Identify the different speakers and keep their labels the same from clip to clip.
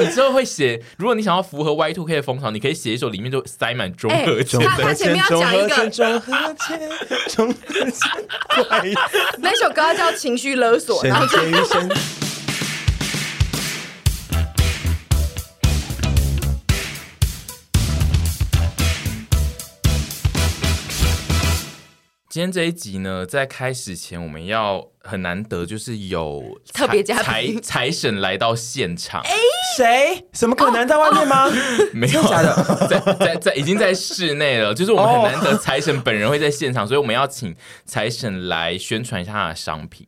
Speaker 1: 你之后会写，如果你想要符合 Y Two K 的风潮，你可以写一首里面就塞满中
Speaker 2: 哎
Speaker 1: 和
Speaker 2: 他
Speaker 1: 钱。
Speaker 2: 他前面要讲一个
Speaker 3: 中和钱，中和钱，中和钱，
Speaker 2: 那首歌叫《情绪勒索》，然后
Speaker 3: 神经神。
Speaker 1: 今天这一集呢，在开始前我们要很难得，就是有
Speaker 2: 特别嘉
Speaker 1: 财
Speaker 2: 宾哎
Speaker 1: 财神来到现场，
Speaker 3: 谁？什么可能在外面吗？
Speaker 1: 没有
Speaker 3: 真的假的？
Speaker 1: 在 在在已经在室内了，就是我们
Speaker 3: 哦
Speaker 1: 很难得财神本人会在现场，所以我们要请财神来宣传一下他的商品。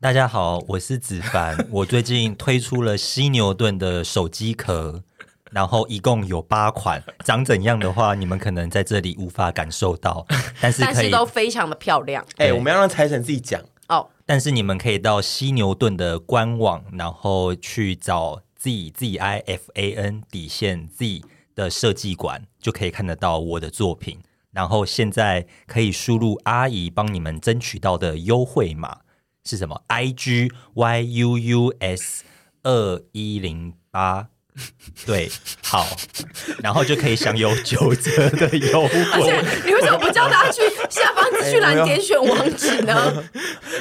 Speaker 4: 大家好，我是子凡，我最近推出了犀牛顿的手机壳。然后一共有八款，长怎样的话，你们可能在这里无法感受到，但是
Speaker 2: 但
Speaker 4: 可
Speaker 2: 是
Speaker 4: 以，
Speaker 2: 都非常的漂亮
Speaker 3: 哎，我们要让财神自己讲。
Speaker 2: 哦。
Speaker 4: 但是你们可以到犀牛顿的官网，然后去找 Z Z I F A N 底线 Z 的设计馆，就可以看得到我的作品。然后现在可以输入阿姨帮你们争取到的优惠码是什么？I G Y U U S 二一零八。对，好，然后就可以享有九折的优
Speaker 2: 而且
Speaker 4: 惠。
Speaker 2: 你为什么不叫大家去下方资讯栏点选网址呢？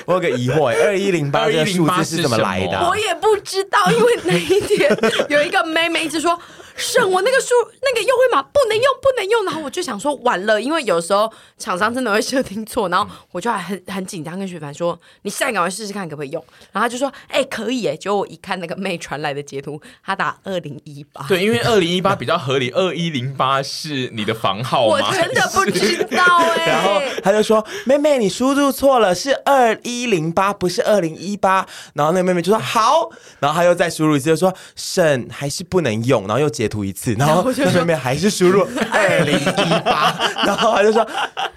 Speaker 3: 我有个疑惑，哎二一零八这个数字是怎么来的
Speaker 1: 没有
Speaker 3: 啊
Speaker 2: 我？也不知道，因为那一天有一个妹妹一直说。省我那个数那个优惠码不能用，不能用。然后我就想说完了，因为有时候厂商真的会设定错。然后我就还很很紧张，跟徐凡说：“你现在赶快试试看可不可以用。”然后他就说：“哎、可以耶。”结果我一看那个妹传来的截图，她打二零一八。
Speaker 1: 对，因为二零一八比较合理，二一零八是你的房号
Speaker 2: 我
Speaker 1: 吗？
Speaker 2: 真的不知道哎、
Speaker 3: 然后他就说：“妹妹，你输入错了，是二一零八，不是二零一八。”然后那个妹妹就说：“好。”然后他又再输入一次，就说：“省还是不能用。”然后又截图一次，然后那妹妹还是输 入二零一八， 然后他就说：“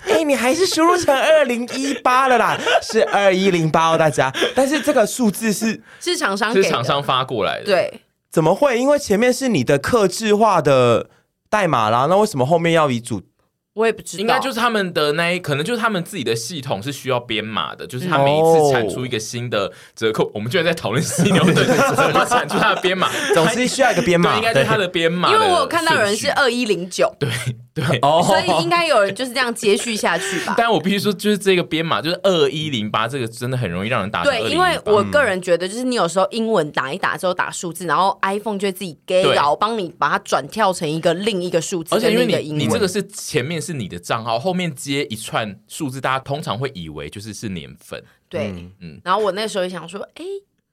Speaker 3: 哎、你还是输入成二零一八了啦，是二一零八哦，大家。但是这个数字是
Speaker 2: 是厂商给
Speaker 1: 是
Speaker 2: 的，
Speaker 1: 厂商发过来的。，
Speaker 2: 对，
Speaker 3: 怎么会？因为前面是你的克制化的代码啦，那为什么后面要以主
Speaker 2: 我也不知道，
Speaker 1: 应该就是他们的那一，可能就是他们自己的系统是需要编码的，就是他每一次产出一个新的折扣，我们居然在讨论犀牛顿怎么产出它的编码，
Speaker 3: 总之需要一个编
Speaker 1: 对，
Speaker 3: 码
Speaker 1: 应？该是它的编码
Speaker 2: 因
Speaker 1: 的
Speaker 2: 为
Speaker 1: 顺序。
Speaker 2: 我有看到有人是二一零九，
Speaker 1: 对对。
Speaker 3: 哦
Speaker 2: 所以应该有人就是这样接续下 去吧。
Speaker 1: 但我必须说，就是这个编码，就是二一零八，这个真的很容易让人打成
Speaker 2: 对，因为
Speaker 1: 2108
Speaker 2: 我个人觉得，就是你有时候英文打一打之后打数字，然后 iPhone 就会自己 gay
Speaker 1: 对
Speaker 2: 搞，帮你把它转跳成一个另一个数字
Speaker 1: 而且
Speaker 2: 跟
Speaker 1: 因为
Speaker 2: 另一个英
Speaker 1: 你
Speaker 2: 文。
Speaker 1: 你这个是前面是你的账号，后面接一串数字，大家通常会以为就是是年份。
Speaker 2: 对，
Speaker 1: 嗯
Speaker 2: 然后我那时候也想说，哎、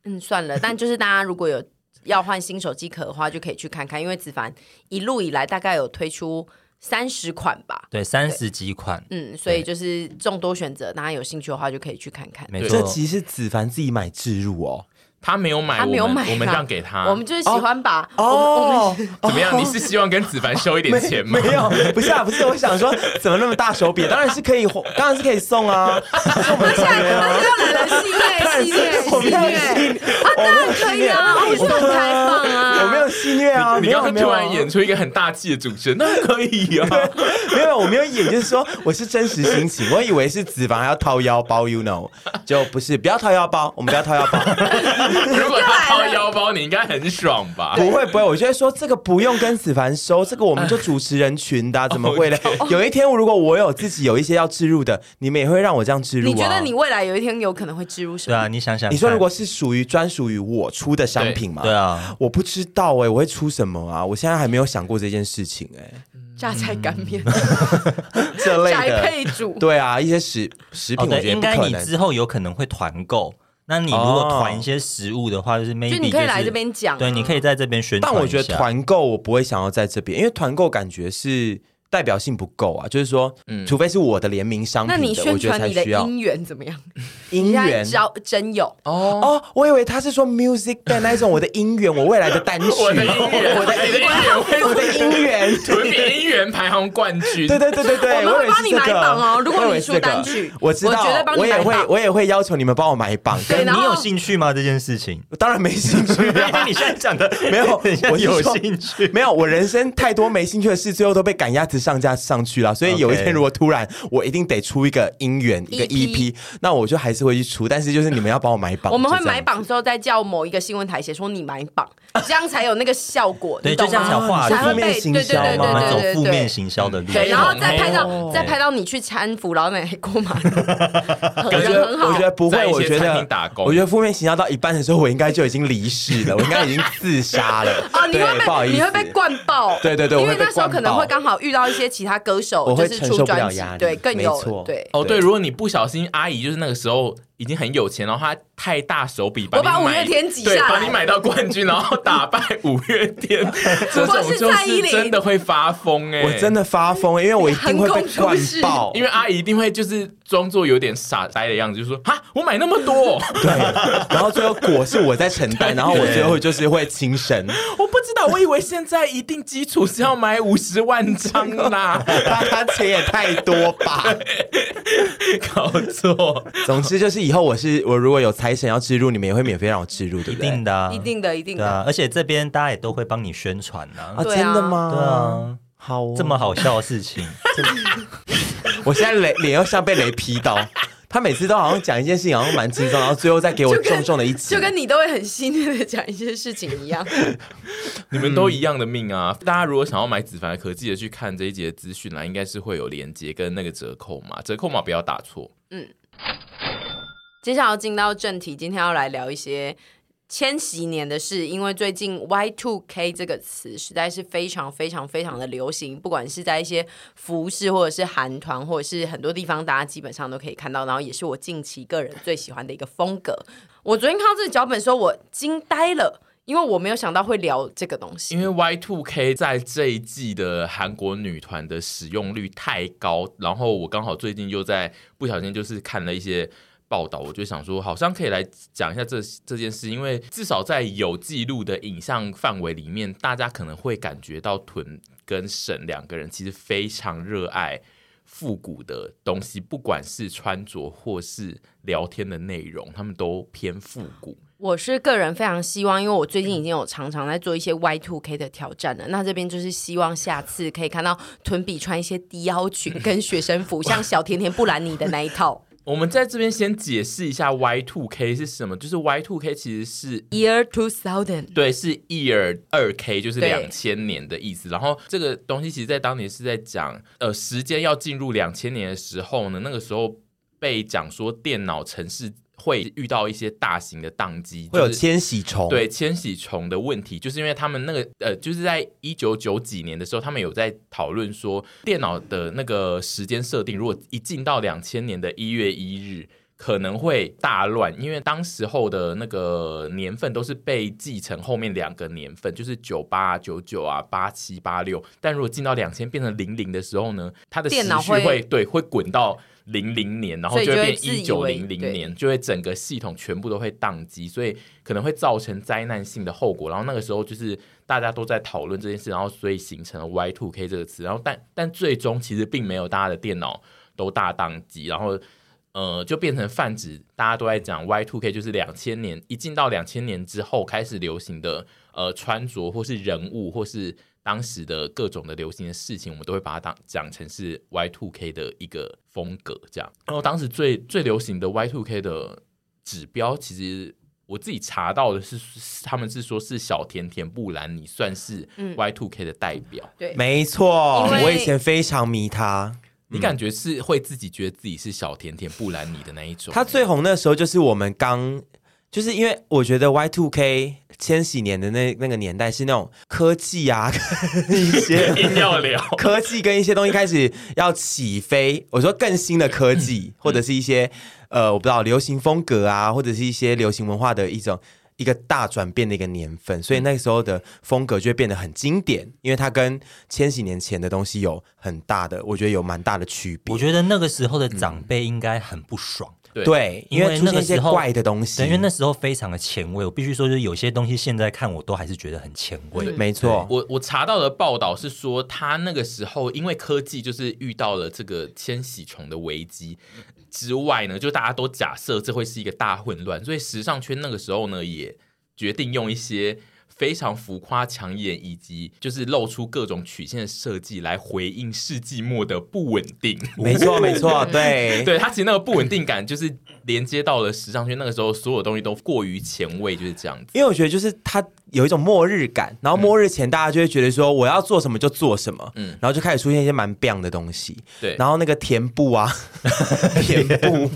Speaker 2: 嗯，算了。但就是大家如果有要换新手机壳的话，就可以去看看，因为子凡一路以来大概有推出三十款吧。
Speaker 4: 对，三十几款，
Speaker 2: 嗯，所以就是众多选择，大家有兴趣的话就可以去看看。
Speaker 4: 没
Speaker 3: 这
Speaker 4: 错。
Speaker 3: 集是子凡自己买置入哦。
Speaker 1: 他没有买，
Speaker 2: 他没有
Speaker 1: 我们
Speaker 2: 买啦
Speaker 1: 我们让给他。
Speaker 2: 我们就是喜欢把我们我
Speaker 3: 哦
Speaker 2: 们，
Speaker 1: 怎么样？你是希望跟子凡收一点钱吗
Speaker 3: 没？有，不是啊，不是，我想说怎么那么大手笔？当然是可以，当然是可以送啊。
Speaker 2: 那现在那就要来了系列系列
Speaker 3: 我
Speaker 2: 系
Speaker 3: 没有
Speaker 2: 列，
Speaker 3: 戏，我没有
Speaker 2: 可
Speaker 3: 戏
Speaker 2: 以
Speaker 3: 虐
Speaker 2: 啊，我们是很开放啊，
Speaker 3: 我没有戏虐啊，
Speaker 1: 你
Speaker 3: 没
Speaker 1: 刚
Speaker 3: 有
Speaker 1: 刚
Speaker 3: 没有
Speaker 1: 突
Speaker 3: 啊
Speaker 1: 然演出一个很大气的主持人，那可以啊。
Speaker 3: 没有，我没有演，就是说我是真实心情，我以为是子凡还要掏腰包，you know，就不是，不要掏腰包，我们不要掏腰 包，
Speaker 1: 如果他掏腰包，你应该很爽吧？
Speaker 3: 不会不会，我就会说这个不用跟子凡收，这个我们就主持人群的啊、怎么会 呢？
Speaker 1: 哦
Speaker 3: 有一天如果我有自己有一些要置入的，你们也会让我这样置入、啊。
Speaker 2: 你觉得你未来有一天有可能会植入什
Speaker 4: 对啊，
Speaker 2: 么？
Speaker 4: 你想想看，
Speaker 3: 你说如果是属于专属于我出的商品吗？
Speaker 4: 对啊，
Speaker 3: 我不知道哎、我会出什么啊？我现在还没有想过这件事情 哎、
Speaker 2: 嗯榨菜干面、
Speaker 3: 这类
Speaker 2: 宅
Speaker 3: 的。
Speaker 2: 配煮，
Speaker 3: 对啊，一些食食品
Speaker 4: 哦，
Speaker 3: 我
Speaker 4: 对，
Speaker 3: 觉得
Speaker 4: 应
Speaker 3: 不
Speaker 4: 该
Speaker 3: 可
Speaker 4: 你
Speaker 3: 能。哦
Speaker 4: 之后有可能会团购。那你如果团一些食物的话，就是 maybe
Speaker 2: 就你可以来这边讲啊
Speaker 4: 对，你可以在这边宣
Speaker 3: 但
Speaker 4: 传一下。
Speaker 3: 我觉得团购我不会想要在这边，因为团购感觉是代表性不够啊。就是说，
Speaker 4: 嗯
Speaker 3: 除非是我的联名商
Speaker 2: 那
Speaker 3: 品
Speaker 2: 你
Speaker 3: 的，我
Speaker 2: 宣
Speaker 3: 觉得
Speaker 2: 传
Speaker 3: 才
Speaker 2: 你的
Speaker 3: 需要
Speaker 2: 姻缘怎么样？
Speaker 3: 姻
Speaker 2: 你现在
Speaker 3: 缘。
Speaker 2: 招真有，
Speaker 1: 哦，
Speaker 3: 哦，我以为他是说 music band 那一种我的姻缘，我未来的 单曲，
Speaker 1: 我的姻缘，我的姻缘会
Speaker 3: 我的姻缘。
Speaker 1: 屯比姻缘排行冠军。
Speaker 3: 对对对对对，
Speaker 2: 我们会
Speaker 3: 以为是
Speaker 2: 帮你
Speaker 3: 这
Speaker 2: 买
Speaker 3: 个
Speaker 2: 榜哦如果
Speaker 3: 我以为
Speaker 2: 你
Speaker 3: 是
Speaker 2: 出
Speaker 3: 这个
Speaker 2: 单曲
Speaker 3: 我知
Speaker 2: 我
Speaker 3: 道，
Speaker 2: 绝对帮你
Speaker 3: 我也
Speaker 2: 买
Speaker 3: 会
Speaker 2: 榜
Speaker 3: 我也会要求你们帮我买榜，
Speaker 2: 对，然
Speaker 4: 你有
Speaker 2: 后
Speaker 4: 兴趣吗？这件事情？
Speaker 3: 我当 然没兴趣
Speaker 4: 因为
Speaker 3: 啊，
Speaker 4: 你现在讲的
Speaker 3: 没有
Speaker 4: 很像
Speaker 3: 我是
Speaker 4: 有
Speaker 3: 说
Speaker 4: 兴趣。
Speaker 3: 没有，我人生太多没兴趣的事，最后都被赶鸭子上架上去了，所以有一
Speaker 4: OK
Speaker 3: 天如果突然我一定得出一个音源一个
Speaker 2: EP
Speaker 3: EP，那我就还是会去出，但是就是你们要帮我买榜，
Speaker 2: E 我们会
Speaker 3: 就这样
Speaker 2: 买榜之后再叫某一个新闻台写说你买榜，这样才有那个效果，
Speaker 4: 对
Speaker 2: 你懂
Speaker 4: 就这样才有
Speaker 2: 吗？
Speaker 4: 话
Speaker 3: 题
Speaker 2: 才会被
Speaker 3: 负面行
Speaker 2: 对对
Speaker 3: 销
Speaker 2: 对
Speaker 3: 嘛
Speaker 4: 我们
Speaker 2: 对
Speaker 4: 走
Speaker 2: 对对
Speaker 4: 负面
Speaker 2: 对。
Speaker 4: 行销的路
Speaker 2: 对，
Speaker 1: 对
Speaker 4: 线
Speaker 2: 然后再拍
Speaker 1: 哦
Speaker 2: 到再拍到你去搀扶老奶奶过马路，感很
Speaker 3: 我觉得我觉
Speaker 2: 好。
Speaker 3: 得不
Speaker 1: 在
Speaker 3: 会，
Speaker 1: 一些
Speaker 3: 我觉
Speaker 1: 餐
Speaker 3: 得
Speaker 1: 厅打工
Speaker 3: 我觉得负面形象到一半的时候，我应该就已经离世了，我应该已经自杀了。
Speaker 2: 哦，你
Speaker 3: 对，不好
Speaker 2: 会被
Speaker 3: 意
Speaker 2: 你
Speaker 3: 思
Speaker 2: 会，被灌爆，
Speaker 3: 对对对
Speaker 2: 因
Speaker 3: 我
Speaker 2: 为
Speaker 3: 会被
Speaker 2: 那时候可
Speaker 3: 灌
Speaker 2: 能
Speaker 3: 爆
Speaker 2: 会刚好遇到一些其他歌手，
Speaker 3: 我
Speaker 2: 就
Speaker 3: 会
Speaker 2: 是
Speaker 3: 承
Speaker 2: 出
Speaker 3: 受不
Speaker 2: 专
Speaker 3: 了
Speaker 2: 辑
Speaker 3: 压，力
Speaker 2: 对，更
Speaker 3: 没
Speaker 2: 有
Speaker 3: 错
Speaker 2: 对。
Speaker 1: 哦，对，
Speaker 3: 对
Speaker 1: 如果你不小心，阿姨就是那个时候已经很有钱，然后她太大手笔，
Speaker 2: 我把
Speaker 1: 你
Speaker 2: 五
Speaker 1: 买
Speaker 2: 月天挤
Speaker 1: 对
Speaker 2: 下
Speaker 1: 把
Speaker 2: 来
Speaker 1: 你买到冠军，然后打败五月天，这
Speaker 2: 或
Speaker 1: 种
Speaker 2: 是
Speaker 1: 就
Speaker 2: 蔡依
Speaker 1: 是
Speaker 2: 林
Speaker 1: 真的会发疯哎、
Speaker 3: 我真
Speaker 1: 的，
Speaker 3: 的发疯，因为我一定会被灌爆。
Speaker 1: 因为阿姨一定会就是装作有点傻呆的样子，就说啊，我买那么多，
Speaker 3: 对，然后最后果是我在承 担，然后我最后就是会轻生。
Speaker 1: 我不知道，我以为现在一定基础是要买五十万张啦，
Speaker 3: 他他钱也太多吧。
Speaker 1: 搞错，
Speaker 3: 总之就是以后我是我如果有财神要置入，你们也会免费让我置入，对
Speaker 4: 一
Speaker 3: 不对？
Speaker 4: 定的啊，
Speaker 2: 一定的，一定
Speaker 4: 对
Speaker 2: 的。
Speaker 4: 啊，而且这边大家也都会帮你宣传呐、
Speaker 3: 啊，
Speaker 2: 对啊
Speaker 3: 真的吗？
Speaker 4: 对，啊，
Speaker 3: 好哦，
Speaker 4: 这么好笑的 事情，
Speaker 3: 我现在雷脸又像被雷劈到。他每次都好像讲一件事情，好像蛮轻松，然后最后再给我重重的一击
Speaker 2: 就。跟你都会很细腻的讲一些事情一样，
Speaker 1: 你们都一样的命啊！ 大家如果想要买子凡的壳，记得去看这一节的资讯栏，应该是会有连接跟那个折扣码，折扣码不要打错。
Speaker 2: 接下来要进到正题，今天要来聊一些千禧年的事，因为最近 Y two K 这个词实在是非常非常非常的流行，不管是在一些服饰或者是韩团，或者是很多地方，大家基本上都可以看到。然后也是我近期个人最喜欢的一个风格。我昨天看到这个脚本的时候，我惊呆了，因为我没有想到会聊这个东西
Speaker 1: 因。为 Y Two K 在这一季的韩国女团的使用率太高，然后我刚好最近又在不小心就是看了一些。报道，我就想说，好像可以来讲一下这这件事，因为至少在有记录的影像范围里面，大家可能会感觉到屯跟沈两个人其实非常热爱复古的东西，不管是穿着或是聊天的内容，他们都偏复古。
Speaker 2: 我是个人非常希望，因为我最近已经有常常在做一些 Y two K 的挑战了。那这边就是希望下次可以看到屯比穿一些低腰裙跟学生服，像小甜甜布兰妮的那一套
Speaker 1: 我们在这边先解释一下 Y two K 是什么，就是 Y two K 其实是。
Speaker 2: Year Two Thousand。
Speaker 1: 对，是 year 二 K，就是
Speaker 2: 对
Speaker 1: 两千年的意思。然后这个东西其实，在当年是在讲，呃，时间要进入两千年的时候呢，那个时候被讲说电脑城市会遇到一些大型的宕机，
Speaker 3: 会有
Speaker 1: 就是
Speaker 3: 千禧虫，
Speaker 1: 对千禧虫的问题，就是因为他们那个呃，就是在一九九几年的时候，他们有在讨论说，电脑的那个时间设定，如果一进到两千年的一月一日。可能会大乱，因为当时候的那个年份都是被继承后面两个年份，就是九八、九九啊、八七、八六。但如果进到两千变成零零的时候呢，它的时
Speaker 2: 电脑
Speaker 1: 序
Speaker 2: 会
Speaker 1: 对会滚到零零年，然后
Speaker 2: 所以
Speaker 1: 就
Speaker 2: 就
Speaker 1: 会
Speaker 2: 会
Speaker 1: 变
Speaker 2: 自
Speaker 1: 一
Speaker 2: 以
Speaker 1: 九
Speaker 2: 为
Speaker 1: 零零
Speaker 2: 对
Speaker 1: 年。就会整个系统全部都会宕机，所以可能会造成灾难性的后果。然后那个时候就是大家都在讨论这件事，然后所以形成了 Y two K 这个词。然后但但最终其实并没有大家的电脑都大宕机，然后呃就变成泛指，大家都在讲 Y two K 就是两千年一进到两千年之后开始流行的呃穿着或是人物或是。当时的各种的流行的事情，我们都会把它当讲成是 Y two K 的一个风格这样。然后当时最最流行的 Y two K 的指标，其实我自己查到的是，是他们是说是小甜甜布兰妮算是 Y two K 的代表。
Speaker 2: 对，
Speaker 3: 没错，
Speaker 2: 因为
Speaker 3: 我以前非常迷他。
Speaker 1: 你感觉是会自己觉得自己是小甜甜布兰妮的那一种？
Speaker 3: 他最红的时候就是我们刚，就是因为我觉得 Y Two K 千禧年的那那个年代是那种科技啊，跟一 些
Speaker 1: 硬要聊，
Speaker 3: 科技跟一些东西开始要起飞。我说更新的科
Speaker 4: 嗯
Speaker 3: 技，或者是一些呃，我不知道流行风格啊，或者是一些流行文化的一种。一个大转变的一个年份，所以那时候的风格就会变得很经典，因为它跟千禧年前的东西有很大的，我觉得有蛮大的区别。
Speaker 4: 我觉得那个时候
Speaker 3: 嗯
Speaker 4: 的长辈应该很不爽。
Speaker 1: 对
Speaker 3: 对，因
Speaker 4: 因
Speaker 3: 为
Speaker 4: 为
Speaker 3: 出
Speaker 4: 那
Speaker 3: 现
Speaker 4: 个
Speaker 3: 一些
Speaker 4: 时候
Speaker 3: 怪的东西，
Speaker 4: 对，因为那时候非常的前卫，我必须说，就是有些东西现在看我都还是觉得很前卫。
Speaker 3: 没错，
Speaker 1: 我我查到的报道是说，他那个时候因为科技就是遇到了这个千禧虫的危机之外呢，就大家都假设这会是一个大混乱，所以时尚圈那个时候呢也决定用一些。非常浮夸、抢眼，以及就是露出各种曲线的设计来回应世纪末的不稳定。
Speaker 3: 没错，没错，对。
Speaker 1: 对它其实那个不稳定感，就是连接到了时尚圈。那个时候，所有东西都过于前卫，就是这样子。
Speaker 3: 因为我觉得就是它有一种末日感，然后末日前大家就会觉得说我要做什么就做什么，
Speaker 1: 嗯
Speaker 3: 然后就开始出现一些蛮 b 的东西，
Speaker 1: 对
Speaker 3: 然后那个田布 啊，田布，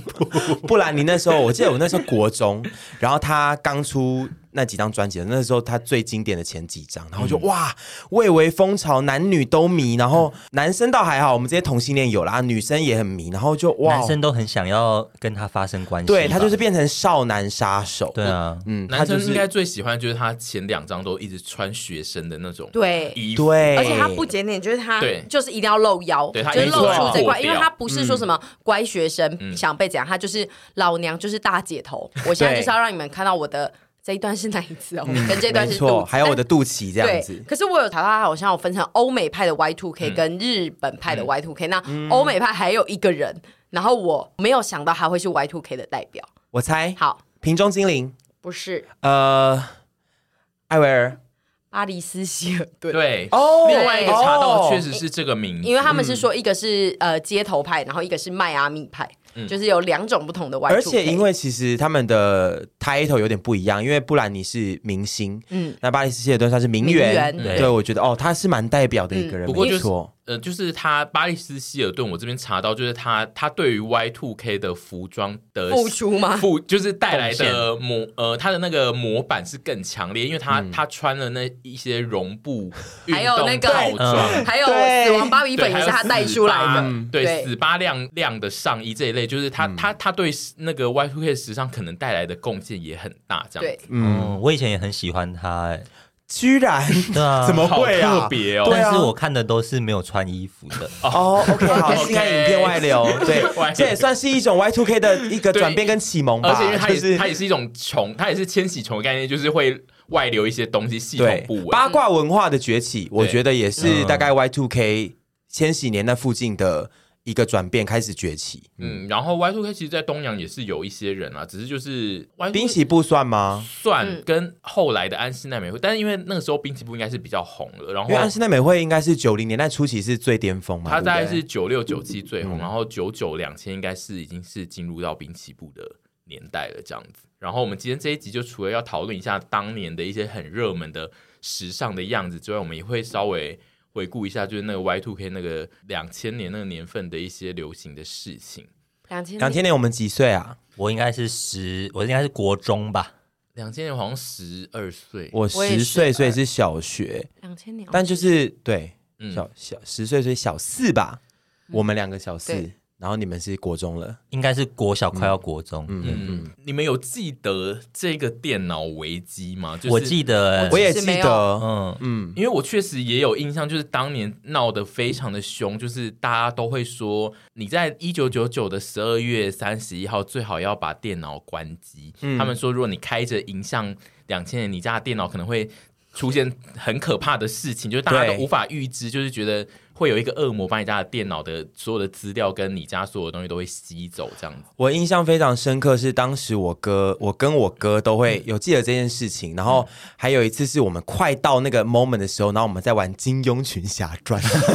Speaker 3: 布兰妮那时候我记得我那时候国中，然后他刚出。那几张专辑，那时候他最经典的前几张，然后就、哇，蔚为风潮，男女都迷，然后男生倒还好，我们这些同性恋有啦，女生也很迷，然后就哇哦
Speaker 4: 男，生都很想要跟他发生关系吧，
Speaker 3: 对他就是变成少男杀手，
Speaker 4: 对啊，
Speaker 3: 嗯，他
Speaker 1: 男
Speaker 3: 就
Speaker 1: 生
Speaker 3: 是
Speaker 1: 应该最喜欢就是他前两张都一直穿学生的那种
Speaker 2: 对
Speaker 1: 衣服，
Speaker 3: 对，
Speaker 2: 而且它不检点，就是它
Speaker 1: 对
Speaker 2: 就是一定要露腰，
Speaker 1: 对它
Speaker 2: 就是
Speaker 1: 一定
Speaker 2: 露
Speaker 3: 要
Speaker 2: 出这
Speaker 1: 做
Speaker 2: 块，因为
Speaker 1: 掉
Speaker 2: 它不是说什么乖学生
Speaker 1: 嗯
Speaker 2: 想被怎样，它就是老娘就是大姐头，我现在
Speaker 3: 对
Speaker 2: 就是要让你们看到我的这一段是哪一次哦，跟这一段
Speaker 3: 没
Speaker 2: 是
Speaker 3: 错，
Speaker 2: 肚子
Speaker 3: 还有我的肚脐这样
Speaker 2: 对
Speaker 3: 子，，嗯
Speaker 2: 可是我有查到，它好像有分成欧美派的 Y two K 跟日本派的 Y two K、那欧美派还有一个人，然后我没有想到他会是 Y two K 的代表。
Speaker 3: 我猜
Speaker 2: 好，
Speaker 3: 瓶中精灵，
Speaker 2: 不是
Speaker 3: 呃，艾薇儿
Speaker 2: 巴黎斯希尔顿，
Speaker 1: 对。
Speaker 3: 哦
Speaker 1: 另外一个查到确
Speaker 3: 哦
Speaker 1: 实是这个名字，
Speaker 2: 因为他们是说一个是、呃街头派，然后一个是迈阿密派，就是有两种不同的 Y two K。
Speaker 3: 嗯而且因为其实他们的 title 有点不一样，因为布兰妮是明星，嗯
Speaker 2: 嗯，
Speaker 3: 那巴黎斯希尔顿算是名
Speaker 2: 名
Speaker 3: 媛，
Speaker 2: 媛
Speaker 4: 对
Speaker 3: 对，我觉得哦，他是蛮代表的一个人，
Speaker 1: 不过
Speaker 3: 没
Speaker 1: 就是
Speaker 3: 错，
Speaker 1: 呃，就是他巴利斯希尔顿，我这边查到就是他他对于 Y Two K 的服装的
Speaker 2: 付出吗？
Speaker 1: 付就是带来的
Speaker 4: 贡
Speaker 1: 模呃，他的那个模板是更强烈，因为他、他穿了那一些绒 布运
Speaker 2: 嗯还有
Speaker 1: 动
Speaker 2: 那个
Speaker 1: 套装。
Speaker 4: 嗯
Speaker 2: 还有
Speaker 3: 对
Speaker 2: 死亡芭比粉
Speaker 1: 对，
Speaker 2: 也是他带出来的，
Speaker 3: 嗯
Speaker 1: 对，
Speaker 2: 对
Speaker 1: 死八亮亮的上衣这一类，就是他、他他对那个 Y Two K 时尚可能带来的贡献也很大，这样
Speaker 2: 对
Speaker 1: 子。，
Speaker 4: 嗯，我以前也很喜欢他、欸，
Speaker 3: 居然
Speaker 4: 对 啊，
Speaker 3: 怎么会
Speaker 1: 好
Speaker 3: 啊？
Speaker 1: 特别哦
Speaker 3: 对
Speaker 4: 但
Speaker 3: 啊
Speaker 4: 是我看的都是没有穿衣服 的，
Speaker 3: 哦，OK，好，
Speaker 1: OK
Speaker 3: 性爱影片外流，对
Speaker 1: 外，流
Speaker 3: 这也算是一种 Y two K 的一个转变跟启蒙吧，
Speaker 1: 而且因为它也、
Speaker 3: 就 是
Speaker 1: 它也是一种穷，它也是千禧穷的概念，就是会外流一些东西，系统
Speaker 3: 对
Speaker 1: 不稳。
Speaker 3: 八卦文化的崛起，我觉得也是
Speaker 4: 嗯
Speaker 3: 大概 Y two K 千禧年那附近的一个转变开始崛起。
Speaker 1: 嗯，然后 Y Two K 其实，在东洋也是有一些人啊，只是就是 Y
Speaker 3: 滨崎步算吗？
Speaker 1: 算
Speaker 2: 嗯
Speaker 1: 跟后来的安室奈美惠，但是因为那个时候滨崎步应该是比较红了，然
Speaker 3: 因为安
Speaker 1: 后
Speaker 3: 室奈美惠应该是九零年代初期是最巅峰嘛，
Speaker 1: 他
Speaker 3: 对不
Speaker 1: 大概
Speaker 3: 对嗯
Speaker 1: 是九六九七最红，然后九九两千应该是已经是进入到滨崎步的年代了这样子。然后我们今天这一集就除了要讨论一下当年的一些很热门的时尚的样子之外，我们也会稍微回顾一下，就是那个 Y Two K 那个两千年那个年份的一些流行的事情。
Speaker 2: 两千
Speaker 3: 两千年我们几岁啊？
Speaker 4: 我应该是十，我应该是国中吧，
Speaker 1: 两千年好像十二岁，
Speaker 3: 我
Speaker 2: 我也啊
Speaker 3: 十岁，
Speaker 2: 12
Speaker 3: 所以是小学，
Speaker 2: 两千年，
Speaker 3: 但就是对
Speaker 1: 嗯
Speaker 3: 小小十岁，所以小四吧。我们两个小四
Speaker 2: 嗯对，
Speaker 3: 然后你们是国中了，
Speaker 4: 应该是国小快要国中，嗯，
Speaker 1: 嗯，你们有记得这个电脑危机吗？就是、
Speaker 4: 我记得
Speaker 3: 我
Speaker 2: 我，
Speaker 3: 也
Speaker 2: 其
Speaker 3: 记
Speaker 2: 实没有
Speaker 3: 得。
Speaker 4: 嗯，
Speaker 3: 嗯，
Speaker 1: 因为我确实也有印象，就是当年闹得非常的凶，就是大家都会说，你在一九九九的十二月三十一号最好要把电脑关机。
Speaker 3: 嗯
Speaker 1: 他们说，如果你开着影像两千年，你家的电脑可能会出现很可怕的事情，就是大家
Speaker 3: 对
Speaker 1: 都无法预知，就是觉得会有一个恶魔把你家的电脑的所有的资料跟你家所有的东西都会吸走，这样子。
Speaker 3: 我印象非常深刻是当时我哥，我跟我哥都
Speaker 1: 嗯
Speaker 3: 会有记得这件事情，然后还有一次是我们快到那个 moment 的时候，然后我们在玩《金庸群侠传》，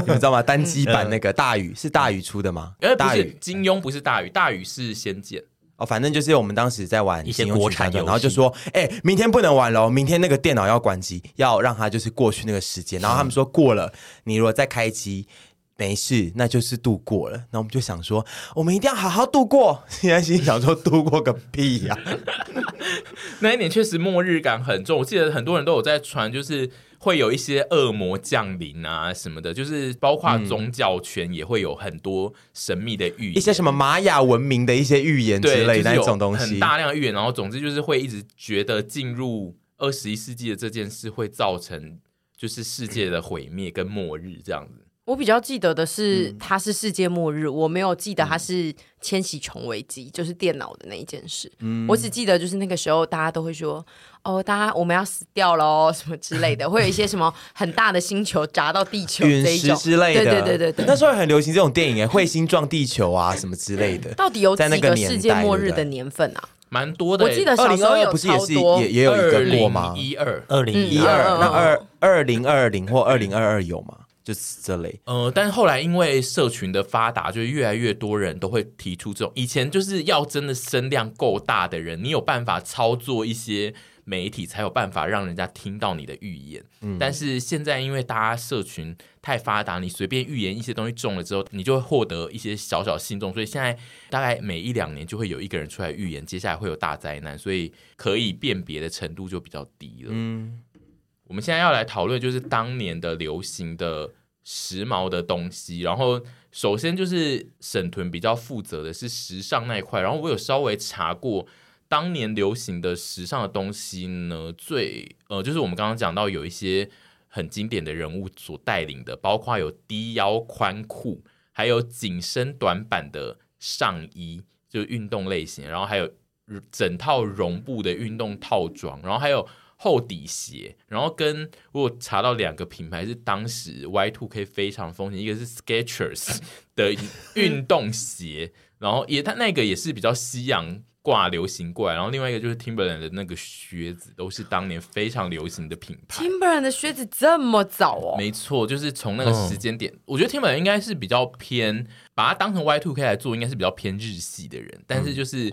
Speaker 3: 你们知道吗？单机版那个大宇是大宇出的吗
Speaker 1: 嗯呃，？不
Speaker 3: 大哎
Speaker 1: 是
Speaker 3: 宇
Speaker 1: 金庸，不是大禹，大禹是仙剑。
Speaker 3: 哦，反正就是我们当时在玩
Speaker 4: 一些
Speaker 3: 金庸群
Speaker 4: 国产
Speaker 3: 侠传
Speaker 4: 游戏
Speaker 3: 然后就说，哎、明天不能玩了哦，明天那个电脑要关机，要让它就是过去那个时间。然后他们说过了，你如果再开机。没事，那就是度过了。那我们就想说，我们一定要好好度过。 现在心里想说，度过个屁呀、
Speaker 1: 那一年确实末日感很重，我记得很多人都有在传，就是会有一些恶魔降临啊什么的，就是包括宗教圈也会有很多神秘的预言，
Speaker 3: 一些什么玛雅文明的一些预言之
Speaker 1: 对
Speaker 3: 类
Speaker 1: 就是
Speaker 3: 那
Speaker 1: 有
Speaker 3: 种东西
Speaker 1: 很。大量的预言，然后总之就是会一直觉得进入二十一世纪的这件事会造成就是世界的毁灭跟末日这样子。
Speaker 2: 我比较记得的
Speaker 3: 嗯
Speaker 2: 是它是世界末日，我没有记得它是千禧虫危机，就是电脑的那一件事。
Speaker 3: 嗯
Speaker 2: 我只记得就是那个时候大家都会说，哦，大家我们要死掉喽，什么之类的，会有一些什么很大的星球砸到地球
Speaker 3: 陨
Speaker 2: 这一
Speaker 3: 石
Speaker 2: 种
Speaker 3: 之类的，
Speaker 2: 对对对对对。
Speaker 3: 那时候很流行这种电影哎，彗星撞地球啊什么之类的。
Speaker 2: 到底有
Speaker 3: 在那
Speaker 2: 几
Speaker 3: 个
Speaker 2: 个
Speaker 3: 年代
Speaker 2: 世界末日
Speaker 3: 对
Speaker 2: 的
Speaker 3: 不对
Speaker 2: 年份啊？
Speaker 1: 蛮多的、
Speaker 2: 我记得
Speaker 3: 二
Speaker 2: 小
Speaker 3: 零
Speaker 2: 时候
Speaker 3: 二二
Speaker 2: 有
Speaker 3: 不是
Speaker 2: 超
Speaker 3: 也是
Speaker 2: 多
Speaker 3: 也也有一个过吗？
Speaker 1: 一二，
Speaker 4: 二零
Speaker 2: 嗯
Speaker 4: 一
Speaker 3: 一二
Speaker 4: 二，
Speaker 2: 嗯
Speaker 3: 那二二零二零或二零二二有吗？就是这类。
Speaker 1: 呃，但是后来因为社群的发达，就是越来越多人都会提出这种，以前就是要真的声量够大的人，你有办法操作一些媒体，才有办法让人家听到你的预言。但是现在因为大家社群太发达，你随便预言一些东西中了之后，你就会获得一些小小信众，所以现在大概每一两年就会有一个人出来预言，接下来会有大灾难，所以可以辨别的程度就比较低了。
Speaker 3: 嗯，
Speaker 1: 我们现在要来讨论就是当年的流行的时髦的东西，然后首先就是沈屯比较负责的是时尚那一块，然后我有稍微查过当年流行的时尚的东西呢，最呃就是我们刚刚讲到有一些很经典的人物所带领的，包括有低腰宽裤，还有紧身短版的上衣，就是运动类型，然后还有整套绒布的运动套装，然后还有厚底鞋，然后跟我有查到两个品牌是当时 Y Two K 非常风行，一个是 Skechers 的运动鞋，然后也它那个也是比较西洋。挂流行过来，然后另外一个就是 Timberland 的那个靴子，都是当年非常流行的品牌。
Speaker 2: Timberland 的靴子这么早哦，
Speaker 1: 没错，就是从那个时间点，
Speaker 3: 嗯
Speaker 1: 我觉得 Timberland 应该是比较偏，把它当成 Y Two K 来做，应该是比较偏日系的人，但
Speaker 3: 嗯
Speaker 1: 是就是。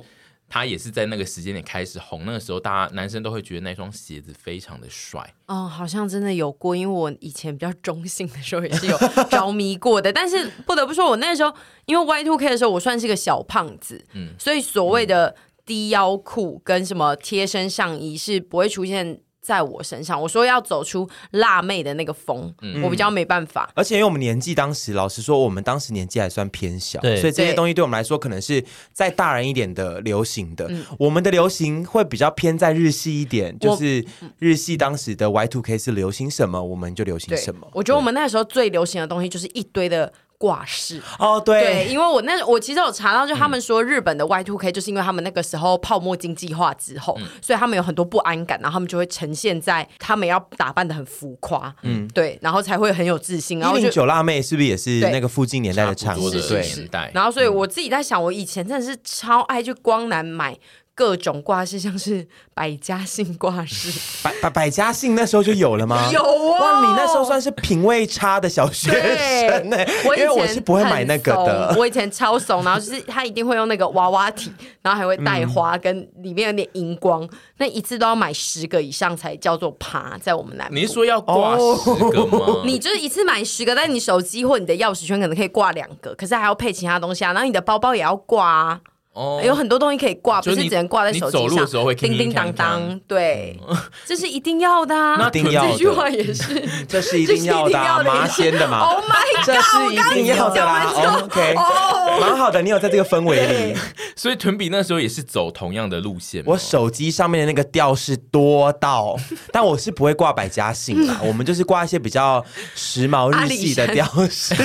Speaker 1: 他也是在那个时间点开始红，那个时候大家男生都会觉得那双鞋子非常的帅。
Speaker 2: 哦，好像真的有过，因为我以前比较中性的时候也是有着迷 过的。但是不得不说，我那时候因为 Y two K 的时候，我算是个小胖子，
Speaker 1: 嗯
Speaker 2: 所以所谓的低腰裤跟什么贴身上衣是不会出现在我身上。我说要走出辣妹的那个风，
Speaker 1: 嗯
Speaker 2: 我比较没办法。
Speaker 3: 而且因为我们年纪当时，老实说，我们当时年纪还算偏小，
Speaker 4: 对
Speaker 3: 所以这些
Speaker 2: 对
Speaker 3: 东西对我们来说，可能是再大人一点的流行的。我们的流行会比较偏在日系一点，
Speaker 2: 嗯我
Speaker 3: 就是日系当时的 Y two K 是流行什么，我们就流行
Speaker 2: 对
Speaker 3: 什么，。
Speaker 2: 我觉得我们那时候最流行的东西就是一堆的挂饰。
Speaker 3: 哦，
Speaker 2: 对，
Speaker 3: 对，
Speaker 2: 因为我那我其实有查到，就他们说日本的 Y two K 就是因为他们那个时候泡沫经济化之后，
Speaker 3: 嗯
Speaker 2: 所以他们有很多不安感，然后他们就会呈现在他们要打扮的很浮夸，嗯，对，然后才会很有自信，然后
Speaker 3: 一
Speaker 2: 就
Speaker 3: 零。九辣妹是不是也是
Speaker 2: 对
Speaker 3: 那个附近年代的产物？
Speaker 1: 差不多的
Speaker 2: 是
Speaker 3: 对
Speaker 2: 是，
Speaker 1: 年代
Speaker 2: 然后，所以我自己在想，我以前真的是超爱去光南买各种挂饰，像是百家姓挂饰，
Speaker 3: 百百百家姓那时候就有了 吗？
Speaker 2: 有哦
Speaker 3: 哇，你那时候算是品味差的小学生呢、欸
Speaker 2: 我以
Speaker 3: 因为
Speaker 2: 前
Speaker 3: 我是不会买那个
Speaker 2: 很
Speaker 3: 的
Speaker 2: 怂。我以前超怂，然后就是他一定会用那个娃娃体，然后还会带花，跟里面有点荧光，那一次都要买十个以上才叫做爬，在我们
Speaker 3: 哦
Speaker 2: 南部。
Speaker 1: 你是说要挂十个吗？
Speaker 2: 你就是一次买十个，但你手机或你的钥匙圈可能可以挂两个，可是还要配其他东西啊。然后你的包包也要挂啊，
Speaker 1: 哦
Speaker 2: 有很多东西可以挂，不
Speaker 1: 就是你
Speaker 2: 只能挂在手机上。
Speaker 1: 你走路的时候会
Speaker 2: 叮叮当
Speaker 1: 叮叮
Speaker 2: 当，对，这是一定要的啊
Speaker 1: 那。
Speaker 3: 一定要的
Speaker 2: 这句话也是。
Speaker 3: 这是一定
Speaker 2: 这是
Speaker 3: 要的、啊，
Speaker 2: 一定要的
Speaker 3: 麻先的嘛。
Speaker 2: Oh my
Speaker 3: 这
Speaker 2: god！
Speaker 3: 是一定要的啦
Speaker 2: 我刚刚就
Speaker 3: 哦，OK，
Speaker 2: 哦
Speaker 3: 蛮好的，你有在这个氛围里。
Speaker 1: 所以屯比那时候也是走同样的路线吗。
Speaker 3: 我手机上面的那个吊饰多到， 但我是不会挂百家姓啦，我们就是挂一些比较时髦日系的吊饰，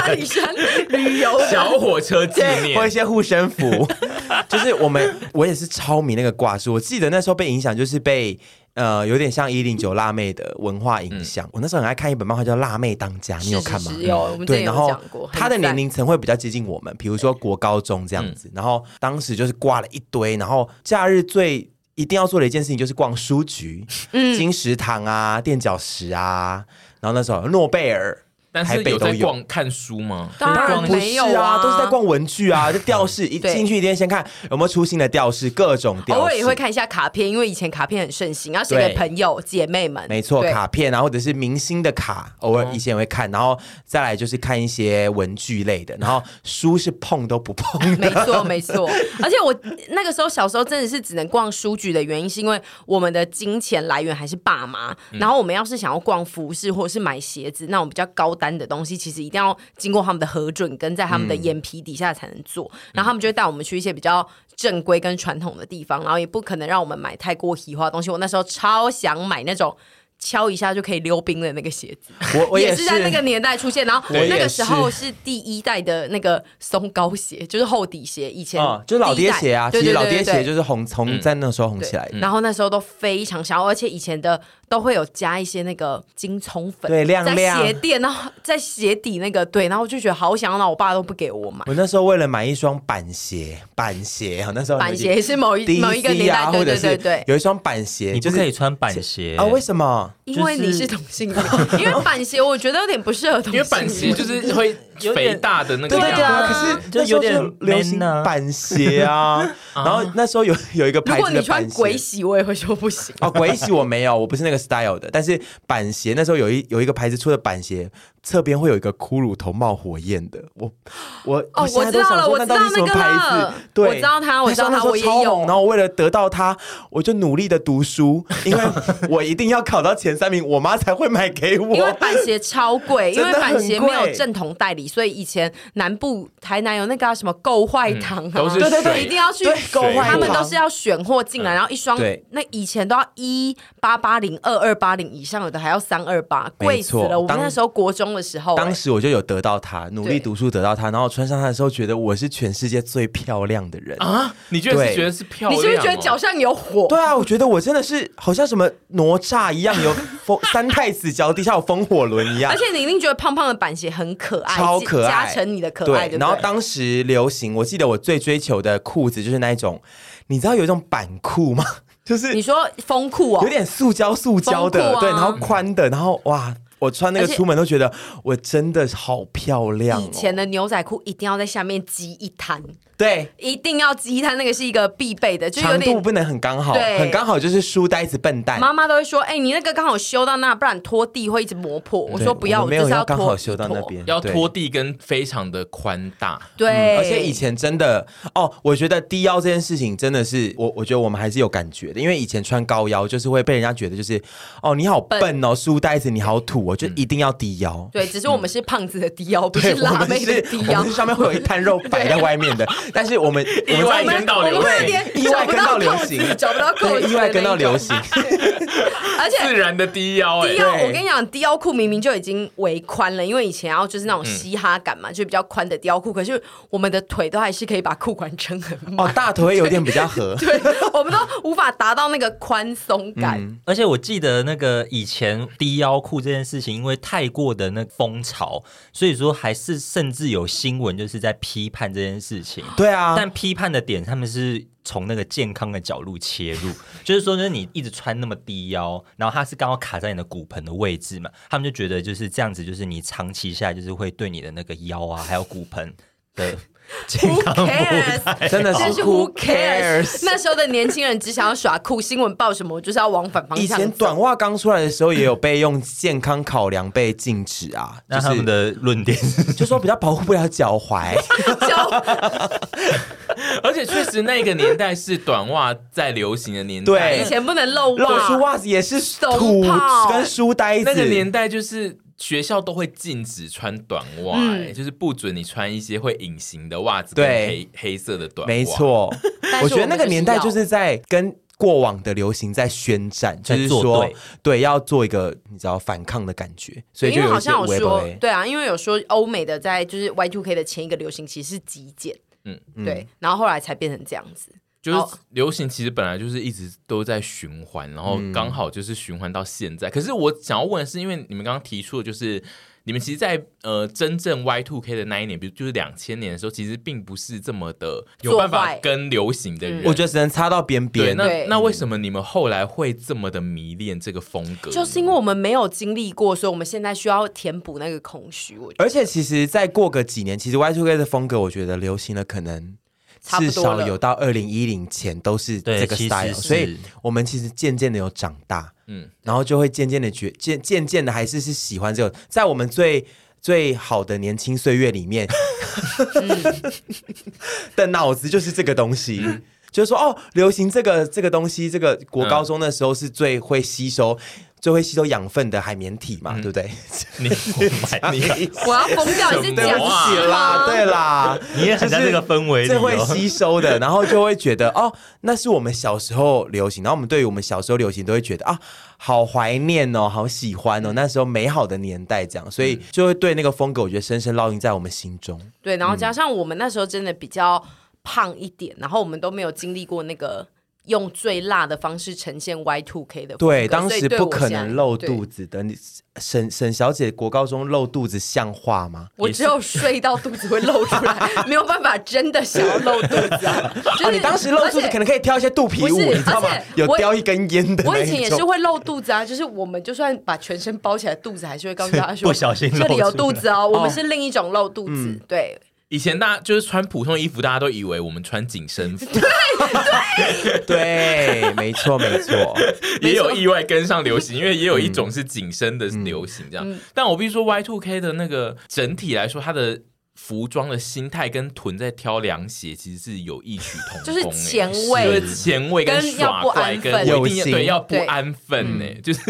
Speaker 2: 阿里山旅游的
Speaker 1: 小火车纪 念
Speaker 3: 或一些护身符。 就是我们，我也是超迷那个挂饰，我记得那时候被影响，就是被。呃，有点像一零九辣妹的文化影响。我那时候很爱看一本漫画叫《辣妹当家》，你有看吗？
Speaker 2: 嗯是是是有，我们之
Speaker 3: 对，
Speaker 2: 前
Speaker 3: 然
Speaker 2: 有
Speaker 3: 后
Speaker 2: 讲过，
Speaker 3: 他的
Speaker 2: 很赞嗯
Speaker 3: 年龄层会比较接近我们，比如说国高中这样子。然后当时就是挂了一堆，然后假日最一定要做的一件事情就是逛书局、
Speaker 2: 嗯
Speaker 3: 金石堂啊、垫脚石啊。然后那时候诺贝尔，
Speaker 1: 但
Speaker 3: 台
Speaker 1: 是
Speaker 3: 北
Speaker 1: 有
Speaker 3: 都
Speaker 1: 在
Speaker 3: 有。
Speaker 1: 逛看书吗？
Speaker 2: 当然
Speaker 3: 不
Speaker 2: 没
Speaker 3: 是
Speaker 2: 有
Speaker 3: 啊，都是在。逛文 具啊，就吊饰。一
Speaker 2: 对
Speaker 3: 进去一定要先看有没有出新的吊饰，各种吊饰。
Speaker 2: 偶尔也会看一下卡片，因为以前卡片很盛行，要写
Speaker 3: 啊对
Speaker 2: 给朋友姐妹们。
Speaker 3: 没错，
Speaker 2: 对哦
Speaker 3: 卡片，啊然后或者是明星的卡，偶尔以前也会看，然后再来就是看一些文具类的，然后书是碰都不碰 的。
Speaker 2: 没错，没错。而且我那个时候小时候真的是只能逛书局的原因，是因为我们的金钱来源还是爸妈。然后我们要是想要逛服饰或者是买鞋子那种比较高单的东西，其实一定要经过他们的核准，跟在他们的眼皮底下才能做。然后他们就会带我们去一些比较正规跟传统的地方，然后也不可能让我们买太过喜化的东西。我那时候超想买那种。敲一下就可以溜冰的那个鞋子，
Speaker 3: 我我
Speaker 2: 也
Speaker 3: 是
Speaker 2: 在那个年代出现，然后
Speaker 3: 我也
Speaker 2: 那个时候
Speaker 3: 是
Speaker 2: 是第一代的那个松糕鞋，就是厚底鞋，以前
Speaker 3: 啊、就是老
Speaker 2: 第一
Speaker 3: 爹
Speaker 2: 代
Speaker 3: 鞋啊，
Speaker 2: 对
Speaker 3: 其
Speaker 2: 对
Speaker 3: 实
Speaker 2: 对
Speaker 3: 老爹
Speaker 2: 对对
Speaker 3: 鞋就是红红在那时候红起来
Speaker 2: 对
Speaker 3: 的。
Speaker 2: 然后那时候都非常想要，而且以前的都会有加一些那个金葱粉，
Speaker 3: 对亮亮
Speaker 2: 在鞋垫，然后在鞋底那个对，然后我就觉得好想要拿，我爸都不给我买。
Speaker 3: 我那时候为了买一双板鞋，板鞋，哦那时候
Speaker 2: 板鞋也是某一
Speaker 3: DC 啊
Speaker 2: 某一个年代，对
Speaker 3: 或者
Speaker 2: 对
Speaker 3: 是
Speaker 2: 对对，
Speaker 3: 有一双板鞋，
Speaker 4: 你
Speaker 3: 就
Speaker 4: 不
Speaker 3: 是
Speaker 4: 可以穿板鞋
Speaker 3: 啊？为什么？
Speaker 2: 因为你是同性 恋，因为板鞋我觉得有点不适合同
Speaker 1: 因
Speaker 2: 性恋，
Speaker 1: 为板鞋就是会
Speaker 4: 有
Speaker 1: 肥
Speaker 4: 点
Speaker 1: 大的那个
Speaker 3: 对
Speaker 1: 样
Speaker 3: 对
Speaker 1: 子。
Speaker 2: 啊
Speaker 3: 可是
Speaker 4: 就
Speaker 3: 那时候
Speaker 4: 有点
Speaker 3: 流行
Speaker 4: man 啊
Speaker 3: 板 鞋啊，然后那时候有有一个
Speaker 2: 如
Speaker 3: 牌
Speaker 2: 果
Speaker 3: 子
Speaker 2: 你
Speaker 3: 的
Speaker 2: 穿
Speaker 3: 板
Speaker 2: 鬼
Speaker 3: 鞋。
Speaker 2: 洗，我也会说不行。
Speaker 3: 哦，鬼洗我没有，我不是那个 style 的，但是板鞋那时候有一有一个牌子出的板鞋，侧边会有一个骷髅头冒火焰的，我我
Speaker 2: 哦，
Speaker 3: 现
Speaker 2: 我
Speaker 3: 在
Speaker 2: 知
Speaker 3: 都
Speaker 2: 道
Speaker 3: 想
Speaker 2: 了，
Speaker 3: 说
Speaker 2: 我
Speaker 3: 那
Speaker 2: 知
Speaker 3: 到
Speaker 2: 道
Speaker 3: 底什
Speaker 2: 那
Speaker 3: 么
Speaker 2: 个
Speaker 3: 牌
Speaker 2: 了
Speaker 3: 子？，对，
Speaker 2: 我知道它，我知道
Speaker 3: 那
Speaker 2: 它，
Speaker 3: 时候
Speaker 2: 我也
Speaker 3: 超红
Speaker 2: 有。
Speaker 3: 然后我为了得到它，我就努力的读书，因为我一定要考到前三名，我妈才会买给我。
Speaker 2: 因为板鞋超贵，因
Speaker 3: 真
Speaker 2: 为
Speaker 3: 的很
Speaker 2: 板鞋没有
Speaker 3: 贵
Speaker 2: 正统代理，所以以前南部台南有那个啊什么购坏堂啊，
Speaker 1: 嗯都是
Speaker 3: 对对对
Speaker 1: 水
Speaker 2: 一定要去
Speaker 3: 对购
Speaker 1: 坏
Speaker 2: 他们
Speaker 3: 堂
Speaker 2: 都是要选货进来，然后一双
Speaker 3: 对
Speaker 2: 那以前都要一八八零、二二八零以上，有的还要三二八，贵
Speaker 3: 没
Speaker 2: 死
Speaker 3: 错
Speaker 2: 了。我们
Speaker 3: 当
Speaker 2: 那时候国中的时候、
Speaker 3: 当
Speaker 2: 哎
Speaker 3: 时我就有得到它，努
Speaker 2: 对
Speaker 3: 力读书得到它，然后穿上它的时候，觉得我是全世界最漂亮的人。
Speaker 1: 啊，你居然是
Speaker 3: 对
Speaker 1: 觉得是漂
Speaker 2: 你
Speaker 1: 亮、哦？
Speaker 2: 是不是觉得脚上有火？
Speaker 3: 对啊，我觉得我真的是好像什么哪吒一样，有风 三太子脚底下有风火轮一样
Speaker 2: 而。且你一定觉得胖胖的板鞋很可爱，
Speaker 3: 啊超可爱，
Speaker 2: 加成你的可爱，对不对
Speaker 3: 然后当时流行，我记得我最追求的裤子就是那一种，你知道有一种板裤吗？ 就是
Speaker 2: 你说风裤哦
Speaker 3: 有，点塑胶塑胶的，
Speaker 2: 风裤啊
Speaker 3: 对，然后宽的，然后哇，我穿那个
Speaker 2: 而且
Speaker 3: 出门都觉得我真的好漂亮、哦。
Speaker 2: 以前的牛仔裤一定要在下面积一滩。
Speaker 3: 对。
Speaker 2: 一定要鸡它那个是一个必备的，就有
Speaker 3: 长度
Speaker 2: 点
Speaker 3: 不能很刚好，
Speaker 2: 对
Speaker 3: 很刚好就是书呆子笨蛋。
Speaker 2: 妈妈都会说，哎、你那个刚好修到那，不然拖地会一直磨破。我
Speaker 3: 对
Speaker 2: 说不要，
Speaker 3: 我
Speaker 2: 我
Speaker 3: 们没
Speaker 2: 就
Speaker 3: 有
Speaker 2: 是
Speaker 3: 要
Speaker 2: 拖
Speaker 3: 刚好修到那
Speaker 2: 拖。
Speaker 3: 边，
Speaker 1: 要
Speaker 3: 对
Speaker 1: 拖地跟非常的宽大，
Speaker 2: 对，
Speaker 3: 而且以前真的哦，我觉得低腰这件事情真的是我，我觉得我们还是有感觉的，因为以前穿高腰就是会被人家觉得就是哦你好笨哦，书呆子你好土哦，就一定要低腰。
Speaker 2: 对，只是我们是胖子的低 腰，不
Speaker 3: 对，
Speaker 2: 嗯 是
Speaker 3: 我
Speaker 2: 辣
Speaker 3: 们
Speaker 2: 妹的
Speaker 3: 是，
Speaker 2: 低哦
Speaker 3: 我
Speaker 2: 腰
Speaker 3: 们是。上面会有一滩肉摆在外面的，但是 我们我
Speaker 1: 意
Speaker 3: 们
Speaker 1: 外
Speaker 2: 我们
Speaker 1: 跟到流行
Speaker 2: 我们有点
Speaker 3: 哎意外跟到流行
Speaker 2: 找不到扣子，找不到扣
Speaker 3: 对
Speaker 2: 子，
Speaker 3: 意外跟到流行。，
Speaker 2: 而且
Speaker 1: 自然的低腰、
Speaker 2: 低
Speaker 1: 哎，
Speaker 2: 腰，
Speaker 3: 对嗯
Speaker 2: 我跟你讲，低腰裤明明就已经围宽了，因为以前要就是那种嘻哈感嘛，就比较宽的低腰裤。可是我们的腿都还是可以把裤管撑很满，
Speaker 3: 哦大腿有点比 较合，
Speaker 2: 对，我们都无法达到那个宽松感。
Speaker 3: 嗯
Speaker 4: 而且我记得那个以前低腰裤这件事情，因为太过的那风潮，所以说还是甚至有新闻就是在批判这件事情。
Speaker 3: 对啊，
Speaker 4: 但批判的点，他们是从那个健康的角度切入， 就是说呢，你一直穿那么低腰，然后它是刚好卡在你的骨盆的位置嘛，他们就觉得就是这样子，就是你长期下来就是会对你的那个腰啊，还有骨盆 的健
Speaker 2: Who
Speaker 4: 康
Speaker 2: cares？
Speaker 3: 真的
Speaker 2: 真
Speaker 3: 是
Speaker 2: 是
Speaker 3: who
Speaker 2: Who cares？
Speaker 3: cares？
Speaker 2: 那时候的年轻人只想要耍酷，新闻报什么我就是要往反方
Speaker 3: 以
Speaker 2: 向
Speaker 3: 前
Speaker 2: 走。
Speaker 3: 短袜刚出来的时候，也有被用健康考量被禁止啊，就
Speaker 4: 那他们
Speaker 3: 是
Speaker 4: 的论点是
Speaker 3: 就说比较保护不了 脚踝。
Speaker 2: 就
Speaker 1: 而且确实那个年代是短袜在流行的年代，
Speaker 3: 对
Speaker 2: 以前不能露
Speaker 3: 露出
Speaker 2: 袜，
Speaker 3: 袜子也是
Speaker 2: 松
Speaker 3: 土
Speaker 2: 泡
Speaker 3: 跟书呆子。
Speaker 1: 那个年代就是学校都会禁止穿短袜、
Speaker 2: 嗯
Speaker 1: 哎就是不准你穿一些会隐形的袜子跟
Speaker 3: 对
Speaker 1: 黑黑色的短袜。
Speaker 3: 没，错，
Speaker 2: 但是
Speaker 3: 我觉得那个
Speaker 2: 们
Speaker 3: 年代就
Speaker 2: 要
Speaker 3: 是在跟。过往的流行在宣战，就
Speaker 4: 在
Speaker 3: 是
Speaker 4: 作
Speaker 3: 说
Speaker 4: 对，
Speaker 3: 对，要做一个你知道反抗的感觉，所以
Speaker 2: 因
Speaker 3: 就
Speaker 2: 为
Speaker 3: 有
Speaker 2: 好
Speaker 3: 一些
Speaker 2: 像有
Speaker 3: 微
Speaker 2: 说
Speaker 3: 博欸微，
Speaker 2: 对啊，因为有说欧美的在就是 Y two K 的前一个流行其实是极简，嗯
Speaker 1: 嗯，
Speaker 2: 对，然后后来才变成这样子。
Speaker 1: 就是
Speaker 2: 好
Speaker 1: 流行其实本来就是一直都在循环，然后
Speaker 3: 嗯
Speaker 1: 刚好就是循环到现在。可是我想要问的是，因为你们刚刚提出的就是。你们其实在，呃真正 Y two K 的那一年，比如就是两千年的时候，其实并不是这么的有
Speaker 2: 做
Speaker 1: 办法
Speaker 2: 坏嗯
Speaker 1: 跟流行的人。
Speaker 3: 我觉得只能擦到边
Speaker 1: 对，
Speaker 3: 边。
Speaker 1: 那
Speaker 2: 对
Speaker 1: 那为什么你们后来会这么的迷恋这个风格？
Speaker 2: 就是因为我们没有经历过，所以我们现在需要填补那个空虚。我觉 得
Speaker 3: 而且其实再过个几年，其实 Y2K 的风格，我觉得流行了可能
Speaker 2: 差不
Speaker 3: 至
Speaker 2: 多了
Speaker 3: 少有到二零一零前都是
Speaker 4: 对
Speaker 3: 这个
Speaker 4: 其实
Speaker 3: style，
Speaker 4: 是
Speaker 3: 所以我们其实渐渐的有长大，
Speaker 1: 嗯
Speaker 3: 嗯，然后就会渐渐的觉渐渐渐的还是是喜欢这种，在我们最最好的年轻岁月里面
Speaker 2: 嗯
Speaker 3: 的脑子就是这个东西。就是说，哦，流行这个这个东西，这个国高
Speaker 4: 嗯
Speaker 3: 中的时候是最会吸收、最会吸收养分的海绵体嘛，
Speaker 4: 嗯
Speaker 3: 对不对？
Speaker 1: 你
Speaker 4: 啊
Speaker 1: 你
Speaker 2: 我要疯掉，你是
Speaker 1: 什么
Speaker 2: 讲
Speaker 3: 对不
Speaker 1: 啊
Speaker 3: 起
Speaker 2: 什
Speaker 3: 啦，
Speaker 2: 么？
Speaker 3: 对啦，
Speaker 4: 你也很在这个氛围里、
Speaker 3: 最
Speaker 4: 哦，
Speaker 3: 会吸收的，然后就会觉得哦，那是我们小时候流行，然后我们对于我们小时候流行都会觉得啊，好怀念哦，好喜欢哦，那时候美好的年代这样，所以就会对那个风格，我觉得深深烙印在我们心中。嗯
Speaker 2: 对，然后加上我们那时候真的比较胖一点，然后我们都没有经历过那个用最辣的方式呈现 Y two K 的风格
Speaker 3: 对，当时不可能
Speaker 2: 所以
Speaker 3: 露。
Speaker 2: 对我现
Speaker 3: 肚
Speaker 2: 在对
Speaker 3: 子的。你沈沈小姐国高中露肚子像话吗？
Speaker 2: 我只有睡到肚子会露出 来，没有办法真的想要露肚子啊！就是、
Speaker 3: 啊，你当时露肚子可能可以挑一些肚皮舞，
Speaker 2: 不是
Speaker 3: 你知道吗
Speaker 2: 而且？
Speaker 3: 有
Speaker 2: 我
Speaker 3: 叼一根烟的
Speaker 2: 我
Speaker 3: 那
Speaker 2: 以前
Speaker 3: 一
Speaker 2: 也是
Speaker 3: 种。
Speaker 2: 会露肚子啊，就是我们就算把全身包起来，肚子还是会告诉大家说
Speaker 4: 不小心露
Speaker 2: 这里有
Speaker 4: 出来
Speaker 2: 肚子哦。我们是另一种露肚子，
Speaker 3: 嗯
Speaker 2: 对，
Speaker 1: 以前大家就是穿普通衣服，大家都以为我们穿紧身服，
Speaker 3: 对，没错没错。
Speaker 1: 也有意外跟上流行，因为也有一种是紧身的流行这样。
Speaker 2: 嗯
Speaker 1: 但我必须说，Y Two K 的那个整体来说，它的服装的心态跟臀在挑凉鞋其实是有异曲同工、
Speaker 2: 就是
Speaker 1: 欸
Speaker 2: 前卫
Speaker 1: 就是前卫跟
Speaker 2: 跟要
Speaker 1: 耍
Speaker 2: 不
Speaker 1: 怪，
Speaker 2: 安
Speaker 1: 跟
Speaker 2: 分嗯
Speaker 1: 我一定要
Speaker 3: 有型
Speaker 1: 对要不
Speaker 2: 对
Speaker 1: 安分呢、欸就是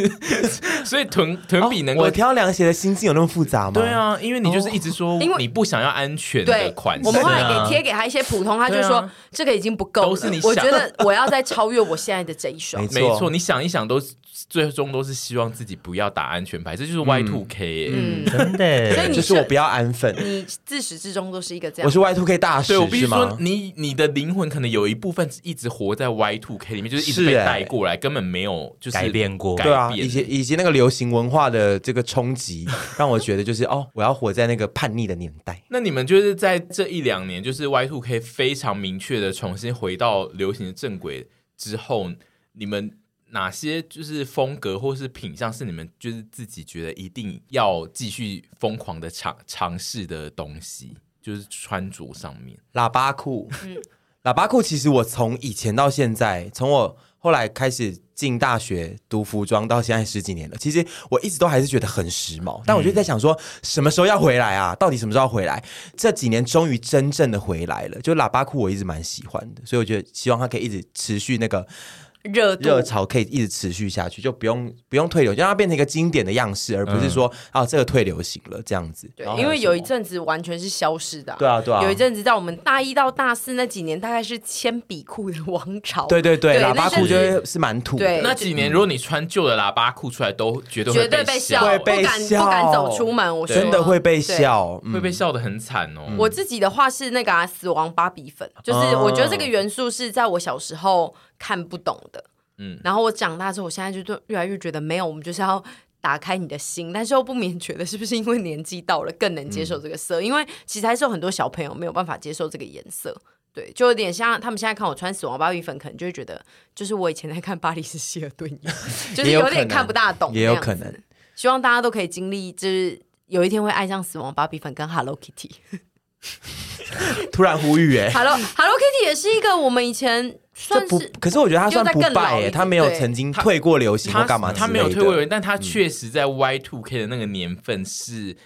Speaker 1: 所以臀臀比能够
Speaker 3: 哦我挑凉鞋的心境有那么复杂吗？
Speaker 1: 对，啊，因为你就是一直说
Speaker 2: 哦因为
Speaker 1: 你不想要安全的
Speaker 2: 对
Speaker 1: 款，式，
Speaker 2: 我们后来
Speaker 4: 是啊
Speaker 2: 给贴给他一些普通，他就
Speaker 1: 对
Speaker 2: 说、
Speaker 1: 啊
Speaker 2: 这个已经不够了。
Speaker 1: 都是你想
Speaker 2: 我觉得我要再超越我现在的这一双
Speaker 3: 没。
Speaker 1: 没错，你想一想都是最终都是希望自己不要打安全牌，这就是 Y Two K 哎、
Speaker 2: 嗯，
Speaker 4: 真的，
Speaker 2: 所以你
Speaker 3: 就是我不要安分，
Speaker 2: 你自始至终都是一个这
Speaker 3: 我
Speaker 2: 样
Speaker 3: 是。Y Two K 大使
Speaker 1: 对我必须
Speaker 3: 是
Speaker 1: 说
Speaker 3: 吗，？
Speaker 1: 你你的灵魂可能有一部分一直活在 Y Two K 里面，就是一直
Speaker 3: 是
Speaker 1: 被
Speaker 3: 欸
Speaker 1: 带过来，根本没有就是
Speaker 4: 改变过
Speaker 1: 改
Speaker 3: 对啊，
Speaker 1: 变
Speaker 3: 以及以及那个流行文化的这个冲击，让我觉得就是哦，我要活在那个叛逆的年代。
Speaker 1: 那你们就是在这一两年，就是 Y Two K 非常明确的重新回到流行的正轨之后，你们哪些就是风格或是品相是你们就是自己觉得一定要继续疯狂的尝尝试的东西？就是穿着上面，
Speaker 3: 喇叭裤，喇叭裤其实我从以前到现在，从我后来开始进大学读服装到现在十几年了，其实我一直都还是觉得很时髦。但我就在想说，什么时候要回来啊？到底什么时候要回来？这几年终于真正的回来了。就喇叭裤我一直蛮喜欢的，所以我觉得希望它可以一直持续那个
Speaker 2: 热度
Speaker 3: 热潮可以一直持续下去，就不用不用退流，就让它变成一个经典的样式，而不是说、啊这个退流行了这样子。
Speaker 2: 对
Speaker 3: 然，后还
Speaker 2: 因为有一
Speaker 3: 什么
Speaker 2: 阵子完全是消失的、
Speaker 3: 对啊对啊
Speaker 2: 有一阵子在我们大一到大四那几年，大概是铅笔裤的王朝。
Speaker 3: 对对对，
Speaker 2: 对
Speaker 3: 喇叭
Speaker 2: 那
Speaker 3: 裤
Speaker 2: 是
Speaker 3: 就会是蛮土的。
Speaker 2: 对嗯
Speaker 1: 那几年如果你穿旧的喇叭裤出来，都绝对
Speaker 2: 绝
Speaker 1: 会
Speaker 2: 对
Speaker 1: 被
Speaker 2: 被
Speaker 1: 笑，
Speaker 2: 笑，
Speaker 3: 会被
Speaker 2: 不敢
Speaker 3: 笑
Speaker 2: 不敢走出门。我说
Speaker 3: 真的会被。笑，嗯
Speaker 1: 会被笑得很惨哦。
Speaker 2: 对我自己的话是那个、啊、死亡芭比
Speaker 3: 哦
Speaker 2: 粉，就是我觉得这个元素是在我小时候看不懂的，
Speaker 1: 嗯
Speaker 2: 嗯，然后我长大之后，我现在就越来越觉得没有，我们就是要打开你的心，但是又不免觉得是不是因为年纪到了更能接受这个
Speaker 3: 嗯
Speaker 2: 色，因为其实还是有很多小朋友没有办法接受这个颜色，对，就有点像他们现在看我穿死亡芭比粉，可能就会觉得就是我以前在看巴黎是希尔顿一 样，就是
Speaker 3: 也有
Speaker 2: 有
Speaker 3: 可
Speaker 2: 点
Speaker 3: 能
Speaker 2: 看不大懂，
Speaker 3: 也有可能。
Speaker 2: 希望大家都可以经历，就是有一天会爱上死亡芭比粉跟 Hello Kitty。
Speaker 3: 突然呼吁哎、
Speaker 2: Hello Hello Kitty 也是一个我们以前算
Speaker 3: 这不
Speaker 2: 是，
Speaker 3: 可是我觉得他算不
Speaker 2: 又再更老
Speaker 3: 败
Speaker 2: 一
Speaker 3: 哎、
Speaker 2: 点
Speaker 3: 他没有曾经退过流行或
Speaker 1: 他
Speaker 3: 干嘛
Speaker 1: 他
Speaker 3: 之
Speaker 1: 没
Speaker 3: 类
Speaker 1: 有
Speaker 3: 的嗯
Speaker 1: 推委，但他确实在 Y Two K 的那个年份是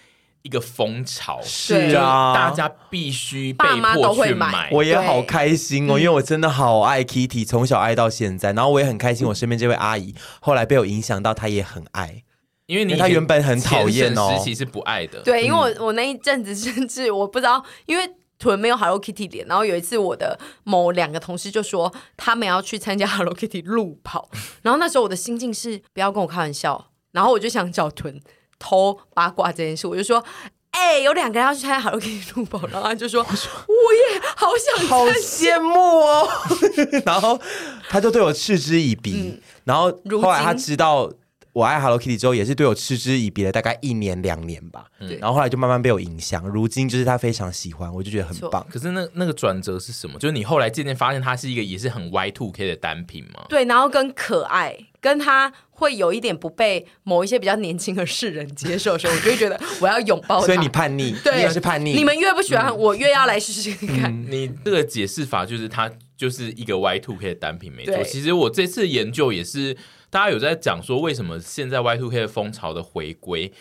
Speaker 1: 一个风潮，
Speaker 3: 是啊，
Speaker 1: 大家必须被
Speaker 2: 爸妈都
Speaker 1: 迫
Speaker 2: 会
Speaker 1: 去
Speaker 2: 买
Speaker 1: 买。
Speaker 3: 我也
Speaker 2: 对
Speaker 3: 好开心
Speaker 1: 嗯
Speaker 3: 哦，因为我真的好爱 Kitty，从小爱到现在，然后我也很开心，我身边这位阿姨后来被我影响到，她也很爱。
Speaker 1: 因为你
Speaker 3: 因为他原本很讨厌哦
Speaker 1: 前身时期是不爱的，，
Speaker 2: 对，因为我我那一阵子 甚至我不知道，因为。臀没有 Hello Kitty 脸，然后有一次我的某两个同事就说他们要去参加 Hello Kitty 路跑，然后那时候我的心境是不要跟我开玩笑，然后我就想找臀偷八卦这件事，我就说，哎、有两个人要去参加 Hello Kitty 路跑，然后他就说，我也 好想
Speaker 3: 好
Speaker 2: 参加
Speaker 3: 羡慕哦。 然后他就对我嗤之以鼻，然后
Speaker 2: 如今
Speaker 3: 后来他知道我爱 Hello Kitty 之后，也是对我嗤之以鼻了大概一年两年吧。
Speaker 2: 对
Speaker 3: 然后后来就慢慢被我影响，如今就是他非常喜欢，我就觉得很
Speaker 2: 错
Speaker 3: 棒。
Speaker 1: 可是那那个转折是什么？就是你后来渐渐发现它是一个也是很 Y Two K 的单品嘛？
Speaker 2: 对，然后跟可爱，跟他会有一点不被某一些比较年轻的世人接受的时候，我就会觉得我要拥抱他。
Speaker 3: 所以你叛逆，
Speaker 2: 哦对
Speaker 3: 你也是叛逆。嗯
Speaker 2: 你们越不喜欢，我越要来试试看。
Speaker 1: 你这个解释法就是它就是一个 Y Two K 的单品没错。
Speaker 2: 对
Speaker 1: 其实我这次研究也是，大家有在讲说为什么现在 Y Two K 的风潮的回归，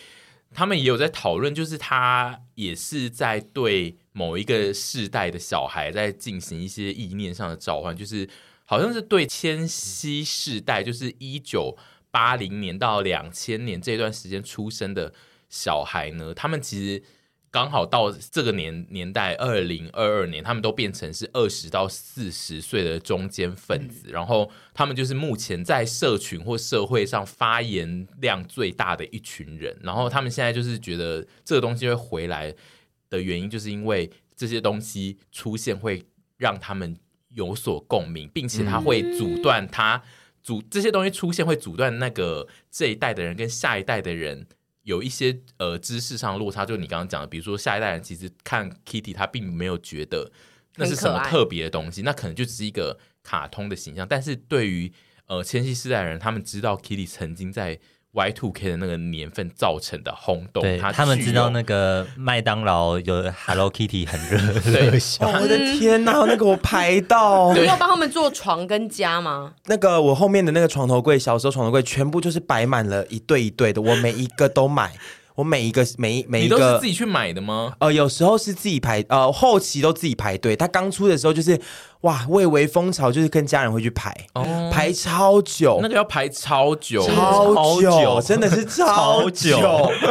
Speaker 1: 他们也有在讨论，就是它也是在对某一个世代的小孩在进行一些意念上的召唤，就是好像是对千禧世代，就是一九八零年到两千年这段时间出生的小孩呢，他们其实。刚好到这个年年代，二零二二年，他们都变成是二十到四十岁的中间分子，然后他们就是目前在社群或社会上发言量最大的一群人，然后他们现在就是觉得这个东西会回来的原因，就是因为这些东西出现会让他们。有所共鸣，并且它会
Speaker 2: 嗯
Speaker 1: 阻断它阻这些东西出现会阻断那个这一代的人跟下一代的人。有一些呃知识上的落差，就你刚刚讲的，比如说下一代人其实看 Kitty，他并没有觉得那是什么
Speaker 2: 很可爱
Speaker 1: 特别的东西，那可能就只是一个卡通的形象。但是对于呃千禧世代的人，他们知道 Kitty 曾经在 Y Two K 的那个年份造成的轰动，
Speaker 4: 对
Speaker 1: 它
Speaker 4: 他哦们
Speaker 1: 具
Speaker 4: 知道
Speaker 1: 有
Speaker 4: 那个麦当劳有 Hello Kitty 很热
Speaker 1: 对
Speaker 4: 热销，
Speaker 3: 哦，我的天哪，那个我排 到
Speaker 2: 你有帮他们做床跟家吗？
Speaker 3: 那个我后面的那个床头柜，小时候床头柜全部就是摆满了一对一对的，我每一个都买，我每一个每一每
Speaker 1: 你
Speaker 3: 一
Speaker 1: 都是
Speaker 3: 个
Speaker 1: 自己去买的吗？
Speaker 3: 呃，有时候是自己排，呃，后期都自己排队。他刚出的时候就是，哇，蔚为风潮，就是跟家人会去排，
Speaker 1: 哦
Speaker 3: 排超久，
Speaker 1: 那个要排超久，
Speaker 3: 超久，
Speaker 4: 超久
Speaker 3: 真的是超
Speaker 4: 超
Speaker 3: 久。
Speaker 4: 久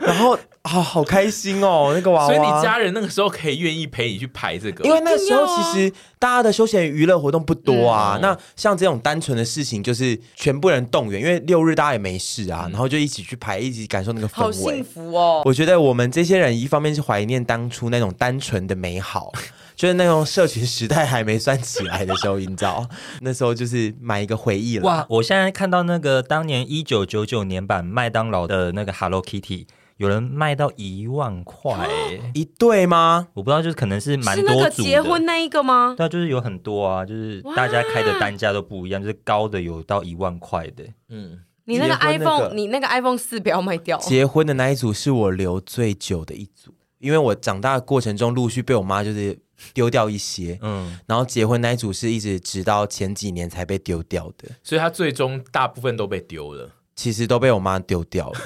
Speaker 3: 然后啊、好开心哦，那个娃娃。
Speaker 1: 所以你家人那个时候可以愿意陪你去排这个，
Speaker 3: 因为那时候
Speaker 2: 一定要啊
Speaker 3: 其实大家的休闲娱乐活动不多啊，
Speaker 1: 嗯
Speaker 3: 那像这种单纯的事情，就是全部人动员，因为六日大家也没事
Speaker 1: 嗯
Speaker 3: 啊，然后就一起去排，一起感受那个氛
Speaker 2: 好
Speaker 3: 围
Speaker 2: 幸。福哦！
Speaker 3: 我觉得我们这些人一方面是怀念当初那种单纯的美好，就是那种社群时代还没算起来的时候，你知道，那时候就是买一个回忆了。
Speaker 4: 哇！我现在看到那个当年一九九九年版麦当劳的那个 Hello Kitty，有人卖到一万块、欸
Speaker 3: 一对吗？
Speaker 4: 我不知道，就是可能是蛮
Speaker 2: 啊是那
Speaker 4: 多
Speaker 2: 个
Speaker 4: 组的。
Speaker 2: 结婚那一个吗？
Speaker 4: 对啊，就是有很多啊，就是大家开的单价都不一样，就是高的有到一万块的。
Speaker 1: 嗯，
Speaker 2: 你那个
Speaker 3: 结婚那个
Speaker 2: iPhone，你那个 iPhone 四不要卖掉哦。？
Speaker 3: 结婚的那一组是我留最久的一组，因为我长大的过程中陆续被我妈就是丢掉一些，
Speaker 4: 嗯，
Speaker 3: 然后结婚那一组是一直直到前几年才被丢掉的，
Speaker 1: 所以他最终大部分都被丢了。
Speaker 3: 其实都被我妈丢掉了。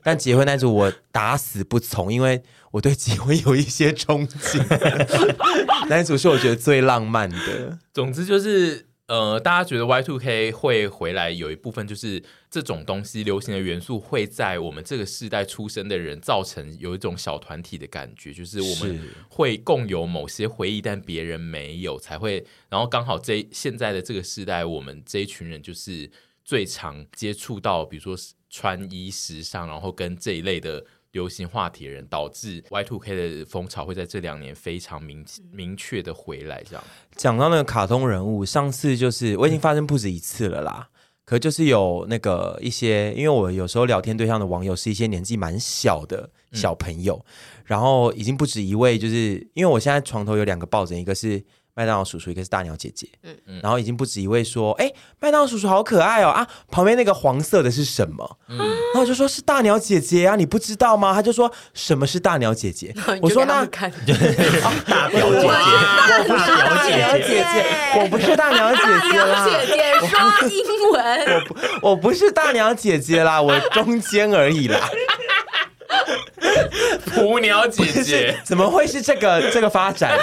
Speaker 3: 但结婚那一组我打死不从，因为我对结婚有一些憧憬。 那一组是我觉得最浪漫的，
Speaker 1: 总之就是。呃，大家觉得 Y Two K 会回来，有一部分就是这种东西流行的元素会在我们这个世代出生的人造成有一种小团体的感觉，就是我们
Speaker 3: 是
Speaker 1: 会共有某些回忆，但别人没有，才会。然后刚好这现在的这个时代，我们这一群人就是最常接触到，比如说穿衣时尚，然后跟这一类的流行话题的人，导致 Y two K 的风潮会在这两年非常明明确的回来。这样，
Speaker 3: 讲到那个卡通人物，上次就是我已经发生不止一次了啦。可就是有那个一些，因为我有时候聊天对象的网友是一些年纪蛮小的小朋友，然后已经不止一位，就是因为我现在床头有两个抱枕，一个是麦当劳叔叔，一个是大鸟姐姐，嗯嗯，然后已经不止一位说，哎、麦当劳叔叔好可爱哦啊，旁边那个黄色的是什么？嗯，然后我就说是大鸟姐姐啊，你不知道吗？他就说什么是大鸟姐姐我
Speaker 2: 你就给
Speaker 3: 说
Speaker 2: 他
Speaker 3: 那
Speaker 2: 们看，
Speaker 4: 大表姐姐，
Speaker 3: 大
Speaker 4: 大
Speaker 3: 鸟
Speaker 4: 表姐
Speaker 3: 姐姐，我不是大鸟姐 姐
Speaker 2: 大
Speaker 3: 啦
Speaker 2: 鸟，哎姐姐说英文，
Speaker 3: 我不是大鸟姐 姐啦，我中间而已啦。
Speaker 1: 蒲鸟姐
Speaker 3: 是
Speaker 1: 姐，
Speaker 3: 怎么会是这个这个发 展？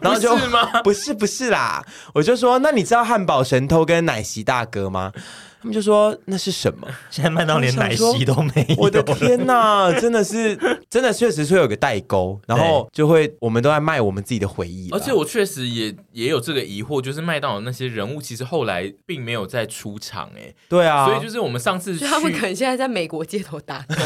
Speaker 3: 然后就
Speaker 1: 不是吗
Speaker 3: 不是不是啦，我就说，那你知道汉堡神偷跟奶昔大哥吗？他们就说那是什 么？
Speaker 4: 现在麦当劳连奶昔都没有。
Speaker 3: 我的天呐，真的是，真的确实是会有个代沟，然后就会我们都在卖我们自己的回忆啦。
Speaker 1: 而且我确实也也有这个疑惑，就是麦当劳那些人物其实后来并没有再出场、欸，
Speaker 3: 对啊，
Speaker 1: 所以就是我们上次去
Speaker 2: 就他们可能现在在美国街头打工。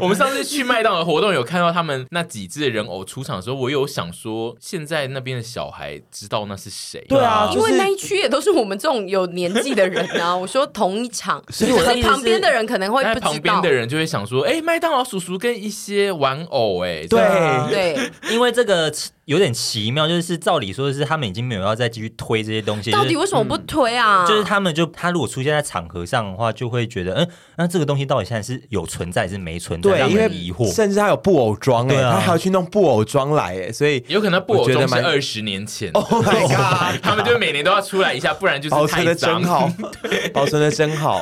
Speaker 1: 我们上次去麦当劳活动有看到他们那几只的人偶出场的时候，我有想说，现在那边的小孩知道那是谁？
Speaker 3: 对啊，
Speaker 2: 因
Speaker 3: 就
Speaker 2: 为
Speaker 3: 是
Speaker 2: 那一区也都是我们这种有年纪的人 啊。我说同一场，
Speaker 3: 所以我的
Speaker 2: 可
Speaker 3: 意
Speaker 2: 是
Speaker 3: 思是
Speaker 2: 旁边的人可能会
Speaker 1: 但
Speaker 2: 不
Speaker 1: 旁
Speaker 2: 知
Speaker 1: 边
Speaker 2: 道
Speaker 1: 的。人就会想说，哎、麦当劳叔叔跟一些玩偶、哎，
Speaker 3: 对
Speaker 4: 啊
Speaker 2: 对，
Speaker 4: 因为这个有点奇妙，就是照理说是他们已经没有要再继续推这些东西，
Speaker 2: 到底
Speaker 4: 就是
Speaker 2: 为什么不推
Speaker 3: 嗯
Speaker 2: 啊？
Speaker 4: 嗯就是他们就他如果出现在场合上的话，就会觉得嗯，那这个东西到底现在是有存在还是没存在，
Speaker 3: 对，
Speaker 4: 让
Speaker 3: 因为
Speaker 4: 人疑惑。
Speaker 3: 甚至他有布偶装哎、
Speaker 4: 对啊
Speaker 3: 他还要去弄布偶装来哎、所以
Speaker 1: 有可能布偶
Speaker 3: 我觉
Speaker 1: 中
Speaker 3: 得
Speaker 1: 是
Speaker 3: 蛮
Speaker 1: 二十年前
Speaker 3: Oh my god！
Speaker 1: 他们就每年都要出来一下，不然就
Speaker 3: 保
Speaker 1: 是太
Speaker 3: 存的真
Speaker 1: 脏。
Speaker 3: 好， 保存的真好。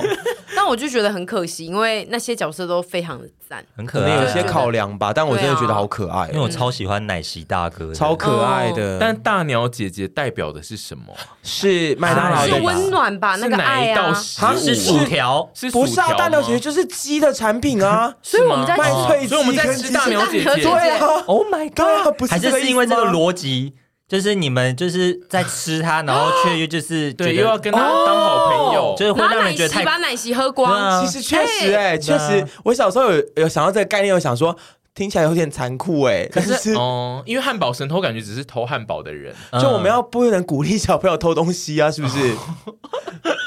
Speaker 2: 但我就觉得很可惜，因为那些角色都非常的赞。
Speaker 4: 很
Speaker 3: 可
Speaker 4: 可
Speaker 3: 能
Speaker 4: 爱，
Speaker 3: 有些考量吧，但我真的觉得好可爱
Speaker 4: 因为，我超喜欢奶昔大哥的，
Speaker 3: 超可爱的。
Speaker 1: 但大鸟姐姐代表的是什么？
Speaker 3: 是啊麦当劳
Speaker 1: 哎
Speaker 2: 是
Speaker 3: 的
Speaker 2: 温暖吧？那
Speaker 1: 是
Speaker 2: 个
Speaker 1: 哪
Speaker 2: 爱
Speaker 1: 一道
Speaker 2: 啊，，
Speaker 1: 食
Speaker 3: 它
Speaker 4: 是
Speaker 1: 物
Speaker 4: 薯
Speaker 1: 啊？
Speaker 4: 条，
Speaker 1: 是
Speaker 3: 不
Speaker 1: 薯
Speaker 3: 是啊？
Speaker 1: 条
Speaker 3: 大鸟
Speaker 1: 吗
Speaker 3: 姐姐就是鸡的产品啊
Speaker 2: 所以我们在
Speaker 1: 是吗
Speaker 3: 麦
Speaker 2: 吃
Speaker 3: 脆鸡
Speaker 1: 所以我们在
Speaker 3: 跟
Speaker 1: 吃
Speaker 3: 鸡
Speaker 1: 大鸟
Speaker 2: 大
Speaker 1: 姐
Speaker 2: 鸟
Speaker 1: 姐
Speaker 2: 姐。
Speaker 3: 对啊，Oh my god！对啊不
Speaker 4: 还是
Speaker 3: 这个
Speaker 4: 是因为这个
Speaker 3: 意思吗
Speaker 4: 逻辑，就是你们就是在吃它，然后却又就是
Speaker 1: 对，
Speaker 4: 觉
Speaker 1: 又要
Speaker 4: 得
Speaker 1: 跟他当好朋友，
Speaker 4: 就是会
Speaker 2: 拿
Speaker 4: 让
Speaker 2: 奶
Speaker 4: 人觉
Speaker 2: 昔
Speaker 4: 得太
Speaker 2: 把奶昔喝
Speaker 4: 对啊
Speaker 2: 光，
Speaker 3: 其实确实
Speaker 2: 哎
Speaker 3: 哎，确实我小时候有有想到这个概念，我想说听起来有点残酷哎、但是
Speaker 1: 哦、因为汉堡神偷感觉只是偷汉堡的人，
Speaker 3: 就我们要不能鼓励小朋友偷东西啊，是不是？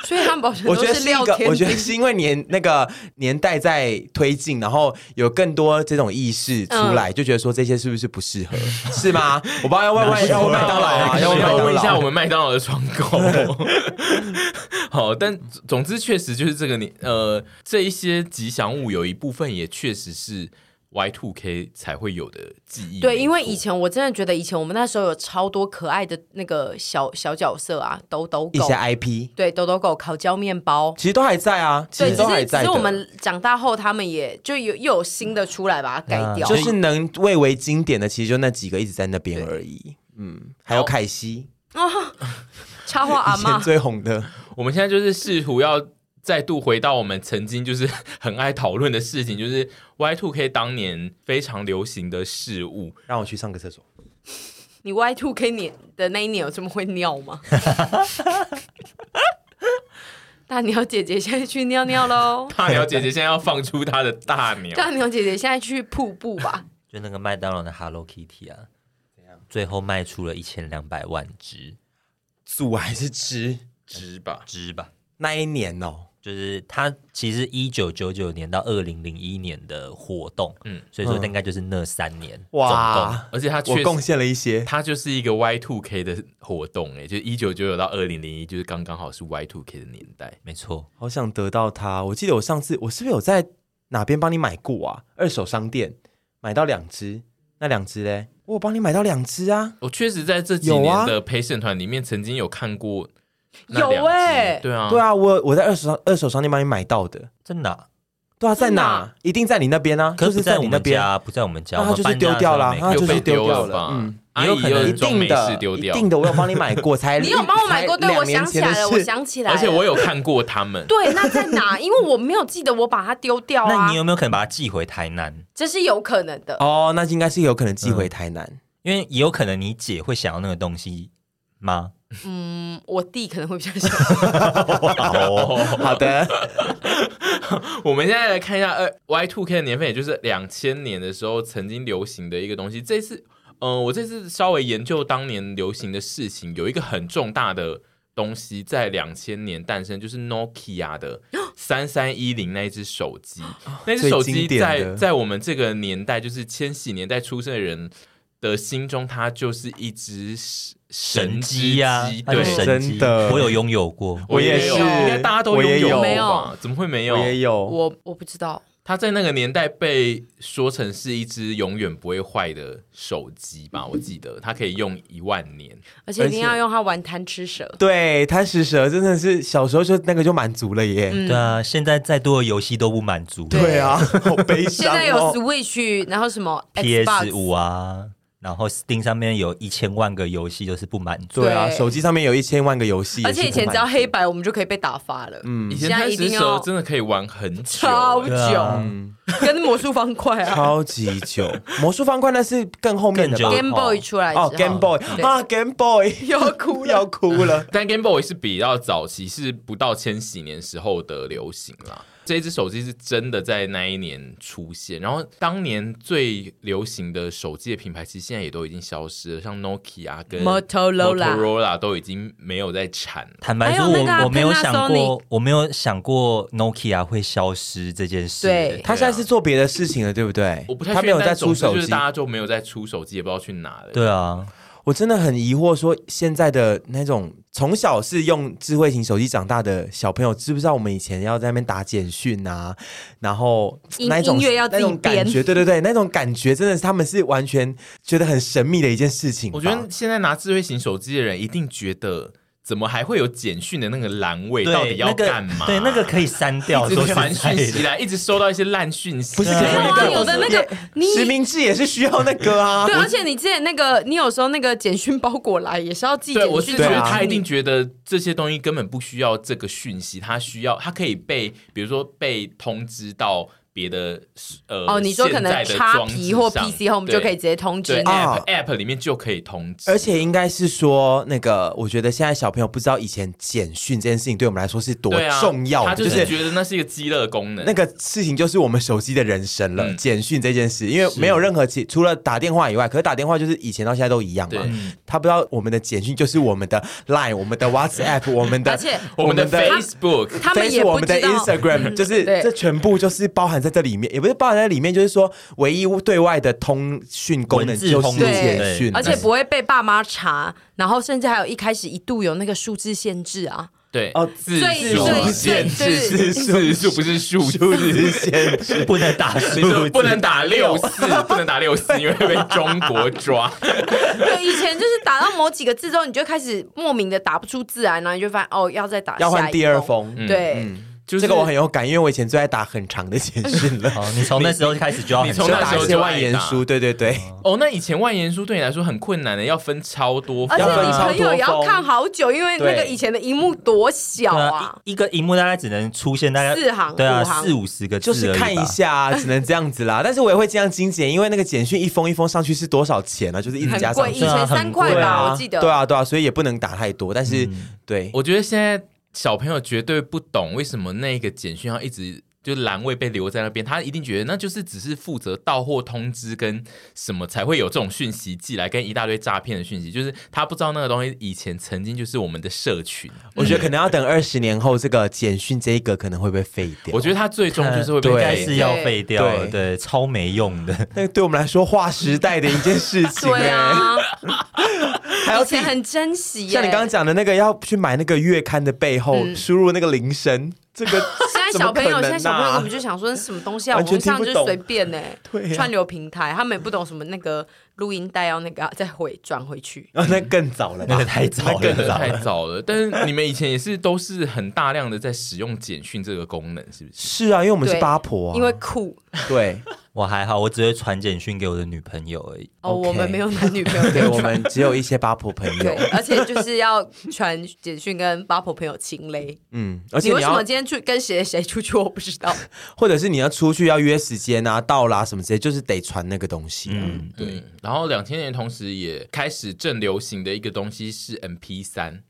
Speaker 2: 所以汉堡 神
Speaker 3: 我
Speaker 2: 都
Speaker 3: 觉得
Speaker 2: 是
Speaker 3: 是一
Speaker 2: 廖
Speaker 3: 个，
Speaker 2: 天
Speaker 3: 我觉得
Speaker 2: 丁
Speaker 3: 是因为年那个年代在推进，然后有更多这种意识出来，就觉得说这些是不是不适 合，是吗？我不知道要问问要问麦当劳啊，
Speaker 1: 要
Speaker 3: 要
Speaker 1: 不要问
Speaker 3: 问麦
Speaker 1: 一
Speaker 3: 当
Speaker 1: 下我
Speaker 3: 劳。
Speaker 1: 们麦当劳的窗口？ 好，但总之确实就是这个年，呃，这一些吉祥物有一部分也确实是 Y Two K 才会有的记忆。
Speaker 2: 对，因为
Speaker 1: 没错
Speaker 2: 以前我真的觉得，以前我们那时候有超多可爱的那个小小角色啊，抖抖
Speaker 3: 一
Speaker 2: 狗
Speaker 3: 些，IP
Speaker 2: 对，抖抖狗烤焦面包，
Speaker 3: 其实都还在啊，其
Speaker 2: 对，
Speaker 3: 实
Speaker 2: 只
Speaker 3: 都还
Speaker 2: 是只
Speaker 3: 在
Speaker 2: 是
Speaker 3: 的
Speaker 2: 我。们长大后，他们也就有又有新的出来把它改掉，
Speaker 3: 啊就是能蔚为经典的，其实就那几个一直在那边而已。嗯，还有
Speaker 1: 好
Speaker 3: 凯西，
Speaker 2: 插花阿
Speaker 3: 以前
Speaker 2: 妈。
Speaker 3: 最红的，
Speaker 1: 我们现在就是试图要再度回到我们曾经就是 很爱讨论的事情，就是 Y Two K 当年非常流行的事物。，
Speaker 3: 让我去上个厕所。
Speaker 2: 你 Y two K 年的那一年有这么会尿吗？大鸟姐姐现在去尿尿喽
Speaker 1: 大鸟姐姐现在要放出她的大鸟，
Speaker 2: 大鸟姐姐现在去瀑布吧。
Speaker 4: 就那个麦当劳的 Hello Kitty 啊，最后卖出了一千两百万只
Speaker 3: 组还是吃？
Speaker 1: 值吧？
Speaker 4: 只吧。
Speaker 3: 那一年哦，
Speaker 4: 就是它其实一九九九年到二零零一年的活动，嗯，所以说大概就是那三年，哇，
Speaker 3: 嗯哇，
Speaker 1: 而且它
Speaker 3: 我
Speaker 1: 确
Speaker 3: 贡
Speaker 1: 实。
Speaker 3: 献了一些。
Speaker 1: 它就是一个 Y two K 的活动、哎，就是一九九九到二零零一，就是刚刚好是 Y two K 的年代。
Speaker 4: 没错，
Speaker 3: 好想得到它。我记得我上次我是不是有在哪边帮你买过啊？二手商店买到两只，那两只嘞，我有帮你买到两只啊。
Speaker 1: 我确实在这几
Speaker 3: 有啊
Speaker 1: 年的陪审团里面曾经有看过那两只，
Speaker 2: 有欸
Speaker 1: 对啊，
Speaker 3: 对，啊，我我在二手商二手商店帮你买到的。
Speaker 4: 真的啊。
Speaker 3: 对啊，在
Speaker 2: 真的
Speaker 3: 哪
Speaker 2: 啊？
Speaker 3: 一定在你那边啊，
Speaker 4: 可
Speaker 3: 就是
Speaker 4: 不
Speaker 3: 在
Speaker 4: 在
Speaker 3: 你
Speaker 4: 我
Speaker 3: 那
Speaker 4: 们
Speaker 3: 边。
Speaker 4: 家，不在我们家，
Speaker 3: 那它
Speaker 4: 我
Speaker 3: 就
Speaker 4: 们
Speaker 3: 是
Speaker 4: 搬家
Speaker 3: 丢掉啦
Speaker 4: 的时候
Speaker 3: 它
Speaker 4: 没
Speaker 3: 就
Speaker 1: 又
Speaker 3: 是
Speaker 1: 被
Speaker 3: 丢掉
Speaker 1: 了
Speaker 3: 了
Speaker 1: 吧？
Speaker 3: 嗯
Speaker 1: 阿
Speaker 4: 也有
Speaker 1: 姨
Speaker 4: 可
Speaker 1: 又
Speaker 4: 能
Speaker 3: 一
Speaker 1: 装
Speaker 3: 定
Speaker 1: 没
Speaker 3: 的
Speaker 1: 事，丢
Speaker 3: 一
Speaker 1: 掉，
Speaker 3: 定的，我有帮你买过，才
Speaker 2: 你有帮我买过？
Speaker 3: 才
Speaker 2: 对，我
Speaker 3: 两
Speaker 2: 想
Speaker 3: 年
Speaker 2: 起
Speaker 3: 前的
Speaker 2: 来了，我
Speaker 3: 事
Speaker 2: 想起来了。
Speaker 1: 而且我有看过他
Speaker 3: 啊
Speaker 1: 们，
Speaker 2: 对，那在哪？因为我没有记得我把它丢掉
Speaker 4: 那
Speaker 2: 啊
Speaker 4: 你，有没有可能把它寄回台南？
Speaker 2: 这是有可能的。
Speaker 3: 哦，那应该是有可能寄回台南。
Speaker 4: 因为也有可能你姐会想要那个东西吗？
Speaker 2: 嗯，我弟可能会比较想。
Speaker 1: 哦
Speaker 3: 好哦的，
Speaker 1: 我们现在来看一下二 Y Two K 的年份，也就是两千年的时候曾经流行的一个东西。这次，嗯、我这次稍微研究当年流行的事情，有一个很重大的东西在两千年诞生，就是 Nokia 的三三一零那一只手机。那只手
Speaker 3: 最
Speaker 1: 机
Speaker 3: 经典
Speaker 1: 在
Speaker 3: 的
Speaker 1: 在我们这个年代，就是千禧年代出生的人的心中，它就是一只神
Speaker 4: 神
Speaker 1: 之
Speaker 4: 机呀，它
Speaker 1: 对
Speaker 4: 是。神机
Speaker 3: 真的嗯
Speaker 4: 我有拥有过。
Speaker 3: 我也
Speaker 1: 有
Speaker 2: 是
Speaker 1: 应该大家都
Speaker 3: 我也
Speaker 1: 拥有
Speaker 2: 有没有
Speaker 1: 吧？怎么会没有？
Speaker 3: 我也有。
Speaker 2: 我我不知道，
Speaker 1: 它在那个年代被说成是一只永远不会坏的手机吧？我记得它可以用一万年，
Speaker 2: 而且一定
Speaker 3: 而且
Speaker 2: 要用它玩贪吃蛇。
Speaker 3: 对，贪食蛇真的是小时候就那个就满足了耶。
Speaker 4: 对啊，现在再多的游戏都不满足。
Speaker 3: 对啊， 好悲
Speaker 2: 现
Speaker 3: 伤、哦。
Speaker 2: 在有 Switch，然后什么
Speaker 4: PS 五
Speaker 2: Xbox，
Speaker 4: 啊，然后 Steam 上面有一千万个游戏，就是不满足。
Speaker 3: 对啊，
Speaker 2: 对
Speaker 3: 手机上面有一千万个游戏，
Speaker 2: 而且以前只要黑白，我们就可以被打发了，
Speaker 3: 嗯
Speaker 1: 以前
Speaker 2: 现在
Speaker 1: 贪
Speaker 2: 一
Speaker 1: 食
Speaker 2: 定
Speaker 1: 蛇
Speaker 2: 要
Speaker 1: 真的可以玩很久、
Speaker 2: 超
Speaker 1: 欸。
Speaker 2: 久，
Speaker 4: 对啊
Speaker 2: 跟魔术方块啊
Speaker 3: 哦嗯超级久。魔术方块那是更后面的吧
Speaker 4: 更久
Speaker 2: ，Game Boy 出来之后
Speaker 3: 哦，Game Boy
Speaker 2: 对
Speaker 3: 啊，Game Boy
Speaker 2: 又要哭
Speaker 3: 要
Speaker 2: 了。
Speaker 3: 哭了。
Speaker 1: 但 Game Boy 是比较早期，是不到千禧年时候的流行啦。这一只手机是真的在那一年出现，然后当年最流行的手机的品牌，其实现在也都已经消失了，像 Nokia 跟
Speaker 2: Motorola
Speaker 1: Motorola 都已经没有在产了。
Speaker 4: 坦白说，
Speaker 2: 还有那个啊
Speaker 4: 我我没有想
Speaker 2: Panasonic
Speaker 4: 过，我没有想过 Nokia 会消失这件事。
Speaker 2: 对
Speaker 3: 他现在是做别的事情了，对不对？
Speaker 1: 我不太
Speaker 3: 他
Speaker 1: 确
Speaker 3: 没
Speaker 1: 定
Speaker 3: 有在
Speaker 1: 但
Speaker 3: 出
Speaker 1: 总之
Speaker 3: 手
Speaker 1: 就是
Speaker 3: 机
Speaker 1: 大。家就没有在出手机，也不知道去哪了。
Speaker 4: 对啊，
Speaker 3: 我真的很疑惑，说现在的那种从小是用智慧型手机长大的小朋友，知不知道我们以前要在那边打简讯啊，然后
Speaker 2: 音
Speaker 3: 那一种
Speaker 2: 音乐要自
Speaker 3: 那
Speaker 2: 己
Speaker 3: 种感觉，对对对，那种感觉真的是他们是完全觉得很神秘的一件事情吧。
Speaker 1: 我觉得现在拿智慧型手机的人一定觉得，怎么还会有简讯的那个栏位？到底
Speaker 4: 对，
Speaker 1: 要
Speaker 4: 那
Speaker 1: 干
Speaker 4: 个
Speaker 1: 嘛？哦
Speaker 4: 对那个可以删 掉，
Speaker 1: 一
Speaker 4: 说
Speaker 1: 直
Speaker 4: 实
Speaker 1: 传
Speaker 4: 在
Speaker 1: 讯息
Speaker 4: 的。
Speaker 1: 来，一直收到一些烂讯息。
Speaker 3: 不是
Speaker 4: 对
Speaker 3: 可
Speaker 4: 啊
Speaker 3: 是
Speaker 2: 没有
Speaker 3: 那
Speaker 2: 啊，
Speaker 3: 个
Speaker 2: 有的那个 你
Speaker 3: 实名制也是需要那个啊。
Speaker 2: 对，而且你之前那个，你有时候那个简讯包裹来也是要寄
Speaker 1: 对，我
Speaker 2: 简
Speaker 1: 是
Speaker 2: 讯，
Speaker 1: 觉
Speaker 3: 对
Speaker 1: 得
Speaker 3: 啊
Speaker 1: 他一定觉得这些东西根本不需要这个讯息，他需要，他可以被，比如说被通知到别的呃
Speaker 2: 哦，你说可
Speaker 1: 现在
Speaker 2: 能
Speaker 1: 的
Speaker 2: 叉
Speaker 1: 装置
Speaker 2: P 或
Speaker 1: 上
Speaker 2: PC Home 就可以直接通知
Speaker 1: 对
Speaker 2: 你。
Speaker 3: 啊
Speaker 1: app app 里面就可以通知，
Speaker 3: 而且应该是说，那个我觉得现在小朋友不知道以前简讯这件事情对我们来说是多
Speaker 1: 对啊，
Speaker 3: 重要的，
Speaker 1: 他就
Speaker 3: 就是
Speaker 1: 是觉得那是一个饥饿功能，
Speaker 3: 那个事情就是我们手机的人生了，
Speaker 1: 嗯
Speaker 3: 简讯这件事，因为没有任何其除了打电话以外，可是打电话就是以前到现在都一样嘛
Speaker 1: 对。
Speaker 3: 他不知道我们的简讯就是我们 的 Line、我们的 WhatsApp、我们的
Speaker 2: 而且
Speaker 1: 我们的嗯
Speaker 3: 的
Speaker 1: Facebook
Speaker 2: 他们
Speaker 3: Facebook，
Speaker 2: 也
Speaker 3: 我
Speaker 2: 不
Speaker 3: 们的
Speaker 2: 知道，嗯
Speaker 3: Instagram，就是
Speaker 2: 对
Speaker 3: 这全部就是包含在这里面，也不是包含在里面，就是说唯一对外的通讯功能
Speaker 4: 文字
Speaker 3: 就是
Speaker 4: 通
Speaker 2: 讯
Speaker 3: 简讯，
Speaker 4: 对
Speaker 2: 而且不会被爸妈查，然后甚至还有一开始一度有那个数字限制啊。
Speaker 1: 对
Speaker 3: 哦
Speaker 1: 字
Speaker 2: 最
Speaker 1: 数
Speaker 3: 最
Speaker 1: 限
Speaker 2: 最
Speaker 1: 制是字数不是数
Speaker 3: 数 字限制。
Speaker 4: 不能打
Speaker 1: 你说
Speaker 4: 数，
Speaker 1: 不能打 六四，不能打六四，因为会被中国抓。
Speaker 2: 对，以前就是打到某几个字之后，你就开始莫名的打不出字来，然后你就发现哦，要再打下
Speaker 3: 要换
Speaker 2: 一
Speaker 3: 第二。封，嗯
Speaker 2: 对，
Speaker 1: 就是
Speaker 3: 这个我很有感，因为我以前最爱打很长的简讯了，
Speaker 4: 哦，你从那时候开始就要
Speaker 1: 你
Speaker 4: 很
Speaker 1: 从
Speaker 3: 就
Speaker 1: 那
Speaker 4: 小
Speaker 1: 时候
Speaker 3: 打一
Speaker 1: 就
Speaker 3: 些
Speaker 1: 爱
Speaker 3: 万言
Speaker 1: 打
Speaker 3: 书，对对对。
Speaker 1: 哦，那以前万言书对你来说很困难的，要分超多
Speaker 2: 而
Speaker 1: 份，
Speaker 2: 且
Speaker 3: 要分
Speaker 2: 你
Speaker 3: 超
Speaker 2: 朋友也要
Speaker 3: 多封
Speaker 2: 看好久，因为那个
Speaker 3: 对
Speaker 2: 以前的荧幕多小
Speaker 4: 对
Speaker 2: 啊
Speaker 4: 啊，，一一个荧幕大概只能出现大概
Speaker 2: 四行
Speaker 4: 对啊，
Speaker 2: 五行
Speaker 4: 四五十个字
Speaker 3: 就
Speaker 4: 而已吧，
Speaker 3: 是看一下、啊，只能这样子啦。但是我也会尽量精简，因为那个简讯一封一封上去是多少钱呢、啊？就是一直
Speaker 2: 很
Speaker 3: 加上
Speaker 2: 贵，以
Speaker 3: 去
Speaker 4: 对，啊
Speaker 2: 前
Speaker 4: 很
Speaker 2: 三块
Speaker 4: 贵
Speaker 2: 吧，
Speaker 3: 啊，
Speaker 2: 我记得。
Speaker 3: 对啊，对啊，所以也不能打太多。但是、对，
Speaker 1: 我觉得现在小朋友绝对不懂为什么那个简讯要一直就栏位被留在那边，他一定觉得那就是只是负责到货通知跟什么才会有这种讯息寄来，跟一大堆诈骗的讯息，就是他不知道那个东西以前曾经就是我们的社群。
Speaker 3: 我觉得可能要等二十年后，这个简讯这一个可能会被废掉。
Speaker 1: 我觉得他最终就是会被
Speaker 4: 应该
Speaker 1: 对
Speaker 4: 呃是要废掉了，
Speaker 3: 对
Speaker 4: 对，超没用的。
Speaker 3: 那个对我们来说划时代的一件 事情、
Speaker 2: 对
Speaker 3: 哎，
Speaker 2: 啊，
Speaker 3: 还要
Speaker 2: 以
Speaker 3: 自己
Speaker 2: 前。很珍惜耶。
Speaker 3: 欸像你刚刚讲的那个，要去买那个月刊的背后
Speaker 2: 嗯
Speaker 3: 输入那个铃声，这个
Speaker 2: 现在
Speaker 3: 怎么
Speaker 2: 小朋友，
Speaker 3: 可能
Speaker 2: 现在小朋友
Speaker 3: 啊
Speaker 2: 根本就想说什么东西啊，网
Speaker 3: 完全
Speaker 2: 络
Speaker 3: 听
Speaker 2: 上
Speaker 3: 不
Speaker 2: 就
Speaker 3: 懂
Speaker 2: 是随便呢、
Speaker 3: 对啊
Speaker 2: 串流平台他们也不懂什么那个录音带要那个啊再回转回去。
Speaker 3: 啊， 那更早了吧？
Speaker 4: 那 个太早了
Speaker 2: 哦
Speaker 3: 那更
Speaker 2: 啊
Speaker 1: 对太早了，但是你们以前也是都是很大量的在使用简讯这个功能，是不是？
Speaker 3: 是啊，因为我们是
Speaker 2: 对
Speaker 3: 八婆、啊，
Speaker 2: 因为酷
Speaker 3: 对
Speaker 4: 我还好，我只会传简讯给我的女朋友而已。
Speaker 2: 哦
Speaker 3: OK
Speaker 2: 我们没有男女朋友可 以
Speaker 3: 对，
Speaker 2: 传
Speaker 3: 我们只有一些八婆朋友
Speaker 2: 对。，而且就是要传简讯跟八婆朋友亲嘞。
Speaker 3: 嗯，而且
Speaker 2: 你
Speaker 3: 你
Speaker 2: 为什
Speaker 3: 要
Speaker 2: 么今天去跟谁谁出去？我不知道。
Speaker 3: 或者是你要出去要约时间啊、到啦、什么之类，就是得传那个东西、啊。
Speaker 4: 嗯，
Speaker 1: 对。然后两千年同时也开始正流行的一个东西是 MP 三，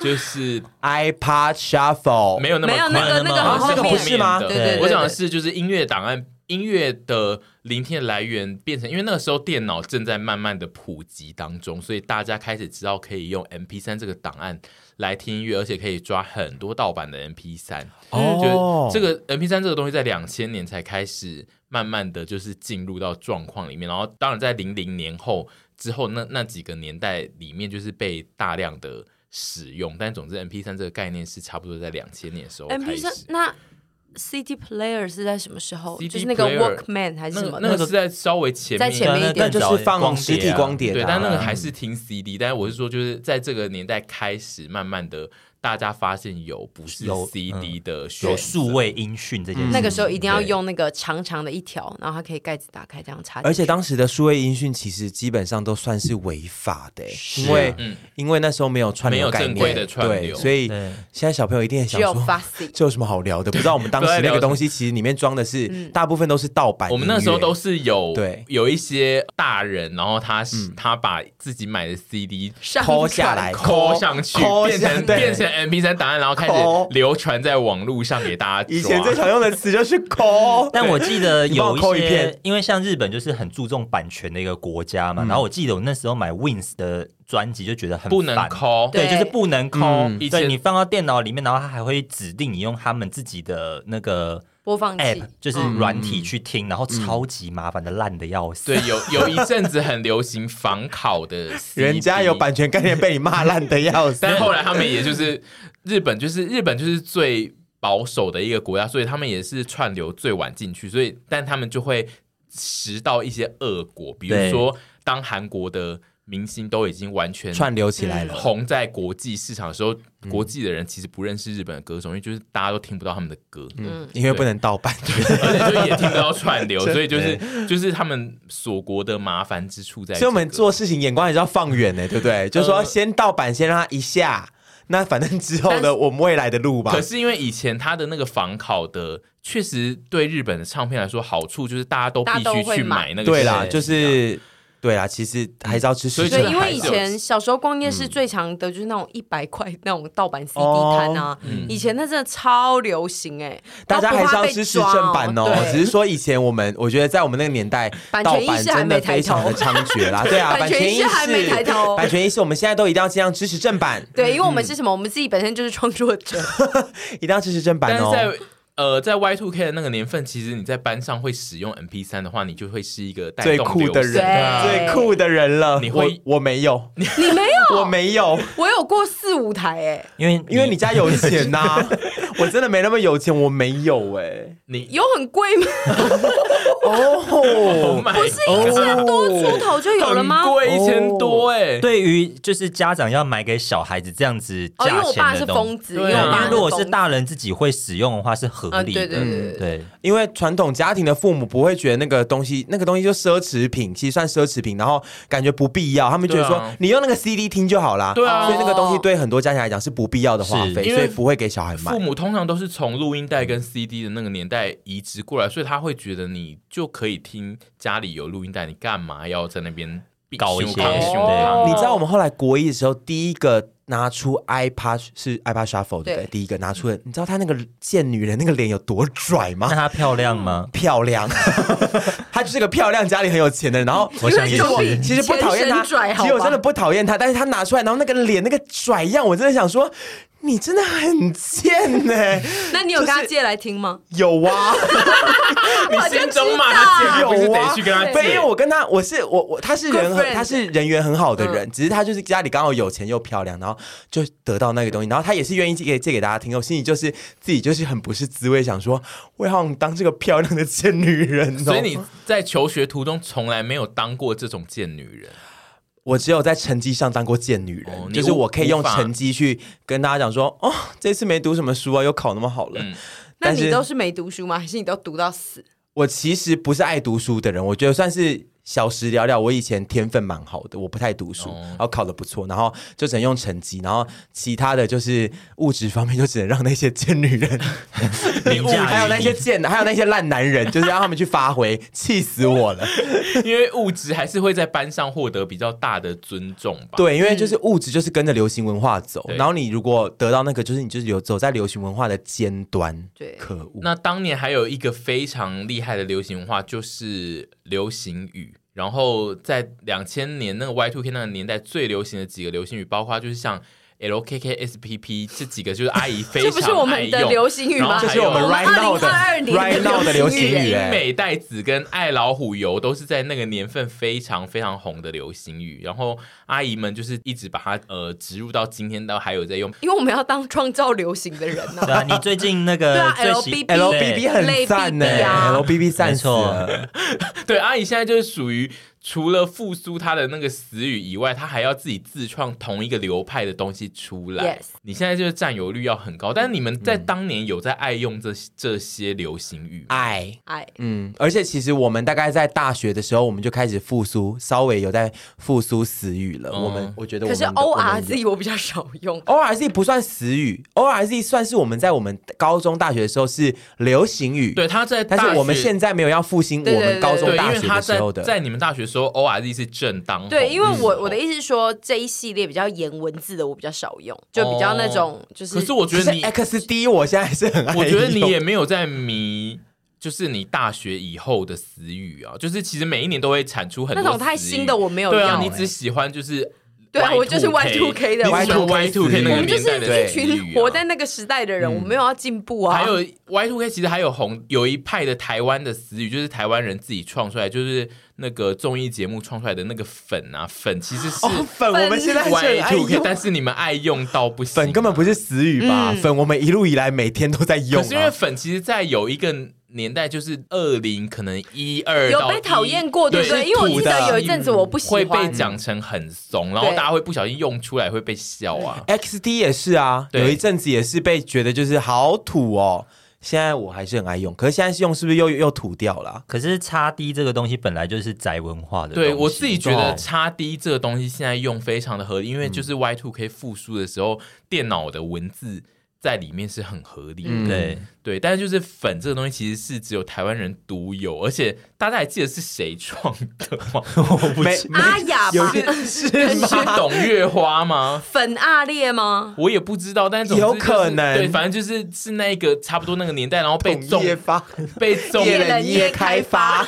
Speaker 1: 就就是
Speaker 3: iPad Shuffle
Speaker 1: 没有那么
Speaker 2: 没有那
Speaker 1: 快
Speaker 2: 个那个
Speaker 1: 啊
Speaker 2: 很后
Speaker 1: 这
Speaker 2: 面
Speaker 1: 个
Speaker 3: 不是吗
Speaker 1: 的
Speaker 2: 对对对
Speaker 1: 我讲的是就是音乐档案。音乐的聆听来源变成，因为那个时候电脑正在慢慢的普及当中，所以大家开始知道可以用 M P 三这个档案来听音乐，而且可以抓很多盗版的 M P 三。
Speaker 3: 哦
Speaker 1: 嗯就这个 M P 三这个东西在两千年才开始慢慢的就是进入到状况里面，然后当然在零零年后之后那那几个年代里面就是被大量的使用，但总之 M P 三这个概念是差不多在两千年的时候
Speaker 2: M P
Speaker 1: 开
Speaker 2: 三
Speaker 1: 始。
Speaker 2: 那 C D player 是在什么时候？
Speaker 1: CD
Speaker 2: 就是那个
Speaker 1: player
Speaker 2: Walkman 还是
Speaker 1: 那
Speaker 2: 什么
Speaker 1: 个
Speaker 2: 的？
Speaker 1: 那个是在稍微前
Speaker 2: 在
Speaker 1: 面啊
Speaker 2: 前
Speaker 4: 啊
Speaker 2: 面一点
Speaker 3: 那就是放实体光碟的、
Speaker 1: 对，
Speaker 3: 啊，
Speaker 1: 但那个还是听 CD，但是我是说，就是在这个年代开始，慢慢的大家发现有不是
Speaker 3: 嗯
Speaker 4: 有
Speaker 1: CD 的选
Speaker 4: 有
Speaker 1: 择
Speaker 4: 数位音讯这件事，
Speaker 2: 嗯那个时候一定要
Speaker 1: 对
Speaker 2: 用那个长长的一条，然后它可以盖子打开这样插进去。
Speaker 3: 而且当时的数位音讯其实基本上都算是违法的、欸因为、
Speaker 1: 嗯
Speaker 3: 因为那时候没有串流概念，
Speaker 1: 没有正规的串流
Speaker 3: 对，所以
Speaker 4: 对
Speaker 3: 现在小朋友一定很
Speaker 2: 只
Speaker 3: 想
Speaker 2: 有
Speaker 3: 说。
Speaker 2: Fussy，
Speaker 3: 这有什么好聊的？不知道我 们当时那个东西，其实里面装的
Speaker 2: 嗯
Speaker 3: 是大部分都是盗版音
Speaker 1: 我
Speaker 3: 乐。
Speaker 1: 们那时候都是有
Speaker 3: 对嗯
Speaker 1: 有一些大人，然后他是、他把自己买的 CD
Speaker 2: 上
Speaker 3: 抠
Speaker 2: 传
Speaker 3: 下来
Speaker 1: 抠上去，
Speaker 3: 抠
Speaker 1: 变
Speaker 3: 下
Speaker 1: 成
Speaker 3: 对
Speaker 1: 变成 MP 三档案，然后开始
Speaker 3: 抠
Speaker 1: 流传在网络上给大家抓。
Speaker 3: 以前最常用的词就是 抠，
Speaker 4: 但我记得
Speaker 3: 你帮
Speaker 4: 有
Speaker 3: 我
Speaker 4: 一
Speaker 3: 抠一
Speaker 4: 些，
Speaker 3: 片嗯
Speaker 4: 因为像日本就是很注重版权的一个国家嘛，然后我记得我那时候买 Wins 的专辑就觉得很
Speaker 1: 不能
Speaker 4: 烦，
Speaker 1: 抠，
Speaker 4: 对，
Speaker 2: 对
Speaker 4: 就是不能抠
Speaker 3: 嗯，
Speaker 1: 以
Speaker 4: 对
Speaker 1: 前
Speaker 4: 你放到电脑里面，然后它还会指定你用他们自己的那个
Speaker 2: 播放器嗯
Speaker 4: app，，就是
Speaker 3: 嗯
Speaker 4: 软体去听，然后超级麻烦的，烂的要死。
Speaker 1: 对，有有一阵子很流行仿考的 CD，
Speaker 3: 人家有版权概念被你骂烂的要死。
Speaker 1: 但后来他们也就是日本，就是日本就是最保守的一个国家，所以他们也是串流最晚进去，所以但他们就会食到一些恶果，比如
Speaker 4: 对
Speaker 1: 说当韩国的明星都已经完全
Speaker 3: 串流起来了。嗯
Speaker 1: 红在国际市场的时候，国际的人其实不认识日本的歌手，因为就是大家都听不到他们的歌，
Speaker 2: 嗯，
Speaker 3: 因为不能盗版，
Speaker 1: 而且就也听不到串 流，所以就是就是他们锁国的麻烦之处在这个。
Speaker 3: 所以我们做事情眼光也是要放远的，对不对？就是说，先盗版，先让它一下，那反正之后
Speaker 2: 但是
Speaker 3: 的我们未来的路吧。
Speaker 1: 可是因为以前他的那个仿考的，确实对日本的唱片来说，好处就是大家都必
Speaker 2: 大家都
Speaker 1: 须
Speaker 2: 会
Speaker 1: 去
Speaker 2: 买
Speaker 1: 买那个。
Speaker 3: 对啦，就是对啦，其实还是要吃
Speaker 1: 所以
Speaker 3: 实体
Speaker 1: 就
Speaker 2: 对，
Speaker 1: 是
Speaker 2: 因
Speaker 1: 还
Speaker 2: 为
Speaker 1: 是
Speaker 2: 以
Speaker 1: 有
Speaker 2: 前小时候逛夜
Speaker 3: 嗯
Speaker 2: 市最常的就是那种一百块那种盗版 CD
Speaker 3: 哦
Speaker 2: 摊啊，以前那真的超流行哎、
Speaker 3: 大家还是要
Speaker 2: 然后不怕被
Speaker 3: 吃实正版
Speaker 2: 抓
Speaker 3: 哦
Speaker 2: 哦。对
Speaker 3: 只是说以前我们，我觉得在我们那个年代，
Speaker 2: 版
Speaker 3: 盗
Speaker 2: 权意识
Speaker 3: 版真的非常的猖獗啦。对啊，版
Speaker 2: 版权
Speaker 3: 权
Speaker 2: 意识还没抬头哦
Speaker 3: 版嗯权意识，我们现在都一定要尽量支持正版，
Speaker 2: 对，因为我们是什么？我们自己本身就是创作 者，
Speaker 3: 一定要支持正版
Speaker 1: 但是
Speaker 3: 哦。
Speaker 1: 在呃，在 Y Two K 的那个年份，其实你在班上会使用 MP 三的话，你就会是一个带
Speaker 3: 最
Speaker 1: 动
Speaker 3: 酷
Speaker 1: 流
Speaker 3: 的
Speaker 1: 行
Speaker 3: 人啊，最
Speaker 2: 对
Speaker 3: 酷的人了。
Speaker 1: 你会哦
Speaker 3: 我我没有，
Speaker 2: 你没有，
Speaker 3: 我没有，
Speaker 2: 我有过四五台哎、
Speaker 4: 因为
Speaker 3: 因为你家有钱呐、 我真的没那么有钱，我没有哎、
Speaker 1: 你
Speaker 2: 有很贵吗？
Speaker 3: 哦
Speaker 1: Oh my
Speaker 2: 不是一千多出头就有了吗
Speaker 1: 很？
Speaker 3: 哦
Speaker 1: 贵一千多哎，
Speaker 4: 对于就是家长要买给小孩子这样子
Speaker 2: 哦，因为
Speaker 4: 价
Speaker 2: 我
Speaker 4: 钱
Speaker 2: 爸
Speaker 4: 的
Speaker 2: 是
Speaker 4: 东西
Speaker 2: 疯，子，因
Speaker 1: 对啊
Speaker 2: 为
Speaker 4: 对，
Speaker 2: 我
Speaker 4: 因
Speaker 2: 爸
Speaker 4: 为如果是
Speaker 2: 疯子，
Speaker 4: 大人自己会使用的话是合
Speaker 2: 嗯，
Speaker 4: 理
Speaker 2: 对对
Speaker 4: 的，
Speaker 2: 对对对，
Speaker 4: 对
Speaker 3: 因为传统家庭的父母不会觉得那个东西，那个东西就奢侈品，其实算奢侈品，然后感觉不必要，他们觉得说、
Speaker 1: 对啊
Speaker 3: 你用那个 CD 听就好啦。
Speaker 1: 对啊
Speaker 3: 所以那个东西对很多家庭来讲是不必要的花
Speaker 1: 是
Speaker 3: 费，
Speaker 1: 因
Speaker 3: 所
Speaker 1: 为
Speaker 3: 以不会给小孩买
Speaker 1: 父。母通常都是从录音带跟 CD 的那个年代移植过来，所以他会觉得你就可以听家里有录音带，你干嘛要在那边
Speaker 4: 搞一些
Speaker 1: 修康修
Speaker 2: 哦
Speaker 1: 康
Speaker 3: 你知道我们后来国一的时候，第一个拿出 iPad 是 iPad Shuffle 对不对？
Speaker 2: 对
Speaker 3: 第一个拿出的，你知道她那个贱女人那个脸有多拽吗
Speaker 4: 那？她漂亮吗？
Speaker 3: 漂亮， 她就是个漂亮，家里很有钱的人。然 后
Speaker 4: 我想
Speaker 3: 其
Speaker 4: 也
Speaker 3: 实我
Speaker 4: 是
Speaker 3: 其实不讨厌她，啊
Speaker 2: 前身拽好吧
Speaker 3: 其实我真的不讨厌她，但是她拿出来，然后那个脸那个拽样，我真的想说，你真的很贱呢、
Speaker 2: 那你有跟
Speaker 3: 就
Speaker 2: 他
Speaker 3: 是
Speaker 2: 借来听吗？
Speaker 3: 有啊，
Speaker 1: 你心中骂他贱，
Speaker 3: 有
Speaker 1: 不是
Speaker 3: 啊
Speaker 1: 得去跟他
Speaker 3: 不是因
Speaker 1: 借
Speaker 3: 为？我跟她，我是我我她是
Speaker 2: Good
Speaker 3: 人很
Speaker 2: friend
Speaker 3: 她是人缘很好的
Speaker 1: 嗯
Speaker 3: 人，只是她就是家里刚好有钱又漂亮，然后就得到那个东西，然后她也是愿意借给借给大家听，我心里就是自己就是很不是滋味，想说我好想当这个漂亮的贱女人、哦，
Speaker 1: 所以你在求学途中从来没有当过这种贱女 人，
Speaker 3: 我只有在成绩上当过贱女人，
Speaker 1: 哦你
Speaker 3: 就是我可以用
Speaker 1: 无法
Speaker 3: 成绩去跟大家讲说，哦，这次没读什么书啊，又考那么好了。
Speaker 1: 嗯
Speaker 2: 那
Speaker 3: 但是
Speaker 2: 你都是没读书吗？还是你都读到死？
Speaker 3: 我其实不是爱读书的人，我觉得算是小时了了。我以前天分蛮好的，我不太读书，
Speaker 1: 哦
Speaker 3: 然后考的不错，然后就只能用成绩，然后其他的就是物质方面就只能让那些贱女 人，
Speaker 4: 你物质
Speaker 3: 还有那些贱的，还有那些烂男人，就是让他们去发挥，气死我 了。
Speaker 1: 因为物质还是会在班上获得比较大的尊重吧。，
Speaker 3: 对，因为就是物质就是跟着流行文化走，
Speaker 1: 对
Speaker 3: 然后你如果得到那个，就是你就是有走在流行文化的尖端，
Speaker 2: 对
Speaker 3: 可恶。
Speaker 1: 那当年还有一个非常厉害的流行文化，就是流行语。然后在两千年那个 Y two K 那个年代最流行的几个流行语，包括就是像 LKK、SPP 这几个，就是阿姨非
Speaker 2: 这不是我
Speaker 1: 常爱
Speaker 2: 们的
Speaker 1: 用。
Speaker 2: 流行语
Speaker 1: 然
Speaker 2: 吗
Speaker 1: 后
Speaker 3: 这？
Speaker 1: 还
Speaker 3: 是我们
Speaker 1: 有
Speaker 3: right now 的
Speaker 2: 2022年的
Speaker 3: right now 的流
Speaker 2: 流
Speaker 3: 行
Speaker 2: 行
Speaker 3: 语
Speaker 2: 语
Speaker 1: 英
Speaker 3: 哎，
Speaker 1: 美袋子跟爱老虎油都是在那个年份非常非常红的流行语，然后阿姨们就是一直把它呃植入到今天，到还有在用。
Speaker 2: 因为我们要当创造流行的人呢、
Speaker 4: 对啊，你最近那
Speaker 2: 对
Speaker 4: 个
Speaker 2: 啊
Speaker 4: 最喜
Speaker 2: LBB
Speaker 3: L
Speaker 4: 对
Speaker 3: B B 很赞呢
Speaker 2: 类 BB 啊
Speaker 3: ，L B B 赞
Speaker 4: 没
Speaker 3: 死
Speaker 4: 错
Speaker 3: 了。
Speaker 1: 对，阿姨现在就是属于除了复苏她的那个死语以外，她还要自己自创同一个流派的东西出来。
Speaker 2: Yes
Speaker 1: 你现在就是占有率要很高，但是你们在
Speaker 3: 嗯
Speaker 1: 当年有在爱用这这些流行语吗？
Speaker 3: 爱，
Speaker 2: 哎，
Speaker 3: 嗯，而且其实我们大概在大学的时候，我们就开始复苏，稍微有在复苏死语了。
Speaker 1: 嗯
Speaker 3: 我们我觉得我
Speaker 2: 可
Speaker 3: 们
Speaker 2: 是
Speaker 3: 的
Speaker 2: O
Speaker 3: 我们
Speaker 2: R
Speaker 3: 有
Speaker 2: Z 我比较少用。
Speaker 1: 哦
Speaker 3: O R Z 不算死语，O R Z 算是我们在我们高中、大学的时候是流行语，
Speaker 1: 对，她在大
Speaker 3: 但
Speaker 1: 学，
Speaker 3: 是我们现在没有要复兴
Speaker 2: 对
Speaker 3: 我
Speaker 2: 对对
Speaker 3: 们高中、
Speaker 1: 对，因
Speaker 3: 大
Speaker 1: 为
Speaker 3: 学
Speaker 1: 她
Speaker 3: 的时
Speaker 1: 在
Speaker 3: 候的。
Speaker 1: 在你们大学时候，O R Z 是正当红
Speaker 2: 对，因为我
Speaker 1: 时候
Speaker 2: 我的意思是说，这一系列比较严文字的，我比较少用，就比较那种就是。
Speaker 1: 哦
Speaker 2: 哎
Speaker 1: 可是我觉
Speaker 3: 可
Speaker 1: 得
Speaker 3: 是
Speaker 1: 你
Speaker 3: XD，我现在还是很爱
Speaker 1: 我觉得你
Speaker 3: 用
Speaker 1: 也没有在迷，就是你大学以后的死语啊，就是其实每一年都会产出很多
Speaker 2: 那种太
Speaker 1: 死语
Speaker 2: 新的我没有
Speaker 1: 对
Speaker 2: 要
Speaker 1: 啊，
Speaker 2: 欸
Speaker 1: 你只喜欢就是
Speaker 2: 对啊我就是 Y2K 的
Speaker 1: 你喜欢 Y
Speaker 3: Y2K
Speaker 1: two K 那
Speaker 2: 我
Speaker 1: 个
Speaker 2: 们就
Speaker 1: 年代
Speaker 2: 是
Speaker 1: 的
Speaker 2: 一
Speaker 1: 死
Speaker 2: 群
Speaker 1: 语啊嗯
Speaker 2: 活在那个时代的人，我没有要进步啊。
Speaker 1: 还有 Y two K，其实还有红有一派的台湾的死语，就是台湾人自己创出来，就是那个综艺节目创出来的那个粉啊，粉其实是
Speaker 3: 哦粉，我们现在还是
Speaker 1: Y
Speaker 3: 很爱
Speaker 1: two K，
Speaker 3: 用
Speaker 1: 但是你们爱用到不行啊，
Speaker 3: 粉根本不是死语吧？
Speaker 2: 嗯
Speaker 3: 粉我们一路以来每天都在用、
Speaker 1: 可是因为
Speaker 3: 啊。
Speaker 1: 粉，其实，在有一个年代，就是二零可能一二
Speaker 2: 有被讨厌过，对不对？因为我记得有一阵子我不喜
Speaker 1: 啊嗯会被
Speaker 2: 欢，
Speaker 1: 讲成很怂，然后
Speaker 2: 对
Speaker 1: 大家会不小心用出来会被笑啊。
Speaker 3: XD 也是啊，
Speaker 1: 对
Speaker 3: 有一阵子也是被觉得就是好土哦，现在我还是很爱用，可是现在用是不是又又土掉了啊、
Speaker 4: 可是叉 D 这个东西本来就是宅文化的东西，
Speaker 1: 对我自己觉得
Speaker 3: 哦
Speaker 1: 叉 D 这个东西现在用非常的合理，因为就是 Y two K 复苏的时候，电脑的文字在里面是很合理的。
Speaker 3: 嗯
Speaker 4: 对
Speaker 1: 对，但是就是粉这个东西其实是只有台湾人独有，而且大家还记得是谁创的 吗？
Speaker 3: 没没
Speaker 2: 阿雅吧，
Speaker 1: 是是董月花吗？
Speaker 2: 粉阿烈吗？
Speaker 1: 我也不知道，但是总之
Speaker 3: 有
Speaker 1: 就是
Speaker 3: 可能
Speaker 1: 对，反正就是是那一个差不多那个年代，然后被
Speaker 3: 懂
Speaker 1: 众
Speaker 3: 夜发，
Speaker 1: 被众
Speaker 2: 业
Speaker 3: 夜
Speaker 2: 人
Speaker 3: 冷夜开发。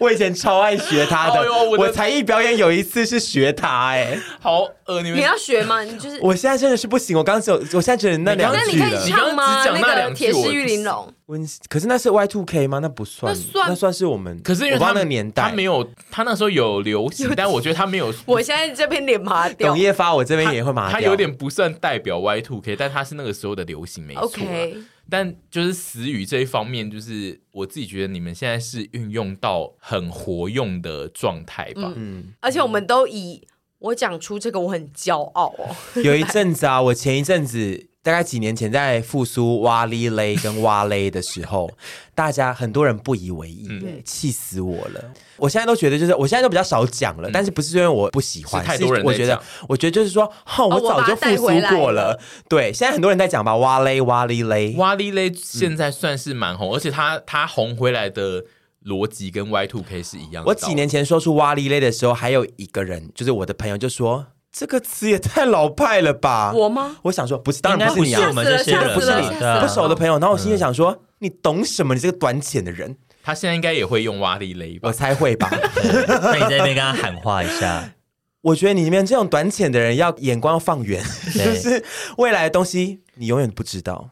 Speaker 3: 我以前超爱学他 的，
Speaker 1: 哎呦我的
Speaker 3: 我才艺表演有一次是学他、哎，
Speaker 1: 好呃，你们
Speaker 2: 你要学吗？你就是，
Speaker 3: 我现在真的是不行，我刚刚只有，我现在只能那两
Speaker 2: 那你
Speaker 3: 句
Speaker 2: 可以
Speaker 1: 你
Speaker 3: 了。
Speaker 1: 刚刚
Speaker 2: 唱吗？
Speaker 1: 只讲那
Speaker 2: 个
Speaker 1: 两
Speaker 2: 《
Speaker 1: 句
Speaker 2: 铁
Speaker 1: 我
Speaker 2: 丝
Speaker 1: 就
Speaker 2: 玉玲珑
Speaker 3: 温馨可是那是 Y Two K 吗？那不算，
Speaker 2: 那算
Speaker 3: 那算是我们，
Speaker 1: 可是因为
Speaker 3: 我不知
Speaker 1: 他
Speaker 3: 道那个年代，
Speaker 1: 他没有，他那时候有流行，但我觉得他没 有，》，
Speaker 2: 我现在这边脸麻掉
Speaker 3: 董。夜发，我这边也会麻
Speaker 1: 他
Speaker 3: 掉
Speaker 1: 有点不算代表 Y Two K，但他是那个时候的流行，没错啦。
Speaker 2: OK，
Speaker 1: 但就是词语这一方面，就是我自己觉得你们现在是运用到很活用的状态吧。
Speaker 3: 嗯，
Speaker 2: 而且我们都以我讲出这个，我很骄傲哦。
Speaker 3: 有一阵子啊，我前一阵子大概几年前在复苏哇哩嘞跟哇嘞的时候，大家很多人不以为意、
Speaker 2: 嗯
Speaker 3: 气死我了！我现在都觉得就是，我现在都比较少讲了，但是不是因为我不喜欢，
Speaker 1: 是太多人
Speaker 3: 是我觉得
Speaker 1: 在，
Speaker 3: 我觉得就是说，哼，我
Speaker 2: 哦我把
Speaker 3: 早
Speaker 2: 它
Speaker 3: 就
Speaker 2: 带
Speaker 3: 复苏
Speaker 2: 回来
Speaker 3: 过
Speaker 2: 了
Speaker 3: 对，现在很多人在讲吧，哇嘞哇哩嘞，
Speaker 1: 哇哩嘞现在算是蛮红，而且他他红回来的逻辑跟 Y Two K 是一样的道理。
Speaker 3: 我几年前说出哇哩嘞的时候，还有一个人，就是我的朋友，就说这个词也太老派了吧？
Speaker 2: 我吗？
Speaker 3: 我想说，不是，当然不是你
Speaker 4: 应该不是
Speaker 3: 啊
Speaker 4: 我，们这些人
Speaker 3: 不是
Speaker 2: 吓死了吓死了
Speaker 4: 啊
Speaker 3: 不是我的朋友。然后我心里想说，你懂什么？你这个短浅的人，
Speaker 1: 他现在应该也会用哇哩嘞吧
Speaker 3: 我？猜会吧？
Speaker 4: 那你在那边跟他喊话一下，
Speaker 3: 我觉得你们这种短浅的人，要眼光要放远，
Speaker 4: 对
Speaker 3: 就是未来的东西你永远不知道。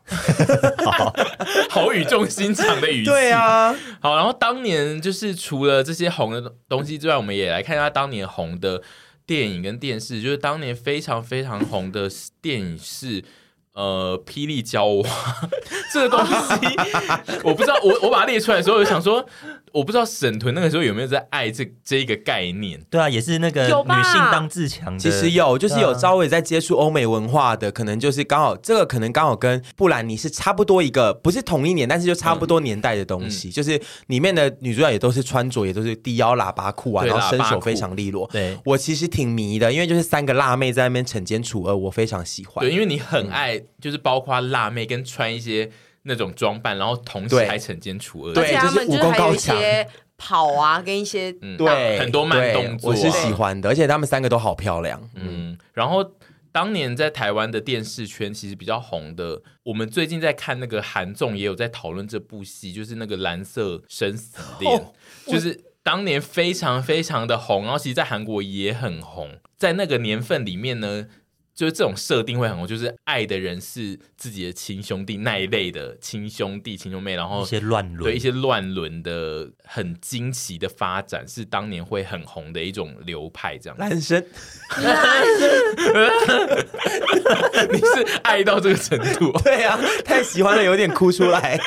Speaker 1: 好语重心长的语气。
Speaker 3: 对啊，
Speaker 1: 好，然后当年就是除了这些红的东西之外，我们也来看一下当年红的电影跟电视，就是当年非常非常红的电影是。呃，霹雳娇娃 这个东西，我不知道，我我把它列出来的时候，我就想说，我不知道沈屯那个时候有没有在爱这这一个概念，
Speaker 4: 对啊，也是那个
Speaker 2: 有吧
Speaker 4: 女性当自强的，
Speaker 3: 其实有，就是有稍微在接触欧美文化的，可能就是刚好这个可能刚好跟布兰妮是差不多一个，不是同一年，但是就差不多年代的东西，就是里面的女主角也都是穿着也都是低腰喇叭裤啊，
Speaker 1: 对
Speaker 3: 然后身
Speaker 1: 喇叭
Speaker 3: 手
Speaker 1: 裤
Speaker 3: 非常利落。
Speaker 4: 对
Speaker 3: 我其实挺迷的，因为就是三个辣妹在那边惩奸除恶，我非常喜欢。
Speaker 1: 对，因为你很爱，就是包括辣妹跟穿一些那种装扮，然后同时
Speaker 3: 对
Speaker 1: 还惩奸除恶，
Speaker 2: 而
Speaker 3: 对
Speaker 2: 且他们就是
Speaker 3: 就是武功
Speaker 2: 还有
Speaker 3: 高
Speaker 2: 一
Speaker 3: 强
Speaker 2: 些跑啊，跟一些
Speaker 1: 嗯
Speaker 3: 对，
Speaker 1: 很多慢
Speaker 3: 哎对
Speaker 1: 动作啊
Speaker 3: 我是喜欢的，而且她们三个都好漂亮。
Speaker 1: 嗯，然后当年在台湾的电视圈其实比较红的，我们最近在看那个韩综，也有在讨论这部戏，就是那个《蓝色生死恋》就是当年非常非常的红，然后其实在韩国也很红，在那个年份里面呢。就是这种设定会很红，就是爱的人是自己的亲兄弟那一类的亲兄弟、亲兄妹，然后
Speaker 4: 一些乱伦，
Speaker 1: 对一些乱伦的很惊奇的发展，是当年会很红的一种流派，这样子。
Speaker 3: 男生，？
Speaker 1: 你是爱到这个程度
Speaker 3: 对啊，太喜欢了，有点哭出 来。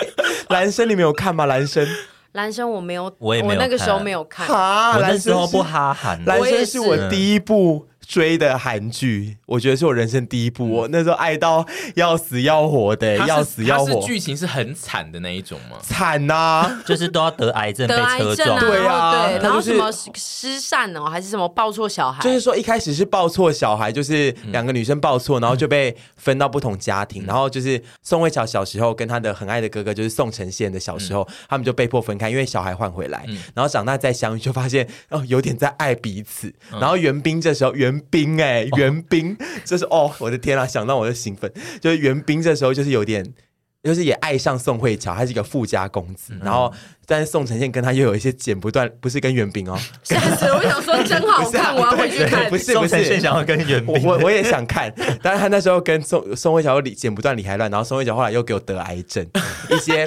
Speaker 3: 男生，你们有看吗？男生，
Speaker 2: 男生我没有，
Speaker 4: 我也没有
Speaker 2: 那个时候
Speaker 4: 看
Speaker 2: 没有看。
Speaker 3: 哈，
Speaker 4: 我那
Speaker 3: 男
Speaker 4: 时
Speaker 3: 生
Speaker 4: 候
Speaker 3: 是
Speaker 4: 不哈韩，
Speaker 3: 男
Speaker 2: 我也
Speaker 3: 生
Speaker 2: 是
Speaker 3: 是我第一部追的韩剧，我觉得是我人生第一部，我那时候爱到要死要活的，
Speaker 1: 它是
Speaker 3: 要死要
Speaker 1: 它是
Speaker 3: 活，
Speaker 1: 剧情是很惨的那一种吗？
Speaker 3: 惨啊呐、
Speaker 4: 就是都要得癌症被
Speaker 2: 得癌
Speaker 4: 车
Speaker 2: 症啊，
Speaker 4: 撞，
Speaker 3: 对啊
Speaker 2: 然后对，
Speaker 3: 他
Speaker 2: 然后
Speaker 3: 就是
Speaker 2: 什么失失散哦，还是什么抱错小孩，
Speaker 3: 就是说一开始是抱错小孩，就是两个女生抱错，然后就被分到不同家庭，然后就是宋慧乔小时候跟她的很爱的哥哥就是宋承宪的小时候，他们就被迫分开，因为小孩换回来，然后长大再相遇就发现哦有点在爱彼此，然后袁冰这时候袁冰哎、袁冰就是哦我的天啊，想到我就兴奋，就是袁冰这时候就是有点。就是也爱上宋慧乔，她是一个富家公子，然后但是宋承宪跟她又有一些剪不断，不是跟袁冰哦，
Speaker 2: 吓死了！我想说真好
Speaker 3: 不是啊
Speaker 2: 看，我要回去
Speaker 3: 对
Speaker 2: 看
Speaker 3: 不。是不
Speaker 4: 宋承宪
Speaker 3: 是，
Speaker 4: 想要跟袁
Speaker 3: 我
Speaker 4: 冰，
Speaker 3: 我我也想 看，但是他那时候跟宋宋慧乔又理剪不断理还乱，然后宋慧乔后来又给我得癌 症，一些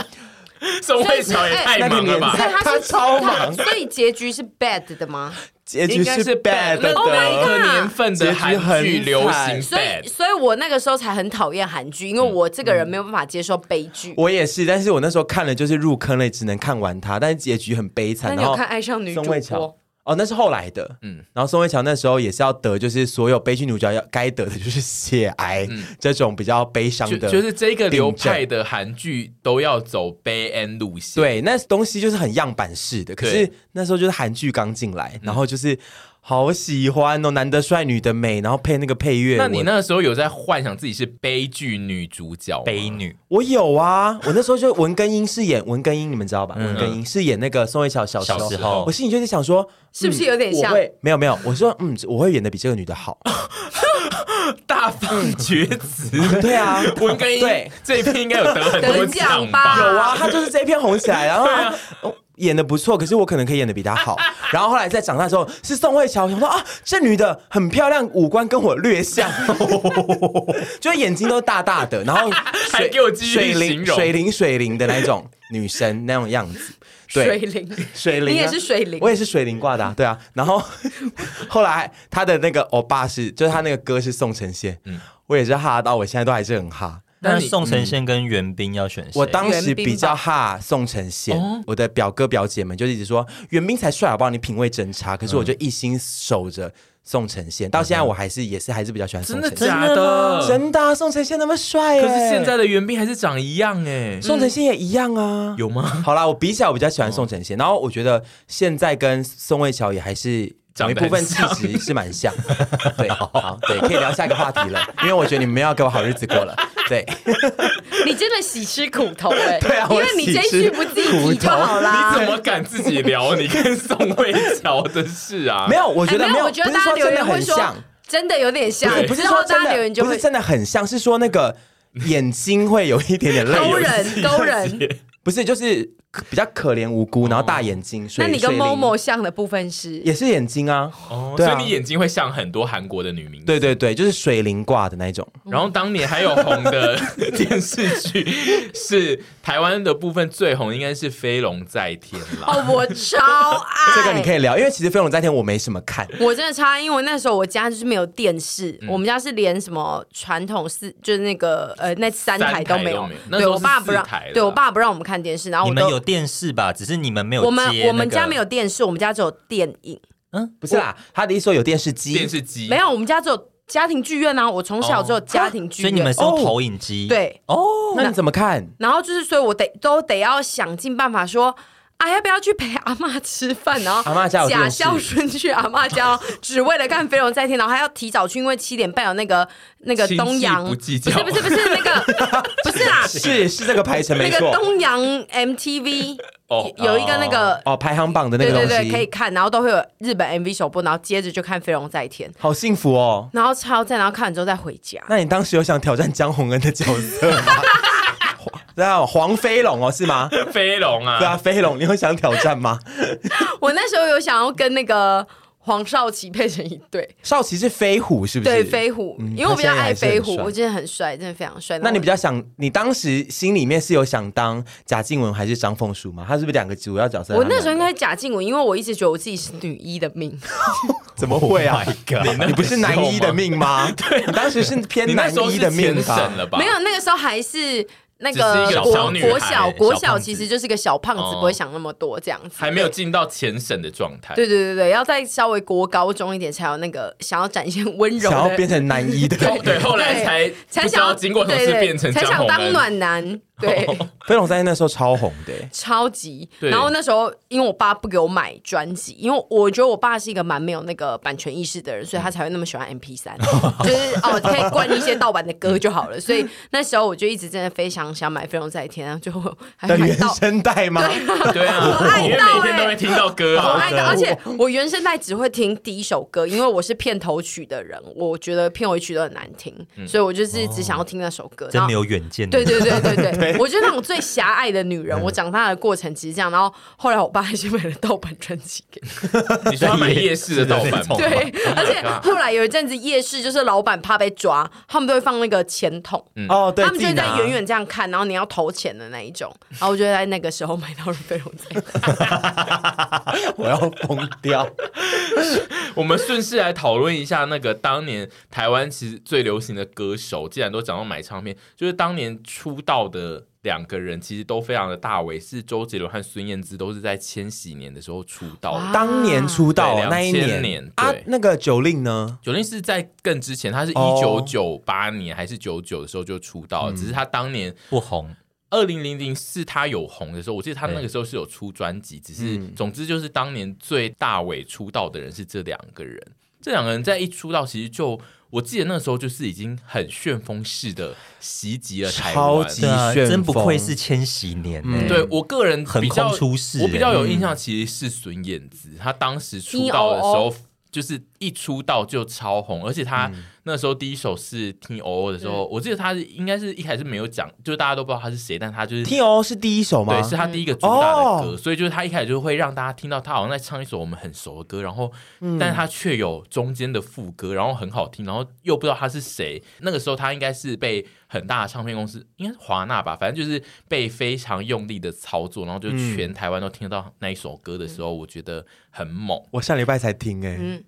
Speaker 1: 宋慧乔也太忙了吧？
Speaker 2: 所以他
Speaker 3: 他
Speaker 2: 是
Speaker 3: 超忙
Speaker 2: 所以结局是 bad 的吗？
Speaker 3: 结局
Speaker 1: 应该是
Speaker 3: bad
Speaker 1: 那
Speaker 3: 的。
Speaker 2: Oh my god
Speaker 1: 那个年份的韩剧流行
Speaker 3: 结
Speaker 2: 所以，
Speaker 1: bad，
Speaker 2: 所以我那个时候才很讨厌韩剧，因为我这个人没有办法接受悲剧。
Speaker 3: 嗯我也是，但是我那时候看了就是入坑了，只能看完它，但是结局很悲
Speaker 2: 那
Speaker 3: 惨。
Speaker 2: 你
Speaker 3: 然
Speaker 2: 有
Speaker 3: 后
Speaker 2: 看《爱上女主
Speaker 3: 宋慧乔
Speaker 2: 播》？
Speaker 3: 哦，那是后来的，嗯
Speaker 1: 嗯。
Speaker 3: 然后宋慧乔那时候也是要得，就是所有悲剧女主角要该得的就是血癌、
Speaker 2: 嗯
Speaker 3: 这种比较悲伤
Speaker 1: 就
Speaker 3: 的，
Speaker 1: 就是这个流派
Speaker 3: 病
Speaker 1: 的韩剧都要走悲 N 路线，
Speaker 3: 对，那东西就是很样板式的。可是
Speaker 1: 对
Speaker 3: 那时候就是韩剧刚进来，然后就是好喜欢哦，男的帅，女的美，然后配那个配乐。
Speaker 1: 那你
Speaker 3: 我？
Speaker 1: 那个时候有在幻想自己是悲剧女主角吗
Speaker 4: 悲女，
Speaker 3: 我有啊，我那时候就文根英饰演文根英，你们知道吧？
Speaker 1: 嗯
Speaker 3: 文根英饰演那个宋慧乔小时
Speaker 4: 小
Speaker 3: 候
Speaker 4: 时，候
Speaker 3: 我心里就在想说，
Speaker 2: 是不是有点
Speaker 3: 嗯我
Speaker 2: 像？
Speaker 3: 会没有没有，我说嗯，我会演的比这个女的好。
Speaker 1: 大放厥词？
Speaker 3: 对啊，
Speaker 1: 文根英
Speaker 3: 对
Speaker 1: 这一篇应该有得很多
Speaker 2: 得奖
Speaker 1: 吧？
Speaker 2: 吧
Speaker 3: 有 啊，他就是这一片红起来，然后
Speaker 1: 啊
Speaker 3: 他、哦演的不错，可是我可能可以演的比 他好。然后后来在长大之后，是宋慧乔，我想说啊，这女的很漂亮，五官跟我略像， 就是眼睛都大大的，然后
Speaker 1: 还
Speaker 3: 水
Speaker 1: 给我继续
Speaker 3: 水
Speaker 1: 形
Speaker 3: 灵
Speaker 1: 容
Speaker 3: 水灵水灵的那一种女生那种样子，对，
Speaker 2: 水灵，
Speaker 3: 水 灵、啊，
Speaker 2: 你也是水灵
Speaker 3: 我也是水灵挂的、啊，对啊。然后后来他的那个欧巴是，就是他那个歌是宋承宪，嗯，我也是哈到，我现在都还是很哈。
Speaker 1: 那
Speaker 4: 但
Speaker 1: 你
Speaker 4: 是宋承宪跟袁冰要选谁？
Speaker 3: 我当时比较哈宋承宪，我的表哥表姐们就一直说袁冰才帅，好不好？你品味真差。可是我就一心守着宋承宪，到现在我还是也是还是比较喜欢宋
Speaker 1: 真的
Speaker 3: 承宪。
Speaker 1: 假
Speaker 4: 真的
Speaker 1: 的？
Speaker 4: 吗
Speaker 3: 真的啊、宋承宪那么帅、耶
Speaker 1: 可是现在的袁冰还是长一样哎，
Speaker 3: 宋承宪也一样啊。
Speaker 1: 有吗？
Speaker 3: 好啦，我比起来我比较喜欢宋承宪，然后我觉得现在跟宋慧乔也还是。有
Speaker 1: 长得
Speaker 3: 一部
Speaker 1: 很
Speaker 3: 分气质是蛮像，对，好，对，可以聊下一个话题了，因为我觉得你们要给我好日子过了，对，
Speaker 2: 你真的喜吃苦 头哎、
Speaker 3: 对啊
Speaker 2: 因
Speaker 3: 我
Speaker 2: 为你这一句不自己提就好啦。
Speaker 1: 你怎么敢自己聊你跟宋慧乔的事啊？
Speaker 3: 没有，我
Speaker 2: 我
Speaker 3: 觉得没有，
Speaker 2: 哎我觉得
Speaker 3: 不是
Speaker 2: 大家
Speaker 3: 说
Speaker 2: 留
Speaker 3: 真的
Speaker 2: 言
Speaker 3: 很
Speaker 2: 会
Speaker 3: 像
Speaker 2: 说，真的有点像
Speaker 3: 不是，不是
Speaker 2: 之后
Speaker 3: 说真
Speaker 2: 大家留
Speaker 3: 的，
Speaker 2: 言就
Speaker 3: 不
Speaker 2: 会
Speaker 3: 是真的很像，是说那个眼睛会有一点点泪
Speaker 2: 勾
Speaker 3: 流，
Speaker 2: 人勾人。
Speaker 3: 不是就是可比较可怜无辜，然后大眼睛，水
Speaker 2: 哦那你跟
Speaker 3: 水灵
Speaker 2: Momo 像的部分是
Speaker 3: 也是眼睛啊，
Speaker 1: 哦，
Speaker 3: 对啊
Speaker 1: 所以你眼睛会像很多韩国的女明星。
Speaker 3: 对对对，就是水灵挂的那一种，
Speaker 1: 然后当年还有红的 电视剧是台湾的部分最红，应该是《飞龙在天》啦。
Speaker 2: 哦，我超爱
Speaker 3: 这个你可
Speaker 2: 以。
Speaker 3: 以聊，因为其实《飞龙在天》我没什么看，
Speaker 2: 我真的超爱，因为那时候我家就是没有电视，
Speaker 3: 嗯
Speaker 2: 我们家是连什么传统四就是那个呃那三台都没有
Speaker 1: 三台都没有。那时
Speaker 2: 对
Speaker 1: 候
Speaker 2: 我爸
Speaker 1: 是四
Speaker 2: 不让
Speaker 1: 台，的
Speaker 2: 对我爸不让我们看电视，然后
Speaker 4: 你
Speaker 2: 我
Speaker 4: 们
Speaker 2: 都
Speaker 4: 有电视吧？只是你们没有
Speaker 2: 我们
Speaker 4: 接
Speaker 2: 我们
Speaker 4: 那个
Speaker 2: 家没有电视，我们家只有电影，
Speaker 3: 不是啦，他的意思说有电视机，
Speaker 1: 电视机
Speaker 2: 没有，我们家只有家庭剧院啊。我从小只有家庭剧
Speaker 4: 所
Speaker 2: 院，
Speaker 4: 以你们是用投影机。，
Speaker 2: 对。
Speaker 3: 哦，那你怎么看？
Speaker 2: 然后就是，所以我得都得要想尽办法说。啊，要不要去陪阿妈吃饭？然后
Speaker 3: 阿嬷家有
Speaker 2: 假
Speaker 3: 电视
Speaker 2: 孝顺去阿妈家哦，只为了看《飞龙在天》，然后还要提早去，因为七点半有那个那个
Speaker 1: 亲戚
Speaker 2: 东阳，
Speaker 1: 不计较
Speaker 2: 是不是不是那个不是啦，
Speaker 3: 是是这个排 程
Speaker 2: 那
Speaker 3: 没
Speaker 2: 个
Speaker 3: 错，
Speaker 2: 东阳 MTV
Speaker 1: 哦
Speaker 2: 有有一个那个
Speaker 3: 哦，排行榜的那
Speaker 2: 对对
Speaker 3: 个东
Speaker 2: 对可以
Speaker 3: 西，
Speaker 2: 看，然后都会有日本 MV 首播，然后接着就看《飞龙在天》，
Speaker 3: 好幸福哦。
Speaker 2: 然后超赞，然后看完之后再回家。
Speaker 3: 那你当时有想挑战江宏恩的角色吗？ 对啊，黄飞龙哦，是吗？
Speaker 1: 飞龙
Speaker 3: 对 啊，
Speaker 1: 啊，
Speaker 3: 飞龙，你会想挑战吗？
Speaker 2: 我那时候有想要跟那个黄少祺配成一对，少
Speaker 3: 少奇是飞虎是不是？
Speaker 2: 对飞虎，
Speaker 3: 嗯
Speaker 2: 因为我比较爱飞虎，
Speaker 3: 他现在还是很帅
Speaker 2: 我真的很帅，真的非常帅。
Speaker 3: 那你比
Speaker 2: 较
Speaker 3: 较想，你当时心里面是有想当贾静雯还是张凤淑吗？他是不是两个主要角色？
Speaker 2: 我那时候应
Speaker 3: 该
Speaker 2: 该是贾静雯，因为我一直觉得我自己是女一的命，
Speaker 3: 怎么会啊？
Speaker 1: 你
Speaker 3: 你不是男一的，命吗？对，你当时是
Speaker 1: 你
Speaker 3: 偏
Speaker 1: 那
Speaker 3: 男
Speaker 1: 时候
Speaker 3: 一
Speaker 1: 是
Speaker 3: 的
Speaker 1: 前
Speaker 3: 命
Speaker 1: 省
Speaker 3: 吧？
Speaker 1: 了吧？
Speaker 2: 没有 那个时候还是那
Speaker 1: 只是一个
Speaker 2: 国
Speaker 1: 小女孩
Speaker 2: 国小
Speaker 4: 小
Speaker 2: 国小
Speaker 4: 胖子
Speaker 2: 其实就是个小胖子，
Speaker 1: 哦
Speaker 2: 不会想那么多这样子，
Speaker 1: 还没有进到前省的状态。
Speaker 2: 对。对对对对，要再稍微国高中一点才有那个想要展现温柔
Speaker 3: 想要变
Speaker 2: 的。
Speaker 3: 成男 一的，
Speaker 1: 后哦对，后来才
Speaker 2: 才
Speaker 1: 不知
Speaker 2: 想
Speaker 1: 道
Speaker 2: 要
Speaker 1: 经过什么
Speaker 2: 对
Speaker 1: 事
Speaker 2: 对
Speaker 1: 变成
Speaker 2: 才
Speaker 1: 江
Speaker 2: 想
Speaker 1: 宏
Speaker 2: 当
Speaker 1: 恩。
Speaker 2: 暖男，对，
Speaker 3: 飞龙在那时候超红的欸，
Speaker 2: 超级。
Speaker 1: 对
Speaker 2: 然后那时候，因为我爸不给我买专辑，因为我觉得我爸是一个蛮没有那个版权意识的人，所以他才会那么喜欢 MP 三，就是哦可以灌一些盗版的歌就好了。所以那时候我就一直真的非常想买《飞龙在天》，然后最后还
Speaker 3: 的
Speaker 2: 买
Speaker 3: 原
Speaker 2: 到。
Speaker 3: 声带吗？
Speaker 1: 对啊
Speaker 2: 我，爱
Speaker 1: 因为
Speaker 2: 到
Speaker 1: 每天
Speaker 2: 欸
Speaker 1: 都会听到歌
Speaker 2: 我
Speaker 1: 啊
Speaker 2: 爱。的，而且我原声带只会听第一首歌，因为我是片头曲的人，我觉得片尾曲都很难听，
Speaker 1: 嗯
Speaker 2: 所以我就是只
Speaker 1: 哦
Speaker 2: 想要听那首歌。然
Speaker 4: 真
Speaker 2: 后
Speaker 4: 没有远见的。
Speaker 2: 哦对对对对 对，我就是那种最狭隘的女
Speaker 3: 嗯
Speaker 2: 人。我长大的过程其实这样，然后后来我爸还是买了盗版专辑给我。
Speaker 1: 你说他买夜市的盗版吗？
Speaker 2: 对，而且
Speaker 1: God
Speaker 2: 后来有一阵子夜市，就是老板怕被抓，他们都会放那个钱筒，
Speaker 3: 哦，对，
Speaker 2: 他们就会在
Speaker 3: 自己拿
Speaker 2: 远远这样看，然后你要投钱的那一种。然后我就在那个时候 买到了飞龙在。 啊
Speaker 3: 我要疯掉。
Speaker 1: 我们顺势来讨论一下那个当年台湾其实最流行的歌手，既然都讲到买唱片，就是当年出道的两个人其实都非常的大为，是周杰伦和孙燕姿都是在千禧年的时候出道的
Speaker 2: 哇。
Speaker 3: 当年出道
Speaker 1: 对
Speaker 3: 那一
Speaker 1: 2000年
Speaker 3: 啊
Speaker 1: 对，
Speaker 3: 那个九令呢？
Speaker 1: 九令是在更之前，他是一九
Speaker 3: 哦
Speaker 1: 九八年还是九九的时候就出道了，只是他当年
Speaker 4: 不红，
Speaker 1: 二零零零是他有红的时候，我记得他那个时候是有出专辑，只是
Speaker 4: 嗯
Speaker 1: 总之就是当年最大尾出道的人是这两个人，这两个人在一出道，其实就我记得那时候就是已经很旋风式的袭击了台湾
Speaker 3: 超。级
Speaker 4: 对啊，
Speaker 3: 旋风
Speaker 4: 真不愧是千禧年呢、
Speaker 3: 嗯
Speaker 1: 对我个人
Speaker 4: 横
Speaker 1: 比较
Speaker 4: 空出世
Speaker 1: 我比较有
Speaker 4: 嗯
Speaker 1: 印象其实是孙燕姿，她当时出道的时候。
Speaker 4: 嗯
Speaker 1: 就是一出道就超红，而且她那时候第一首是听偶偶的时
Speaker 4: 嗯
Speaker 1: 候，我记得她是应该是一开始没有讲，就是大家都不知道她是谁，但她就是
Speaker 3: 听哦是第一首吗？
Speaker 1: 对，是他第一个主打的歌，
Speaker 3: 哦
Speaker 1: 所以就是他一开始就会让大家听到他好像在唱一首我们很熟的歌，然后，
Speaker 3: 嗯
Speaker 1: 但是他却有中间的副歌，然后很好听，然后又不知道他是谁。那个时候他应该是被很大的唱片公司，应该是华纳吧，反正就是被非常用力的操作，然后就
Speaker 3: 嗯
Speaker 1: 全台湾都听得到那一首歌的时候，我觉得很猛。
Speaker 3: 我上礼拜才听哎、
Speaker 2: 嗯，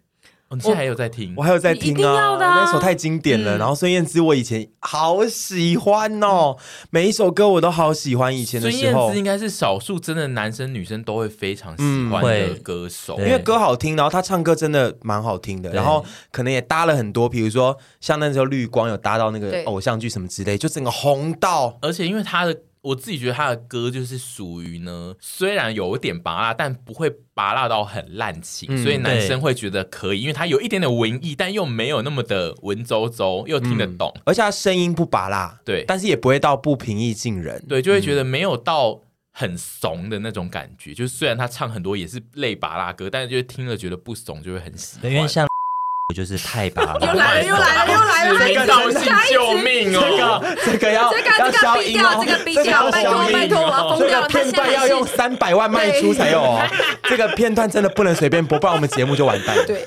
Speaker 1: 哦、你现在还有在听
Speaker 3: 我？还有在听
Speaker 2: 你一定要
Speaker 3: 啊，
Speaker 2: 的啊
Speaker 3: 那首太经典了。
Speaker 2: 嗯
Speaker 3: 然后孙燕姿，我以前好喜欢哦，每一首歌我都好喜欢。以前的
Speaker 1: 孙
Speaker 3: 时
Speaker 1: 燕
Speaker 3: 候
Speaker 1: 姿，应该是少数真的男生女生都会非常喜欢的
Speaker 4: 嗯会
Speaker 1: 歌手，
Speaker 4: 对
Speaker 3: 因为歌好听，然后她唱歌真的蛮好听的，
Speaker 4: 对
Speaker 3: 然后可能也搭了很多，比如说像那时候绿光有搭到那个
Speaker 2: 对
Speaker 3: 偶像剧什么之类，就整个红到
Speaker 1: 而且因为他的，我自己觉得他的歌就是属于呢，虽然有一点拔辣，但不会拔辣到很滥情，
Speaker 3: 嗯
Speaker 1: 所以男生会觉得可以，因为他有一点点文艺，但又没有那么的文绉绉，又听得懂，
Speaker 3: 而且她声音不拔辣，
Speaker 1: 对
Speaker 3: 但是也不会到不平易近人。
Speaker 1: 对，就会觉得没有到。很怂的那种感觉，就是虽然他唱很多也是类拔辣歌，但是就是听了觉得不怂，就会很喜欢。
Speaker 4: 对，因为像我就是太拔
Speaker 2: 又
Speaker 4: 了，
Speaker 2: 来哎了又来了又来了，
Speaker 1: 这个
Speaker 2: 他
Speaker 1: 道
Speaker 2: 一直
Speaker 1: 姓救命哦！
Speaker 3: 这个要
Speaker 2: 嗯这个
Speaker 3: 要
Speaker 2: 这
Speaker 3: 消
Speaker 2: 个逼
Speaker 3: 音
Speaker 2: 掉，
Speaker 3: 哦，
Speaker 2: 这个逼
Speaker 3: 这
Speaker 2: 掉，
Speaker 3: 要
Speaker 2: 拜
Speaker 3: 消
Speaker 2: 托
Speaker 3: 音哦
Speaker 2: 拜托，我要哦
Speaker 3: 这
Speaker 2: 疯掉
Speaker 3: 个
Speaker 2: 了！他
Speaker 3: 片
Speaker 2: 现在
Speaker 3: 段要
Speaker 2: 还
Speaker 3: 用
Speaker 2: 是
Speaker 3: 三百万卖出才有哦，这个片段真的不能随便播，不然我们节目就完蛋了。
Speaker 2: 对，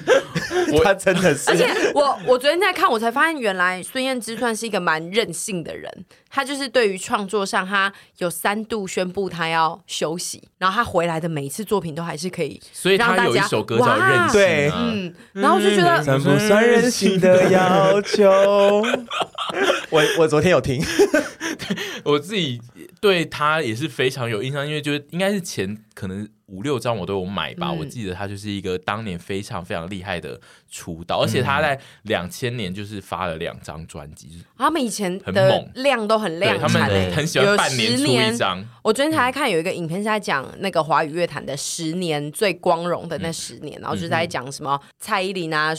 Speaker 1: 我
Speaker 3: 他真的是，
Speaker 2: 而且 我我昨天在看，我才发现原来孙燕姿算是一个蛮任性的人。她就是对于创作上，她有三度宣布她要休息，然后她回来的每一次作品都还是可以，
Speaker 1: 所以他有一首歌叫《任性》啊，
Speaker 3: 对
Speaker 2: 嗯，然后我就觉得。
Speaker 3: 算不算任性的要求？我我昨天有听，
Speaker 1: 我自己对他也是非常有印象，因为就是应该是前可能五六张我都有买吧，
Speaker 2: 嗯
Speaker 1: 我记得他就是一个当年非常非常厉害的出
Speaker 2: 嗯
Speaker 1: 道，而且他在两千年就是发了两张专辑，
Speaker 2: 他们以前
Speaker 1: 很
Speaker 2: 的
Speaker 1: 猛
Speaker 2: 量都很
Speaker 1: 对
Speaker 2: 量
Speaker 1: 他
Speaker 2: 产
Speaker 1: 们
Speaker 2: 欸，
Speaker 1: 很喜欢半
Speaker 2: 有
Speaker 1: 年
Speaker 2: 十
Speaker 1: 出
Speaker 2: 年
Speaker 1: 一张，
Speaker 2: 我昨天才在看有一个影片是在讲那个华语乐坛的十年最光荣的那十年，然后就在讲什么蔡依林啊。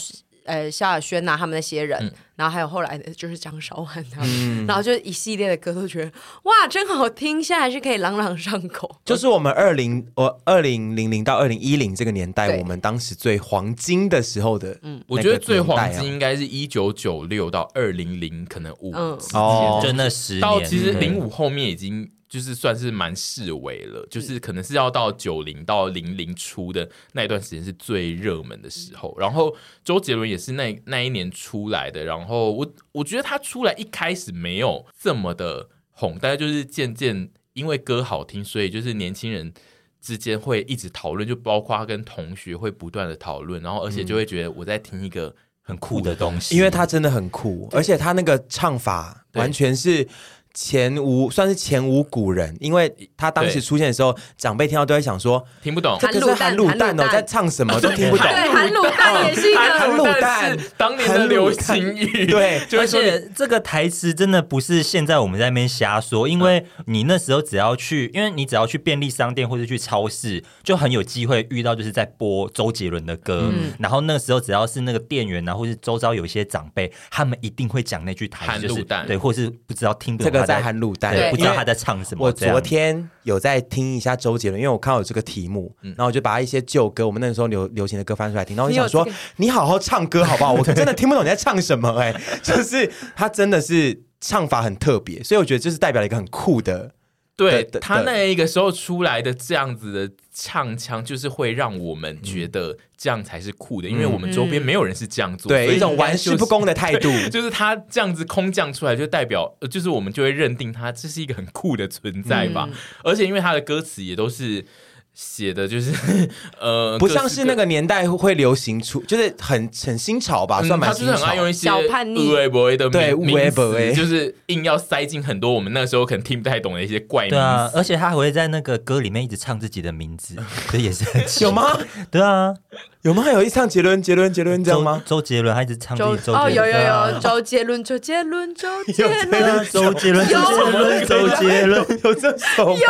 Speaker 2: 呃，萧亚轩呐、他们那些人，然后还有后来的就是张韶涵他们，然后就一系列的歌都觉得哇，真好听，现在还是可以朗朗上口。
Speaker 3: 就是我们二零我二零零零到二零一零这个年代，
Speaker 2: 对
Speaker 3: 我们当时最黄金的时候的，嗯，
Speaker 1: 我觉得最黄金。应该是一九九六到二零零可能五
Speaker 2: 嗯
Speaker 1: 之
Speaker 3: 哦
Speaker 1: 间，
Speaker 4: 就那十年，
Speaker 1: 到其实
Speaker 4: 对
Speaker 1: 零五后面已经就是算是蛮示威了，就是可能是要到九零到零零初的那一段时间是最热门的时候。然后周杰伦也是那那一年出来的，然后我我觉得他出来一开始没有这么的红，但是就是渐渐因为歌好听，所以就是年轻人。之间会一直讨论，就包括他跟同学会不断的讨论，然后而且就会觉得我在听一个
Speaker 4: 很酷的东西，
Speaker 3: 因为他真的很酷，而且他那个唱法
Speaker 1: 对
Speaker 3: 完全是前无算是前无古人，因为他当时
Speaker 1: 对
Speaker 3: 出现的时候，长辈听到都会想说，
Speaker 1: 听不懂
Speaker 3: 这，个是
Speaker 2: 韩
Speaker 3: 韩
Speaker 2: 卤
Speaker 3: 卤
Speaker 2: 蛋韩
Speaker 3: 蛋哦
Speaker 2: 卤蛋，
Speaker 3: 在唱什么都听不懂。
Speaker 2: 对，韩卤蛋也是一
Speaker 1: 韩
Speaker 2: 个
Speaker 3: 卤
Speaker 1: 露
Speaker 3: 蛋
Speaker 1: 是当年的流行语，
Speaker 3: 对
Speaker 1: 就
Speaker 4: 而
Speaker 1: 是说你
Speaker 4: 且这个台词真的不是现在我们在那边瞎说，因为你那时候只要去，因为你只要去便利商店或者去超市，就很有机会遇到就是在播周杰伦的歌。
Speaker 1: 嗯
Speaker 4: 然后那个时候只要是那个店员啊，或是周遭有一些长辈，他们一定会讲那句台
Speaker 1: 含
Speaker 4: 词，就是
Speaker 1: 卤蛋
Speaker 4: 对，或是不知道听不
Speaker 3: 这
Speaker 4: 懂
Speaker 3: 个
Speaker 4: 他
Speaker 3: 在喊卤蛋，
Speaker 4: 对，
Speaker 2: 对
Speaker 4: 不知道他在唱什么。
Speaker 3: 我
Speaker 4: 这样
Speaker 3: 昨天有在听一下周杰伦，因为我看到有这个题目，然后我就把一些旧歌，我们那个时候流流行的歌翻出来听，然后我就想说，
Speaker 2: 你有这
Speaker 3: 你好好唱歌好不好？我真的听不懂你在唱什么、哎， 就是他真的是唱法很特别，所以我觉得就是代表了一个很酷的，
Speaker 1: 对
Speaker 3: 的的
Speaker 1: 他那一个时候出来的这样子的唱腔，就是会让我们觉得这样才是酷的，因为我们周边没有人是这样做，所
Speaker 3: 对
Speaker 1: 以
Speaker 3: 一种
Speaker 1: 应该
Speaker 3: 玩
Speaker 1: 就
Speaker 3: 世
Speaker 1: 是。
Speaker 3: 不恭的态度。
Speaker 1: 就是他这样子空降出来，就代表，呃就是
Speaker 3: 嗯
Speaker 1: 我们就会认定他这是一个很酷的存在吧。而且因为他的歌词也都是写的就是 呃，
Speaker 3: 不像是那
Speaker 1: 个。
Speaker 3: 个年代会流行出，就是很很新潮吧，啊算
Speaker 1: 嗯、他
Speaker 3: 蛮
Speaker 1: 就
Speaker 3: 新
Speaker 1: 是很
Speaker 3: 潮
Speaker 1: 爱。用一些
Speaker 2: 小叛逆
Speaker 1: 微博的名
Speaker 3: 对
Speaker 1: 名词
Speaker 3: 微博欸
Speaker 1: 就是硬要塞进很多我们那时候可能听不太懂的一些怪名
Speaker 4: 对啊，
Speaker 1: 词。
Speaker 4: 而且他还会在那个歌里面一直唱自己的名字，这也是很奇
Speaker 3: 有吗？
Speaker 4: 对啊，
Speaker 3: 有吗？有一唱杰伦，杰伦，杰伦这样
Speaker 4: 周
Speaker 3: 吗？
Speaker 4: 周杰伦他一直唱自
Speaker 2: 周
Speaker 4: 己周
Speaker 2: 哦，
Speaker 4: 杰
Speaker 2: 有
Speaker 4: 伦，
Speaker 2: 有
Speaker 4: 对啊
Speaker 2: 有，周杰伦，周杰伦，周杰
Speaker 4: 对
Speaker 2: 伦，
Speaker 4: 啊周杰伦，周杰伦，周杰伦，
Speaker 3: 有这首吗？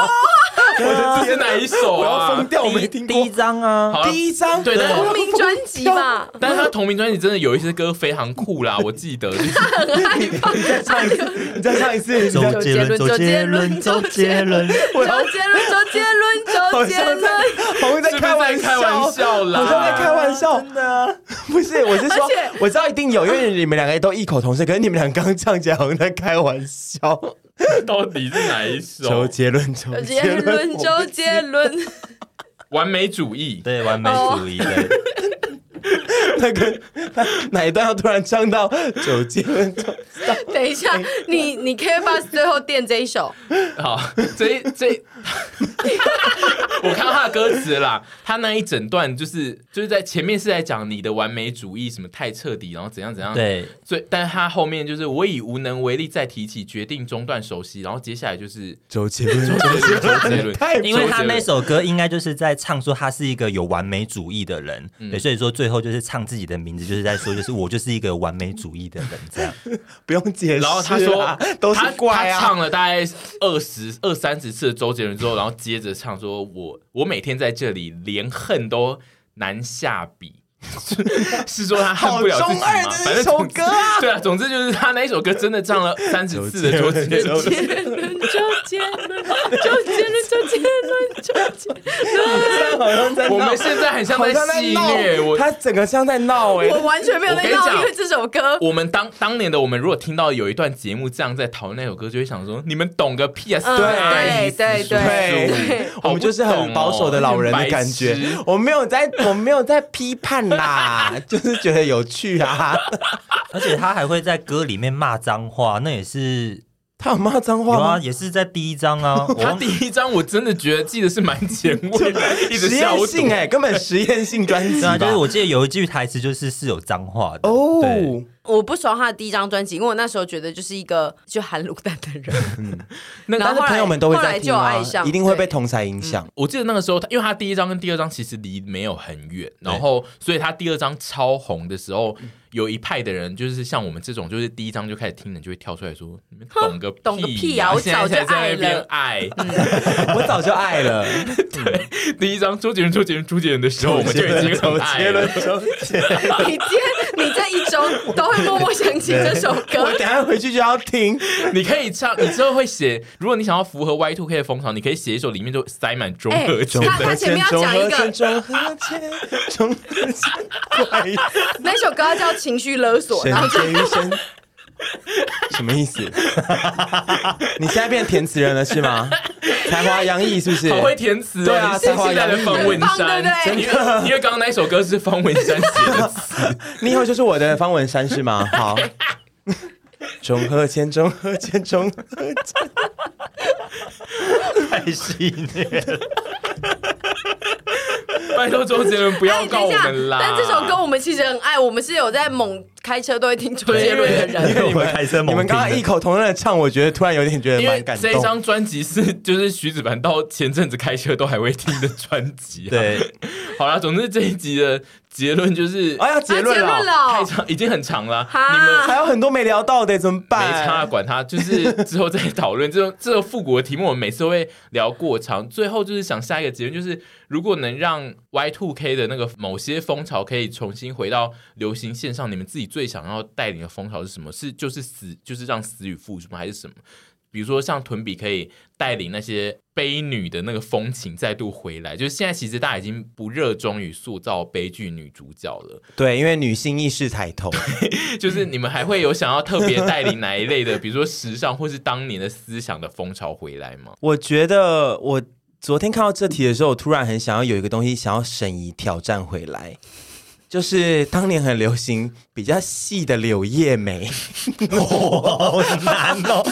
Speaker 1: 这是哪一首
Speaker 3: 我要
Speaker 1: 啊
Speaker 3: 疯？掉，我没
Speaker 4: 第
Speaker 3: 听
Speaker 4: 第一
Speaker 3: 过。
Speaker 4: 张啊，
Speaker 1: 好了
Speaker 3: 第一张，
Speaker 1: 对但
Speaker 2: 同名专辑吧。
Speaker 1: 但是他同名专辑真的有一些歌非常酷 啦，我记得。就是
Speaker 3: 你 再唱一次，
Speaker 4: 周
Speaker 3: 你再
Speaker 4: 杰伦，周
Speaker 2: 周
Speaker 4: 杰
Speaker 2: 杰
Speaker 4: 伦，
Speaker 2: 伦
Speaker 4: 周杰 伦，
Speaker 2: 周杰伦，周杰伦，周
Speaker 3: 好
Speaker 2: 杰
Speaker 3: 像在
Speaker 2: 伦，，
Speaker 3: 好
Speaker 1: 是不
Speaker 3: 像在
Speaker 1: 是
Speaker 3: 开玩
Speaker 1: 在开玩笑啦
Speaker 3: 好像在开玩笑。真的， 不是，我是说
Speaker 2: 而且，
Speaker 3: 我知道一定有，因为你们两个都异口同声，可是你们俩刚唱起来好像在开玩笑。
Speaker 1: 到底是哪一
Speaker 3: 周
Speaker 1: 首？
Speaker 3: 杰伦， 周
Speaker 2: 周
Speaker 3: 杰
Speaker 2: 杰
Speaker 3: 伦，
Speaker 2: 伦，周杰伦，
Speaker 1: 完美主义。
Speaker 4: 对，完美主义，对，
Speaker 3: 那个那哪一段要突然唱到周杰伦？周
Speaker 2: 等一
Speaker 1: 哎
Speaker 2: 下，你你 K b o s 最后垫这一首，
Speaker 1: 好，这一这一， 我看到他的歌词了啦，他那一整段就是就是在前面是在讲你的完美主义什么太彻底，然后怎样怎样，
Speaker 4: 对，
Speaker 1: 最，但是他后面就是我以无能为力再提起，决定中断熟悉，然后接下来就是
Speaker 3: 周杰伦，
Speaker 1: 周杰伦
Speaker 3: 周杰伦， 太
Speaker 4: 因为
Speaker 1: 周
Speaker 4: 他那
Speaker 1: 杰伦
Speaker 4: 首歌应该就是在唱说他是一个有完美主义的人，对，所以说最后就是唱自己的名字，就是在说就是我就是一个完美主义的人这样。
Speaker 3: 不用解释啦。
Speaker 1: 然后他说
Speaker 3: 啊都是怪
Speaker 1: 他他
Speaker 3: 啊，
Speaker 1: 唱了大概二十二三十次的周杰伦之后，然后接着唱说我我每天在这里连恨都难下笔。 是是说他恨不了自己
Speaker 3: 好中二
Speaker 1: 吗？
Speaker 3: 的
Speaker 1: 反正
Speaker 3: 一首
Speaker 1: 总之
Speaker 3: 歌啊
Speaker 1: 对啊，总之就是他那一首歌真的唱了三十次的周 杰伦，
Speaker 2: 周杰伦，周杰伦，周杰伦，周杰伦，周杰伦，
Speaker 3: 好像在闹
Speaker 1: 我们现在很像
Speaker 3: 好
Speaker 1: 在
Speaker 3: 像在
Speaker 1: 戏
Speaker 3: 闹
Speaker 1: 虐，我
Speaker 3: 他整个像在闹哎、
Speaker 2: 我完全没有在
Speaker 1: 我跟你
Speaker 2: 闹，
Speaker 1: 讲
Speaker 2: 因为这首歌
Speaker 1: 我们当当年的我们，如果听到有一段节目这样在讨论那首歌，就会想说：你们懂个屁啊！
Speaker 2: 嗯
Speaker 1: 死爱
Speaker 2: 对对
Speaker 1: 死叔
Speaker 2: 对
Speaker 1: 叔
Speaker 2: 对
Speaker 1: 好
Speaker 3: 我们就是
Speaker 1: 哦
Speaker 3: 很保守的老人的感觉
Speaker 1: 不懂哦你们白痴。
Speaker 3: 我没有在，我没有在批判啦，就是觉得有趣啊。
Speaker 4: 而且他还会在歌里面骂脏话，那也是
Speaker 3: 他有骂脏
Speaker 4: 有
Speaker 3: 话
Speaker 4: 啊，
Speaker 3: 吗？
Speaker 4: 也是在第一章 啊。我
Speaker 1: 他
Speaker 4: 忘
Speaker 1: 第一张我真的觉得记得是蛮前卫的，一直
Speaker 3: 实
Speaker 1: 消
Speaker 3: 验
Speaker 1: 毒
Speaker 3: 性哎、根本实验性专辑
Speaker 4: 对啊，
Speaker 3: 吧
Speaker 4: 就是。我记得有一句台词就是是有脏话的
Speaker 3: 哦，
Speaker 4: 对
Speaker 2: 我不喜欢他的第一张专辑，因为我那时候觉得就是一个就含卤蛋的人，
Speaker 1: 嗯 那
Speaker 2: 然
Speaker 3: 但
Speaker 2: 后
Speaker 3: 是
Speaker 2: 后来
Speaker 3: 朋友们都会
Speaker 2: 后
Speaker 3: 在
Speaker 2: 来
Speaker 3: 听
Speaker 2: 就
Speaker 3: 啊
Speaker 2: 爱上，，
Speaker 3: 一定会被
Speaker 2: 对
Speaker 3: 同才影响。
Speaker 1: 我记得那个时候，他因为他第一张跟第二张其实离没有很远，然后所以他第二张超红的时候，有一派的人就是像我们这种，就是第一张就开始听的，就会跳出来说：你们懂个屁、
Speaker 2: 懂个屁啊我
Speaker 1: 现在
Speaker 2: 早就
Speaker 1: 才在
Speaker 2: 爱
Speaker 1: 那边
Speaker 2: 了嗯
Speaker 1: 爱。
Speaker 3: 我早就爱了，
Speaker 1: 第一张周杰伦、周杰伦、周杰伦的时候，我们就已经很爱了。
Speaker 3: 周杰伦。
Speaker 2: 你今天你这一周都会默默想起这首
Speaker 3: 我
Speaker 2: 歌
Speaker 3: 等一。下回去就要听。
Speaker 1: 你可以唱，你之后会写。如果你想要符合 Y Two K 的风潮，你可以写一首里面就塞满中
Speaker 2: 哎
Speaker 1: 和弦。
Speaker 2: 他他前面要讲一个
Speaker 3: 中和弦，中和弦，怪异
Speaker 2: 那首歌叫《情绪勒索》，然后
Speaker 3: 神仙生，什么意思？你现在变填词人了是吗？才华洋溢是不是？
Speaker 1: 好会填词哦，
Speaker 3: 对啊
Speaker 1: 你是现在的方文山，
Speaker 2: 很棒对不对
Speaker 1: 因为因为刚刚那首歌是方文山写的 词，
Speaker 3: 你以后就是我的方文山是吗？好。中和弦，中和弦，中和弦，
Speaker 4: 太戏虐了。
Speaker 1: 拜托周杰伦不要
Speaker 2: 哎，
Speaker 1: 告
Speaker 2: 等一
Speaker 1: 我
Speaker 2: 下
Speaker 1: 们，啦。
Speaker 2: 但这首歌我们其实很爱，我们是有在猛开车都会听周杰伦的人。
Speaker 4: 因为你们开车猛听的
Speaker 3: 你们刚刚异口同声的唱，我觉得突然有点觉得
Speaker 1: 因为
Speaker 3: 蛮感
Speaker 1: 这一
Speaker 3: 动。
Speaker 1: 张专辑是就是徐子凡到前阵子开车都还会听的专辑、，啊
Speaker 4: 对，
Speaker 1: 好啦，总之这一集的结论就是，
Speaker 3: 哎呀，结论
Speaker 2: 啊结论
Speaker 3: 了，
Speaker 2: 了哦
Speaker 1: 太长已经很长了，
Speaker 2: 哈
Speaker 1: 你们
Speaker 3: 还有很多没聊到的，怎么办？
Speaker 1: 没差，管他，就是之后再讨论。 这种这种复古的题目，我们每次都会聊过长。最后就是想下一个结论，就是如果能让 Y Two K 的那个某些风潮可以重新回到流行线上，你们自己最想要带领的风潮是什么？是就是死，就是让死与复苏吗？还是什么？比如说像屯比可以带领那些悲女的那个风情再度回来，就是现在其实大家已经不热衷于塑造悲剧女主角了。
Speaker 3: 对，因为女性意识抬头。
Speaker 1: 就是你们还会有想要特别带领哪一类的，比如说时尚或是当年的思想的风潮回来吗？
Speaker 3: 我觉得我昨天看到这题的时候，我突然很想要有一个东西想要沈怡挑战回来。就是当年很流行比较细的柳 叶眉，
Speaker 4: 好难哦。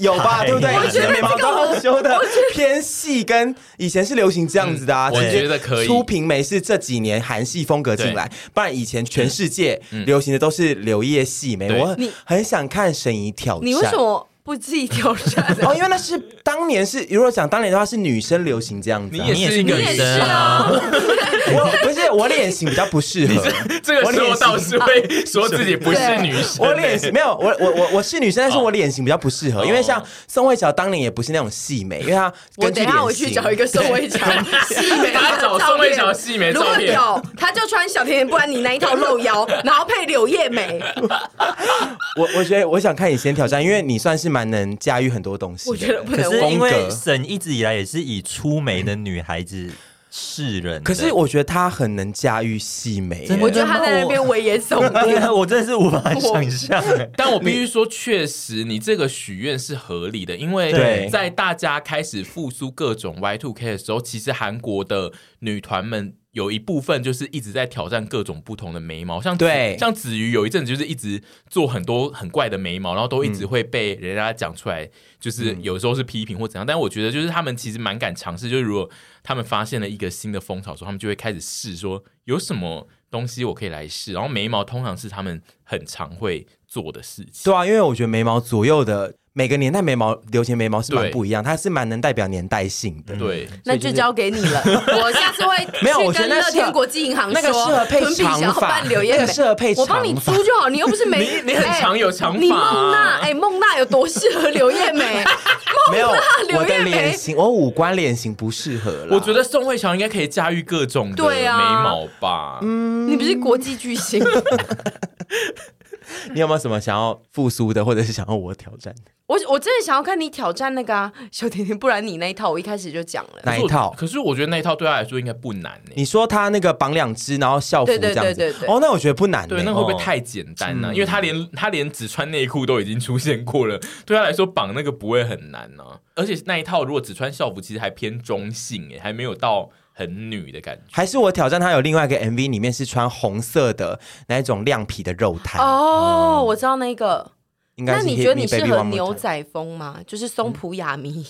Speaker 3: 有吧？
Speaker 4: 哎
Speaker 3: 对不对？
Speaker 4: 我
Speaker 3: 以前的眉毛都好修的偏细，跟以前是流行这样子的啊。
Speaker 1: 嗯我
Speaker 3: 只是
Speaker 1: 觉得可以
Speaker 3: 粗平眉是这几年韩系风格进来，不然以前全世界流行的都是柳叶细
Speaker 1: 嗯
Speaker 3: 眉。
Speaker 1: 对
Speaker 3: 我
Speaker 2: 你
Speaker 3: 很想看沈怡挑战。
Speaker 2: 你为什么不自己挑战？
Speaker 3: 哦，因为那是当年是，如果讲当年的话，是女生流行这样子、啊。
Speaker 1: 你也是一个
Speaker 4: 你
Speaker 1: 女
Speaker 4: 也是
Speaker 1: 生
Speaker 4: 啊
Speaker 2: 哦
Speaker 1: 啊，
Speaker 3: 我不是我脸型比较不适合，
Speaker 1: 这
Speaker 3: 我
Speaker 1: 个时
Speaker 3: 脸
Speaker 1: 候
Speaker 3: 型
Speaker 1: 倒是会说自己不是女生欸，
Speaker 3: 我脸型没有，我我我我是女生，但是我脸型比较不适合，
Speaker 1: 哦
Speaker 3: 因为像宋慧乔当年也不是那种细眉，因为她
Speaker 2: 我
Speaker 3: 根据
Speaker 2: 等一下
Speaker 3: 脸
Speaker 2: 我去
Speaker 3: 型
Speaker 2: 找一个宋慧 乔细眉
Speaker 1: 大家找宋慧乔细眉
Speaker 2: 如
Speaker 1: 照
Speaker 2: 果
Speaker 1: 片
Speaker 2: 有，他就穿小甜甜布兰妮那一套露 腰，然后配柳叶眉。
Speaker 3: 我我觉得我想看你先挑战，因为你算是蛮能驾驭很多东西的。
Speaker 2: 我觉得不
Speaker 4: 可
Speaker 2: 能忘
Speaker 4: 是
Speaker 3: 风
Speaker 4: 因
Speaker 3: 格
Speaker 4: 为沈一直以来也是以粗眉的女孩子示人的，
Speaker 3: 可是我觉得她很能驾驭细眉，
Speaker 4: 真的
Speaker 2: 我觉得他在那边 危言耸 听。
Speaker 4: 天啊我真的是无法想象哎。
Speaker 1: 但我必须说，确实你这个许愿是合理的，因
Speaker 3: 对
Speaker 1: 为在大家开始复苏各种 Y two K 的时候，其实韩国的女团们。有一部分就是一直在挑战各种不同的眉毛，像 子
Speaker 3: 对
Speaker 1: 像子瑜有一阵子就是一直做很多很怪的眉毛，然后都一直会被人家讲出来，就是
Speaker 2: 嗯
Speaker 1: 有时候是批评或怎样。但我觉得就是他们其实蛮敢尝试，就是如果他们发现了一个新的风潮之后，他们就会开始试说有什么东西我可以来试。然后眉毛通常是他们很常会做的事情。
Speaker 3: 对啊，因为我觉得眉毛左右的每个年代眉毛流行眉毛是蛮
Speaker 1: 对
Speaker 3: 不一样，它是蛮能代表年代性的。
Speaker 1: 对，
Speaker 2: 嗯那就交给你了， 我下次会
Speaker 3: 没有我
Speaker 2: 去
Speaker 3: 觉得
Speaker 2: 跟
Speaker 3: 那适合
Speaker 2: 乐天国际银行
Speaker 3: 那个
Speaker 2: 说
Speaker 3: 适合配
Speaker 2: 屯比想
Speaker 3: 长
Speaker 2: 要
Speaker 3: 发
Speaker 2: 办柳叶眉
Speaker 3: 那个适合配
Speaker 2: 我帮你啊
Speaker 3: 长发
Speaker 2: 租就好，你又不是 没
Speaker 1: 你你很常有长发啊
Speaker 2: 哎你孟娜哎，孟娜有多适合柳叶 眉？
Speaker 3: 没有
Speaker 2: 柳
Speaker 3: 我的
Speaker 2: 叶眉
Speaker 3: 脸型，我五官脸型不适合啦。
Speaker 1: 我觉得宋慧乔应该可以驾驭各种的
Speaker 2: 对
Speaker 1: 眉
Speaker 2: 啊嗯
Speaker 1: 毛吧。
Speaker 2: 你不是国际巨星？
Speaker 3: 你有没有什么想要复苏的，或者是想要我挑战 的
Speaker 2: 我我真的想要看你挑战那个啊，小甜甜，不然你那一套我一开始就讲了。
Speaker 3: 哪一套？
Speaker 1: 可是我觉得那一套对他来说应该不难欸呢、
Speaker 3: 你说他那个绑两只，然后校服
Speaker 2: 对
Speaker 3: 这
Speaker 2: 对
Speaker 3: 样子，
Speaker 2: 对对对
Speaker 3: 哦，那我觉得不难、欸。
Speaker 1: 对，那嗯会不会太简单呢、因为他连他连只穿内裤都已经出现过了， 对他来说绑那个不会很难呢、而且那一套如果只穿校服，其实还偏中性哎、还没有到很女的感觉。
Speaker 3: 还是我挑战他有另外一个 MV 里面是穿红色的那一种亮皮的肉摊，
Speaker 2: 哦，我知道那个。
Speaker 3: 嗯应该
Speaker 2: 那
Speaker 3: 是
Speaker 2: 你觉得你
Speaker 3: Hit Me
Speaker 2: 适
Speaker 3: Baby
Speaker 2: 合
Speaker 3: One More
Speaker 2: 牛
Speaker 3: Time？嗯
Speaker 2: 仔风吗？就是松浦亚弥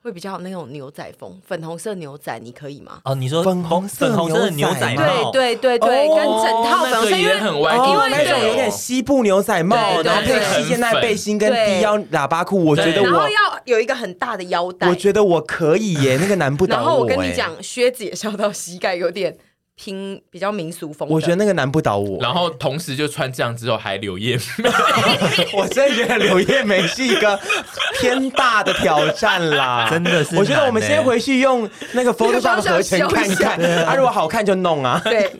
Speaker 2: 会比较有那种牛仔风，粉红色牛仔，你可以吗？
Speaker 4: 哦，你说
Speaker 3: 粉红色
Speaker 4: 粉红色的
Speaker 3: 牛
Speaker 4: 牛
Speaker 3: 仔
Speaker 4: 仔
Speaker 2: 对
Speaker 4: 帽，
Speaker 2: 对对对，
Speaker 3: 哦
Speaker 2: 跟整套粉
Speaker 1: 那
Speaker 2: 红
Speaker 1: 个
Speaker 2: 色，因为
Speaker 1: 也很歪，
Speaker 3: 哦
Speaker 2: 因为
Speaker 3: 那种有点西部牛仔帽，
Speaker 2: 对对
Speaker 3: 然后配
Speaker 2: 对
Speaker 3: 披肩带背心跟
Speaker 2: 对
Speaker 3: 低腰喇叭裤，我觉得
Speaker 1: 对
Speaker 2: 然后
Speaker 3: 我，
Speaker 2: 要有一个很大的腰带
Speaker 3: 我。觉得我可以耶，那个难不倒我。欸
Speaker 2: 然后我跟你，讲，靴子也削到膝盖，有点拼比较民俗风的。
Speaker 3: 我觉得那个难不倒我。
Speaker 1: 然后同时就穿这样之后还柳叶眉，
Speaker 3: 我真的觉得柳叶眉是一个偏大的挑战啦，
Speaker 4: 真的是
Speaker 3: 我觉得我们
Speaker 4: 难欸
Speaker 3: 先回去用那个 Photoshop 合成看
Speaker 2: 修一下
Speaker 3: 看，啊，如果好看就弄啊。
Speaker 2: 对，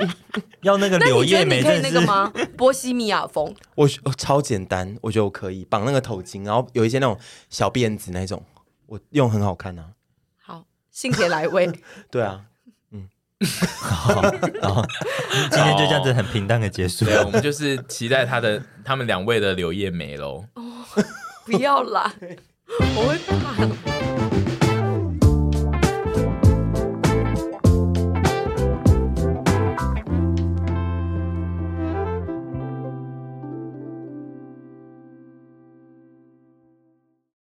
Speaker 4: 要那个
Speaker 2: 那
Speaker 4: 柳
Speaker 2: 你觉
Speaker 4: 叶
Speaker 2: 得
Speaker 4: 眉
Speaker 2: 你可以那
Speaker 4: 真的
Speaker 2: 个
Speaker 4: 是。
Speaker 2: 吗？波西米亚风，
Speaker 3: 我我超简单，我觉得我可以绑那个头巾，然后有一些那种小辫子那种，我用很好看啊。
Speaker 2: 好，幸铁来威。
Speaker 3: 对啊，
Speaker 4: 今天就这样子很平淡的结束
Speaker 1: 对，我们就是期待他的他们两位的柳叶眉喽。
Speaker 3: 哦
Speaker 2: 不要啦， 我会怕。
Speaker 1: 然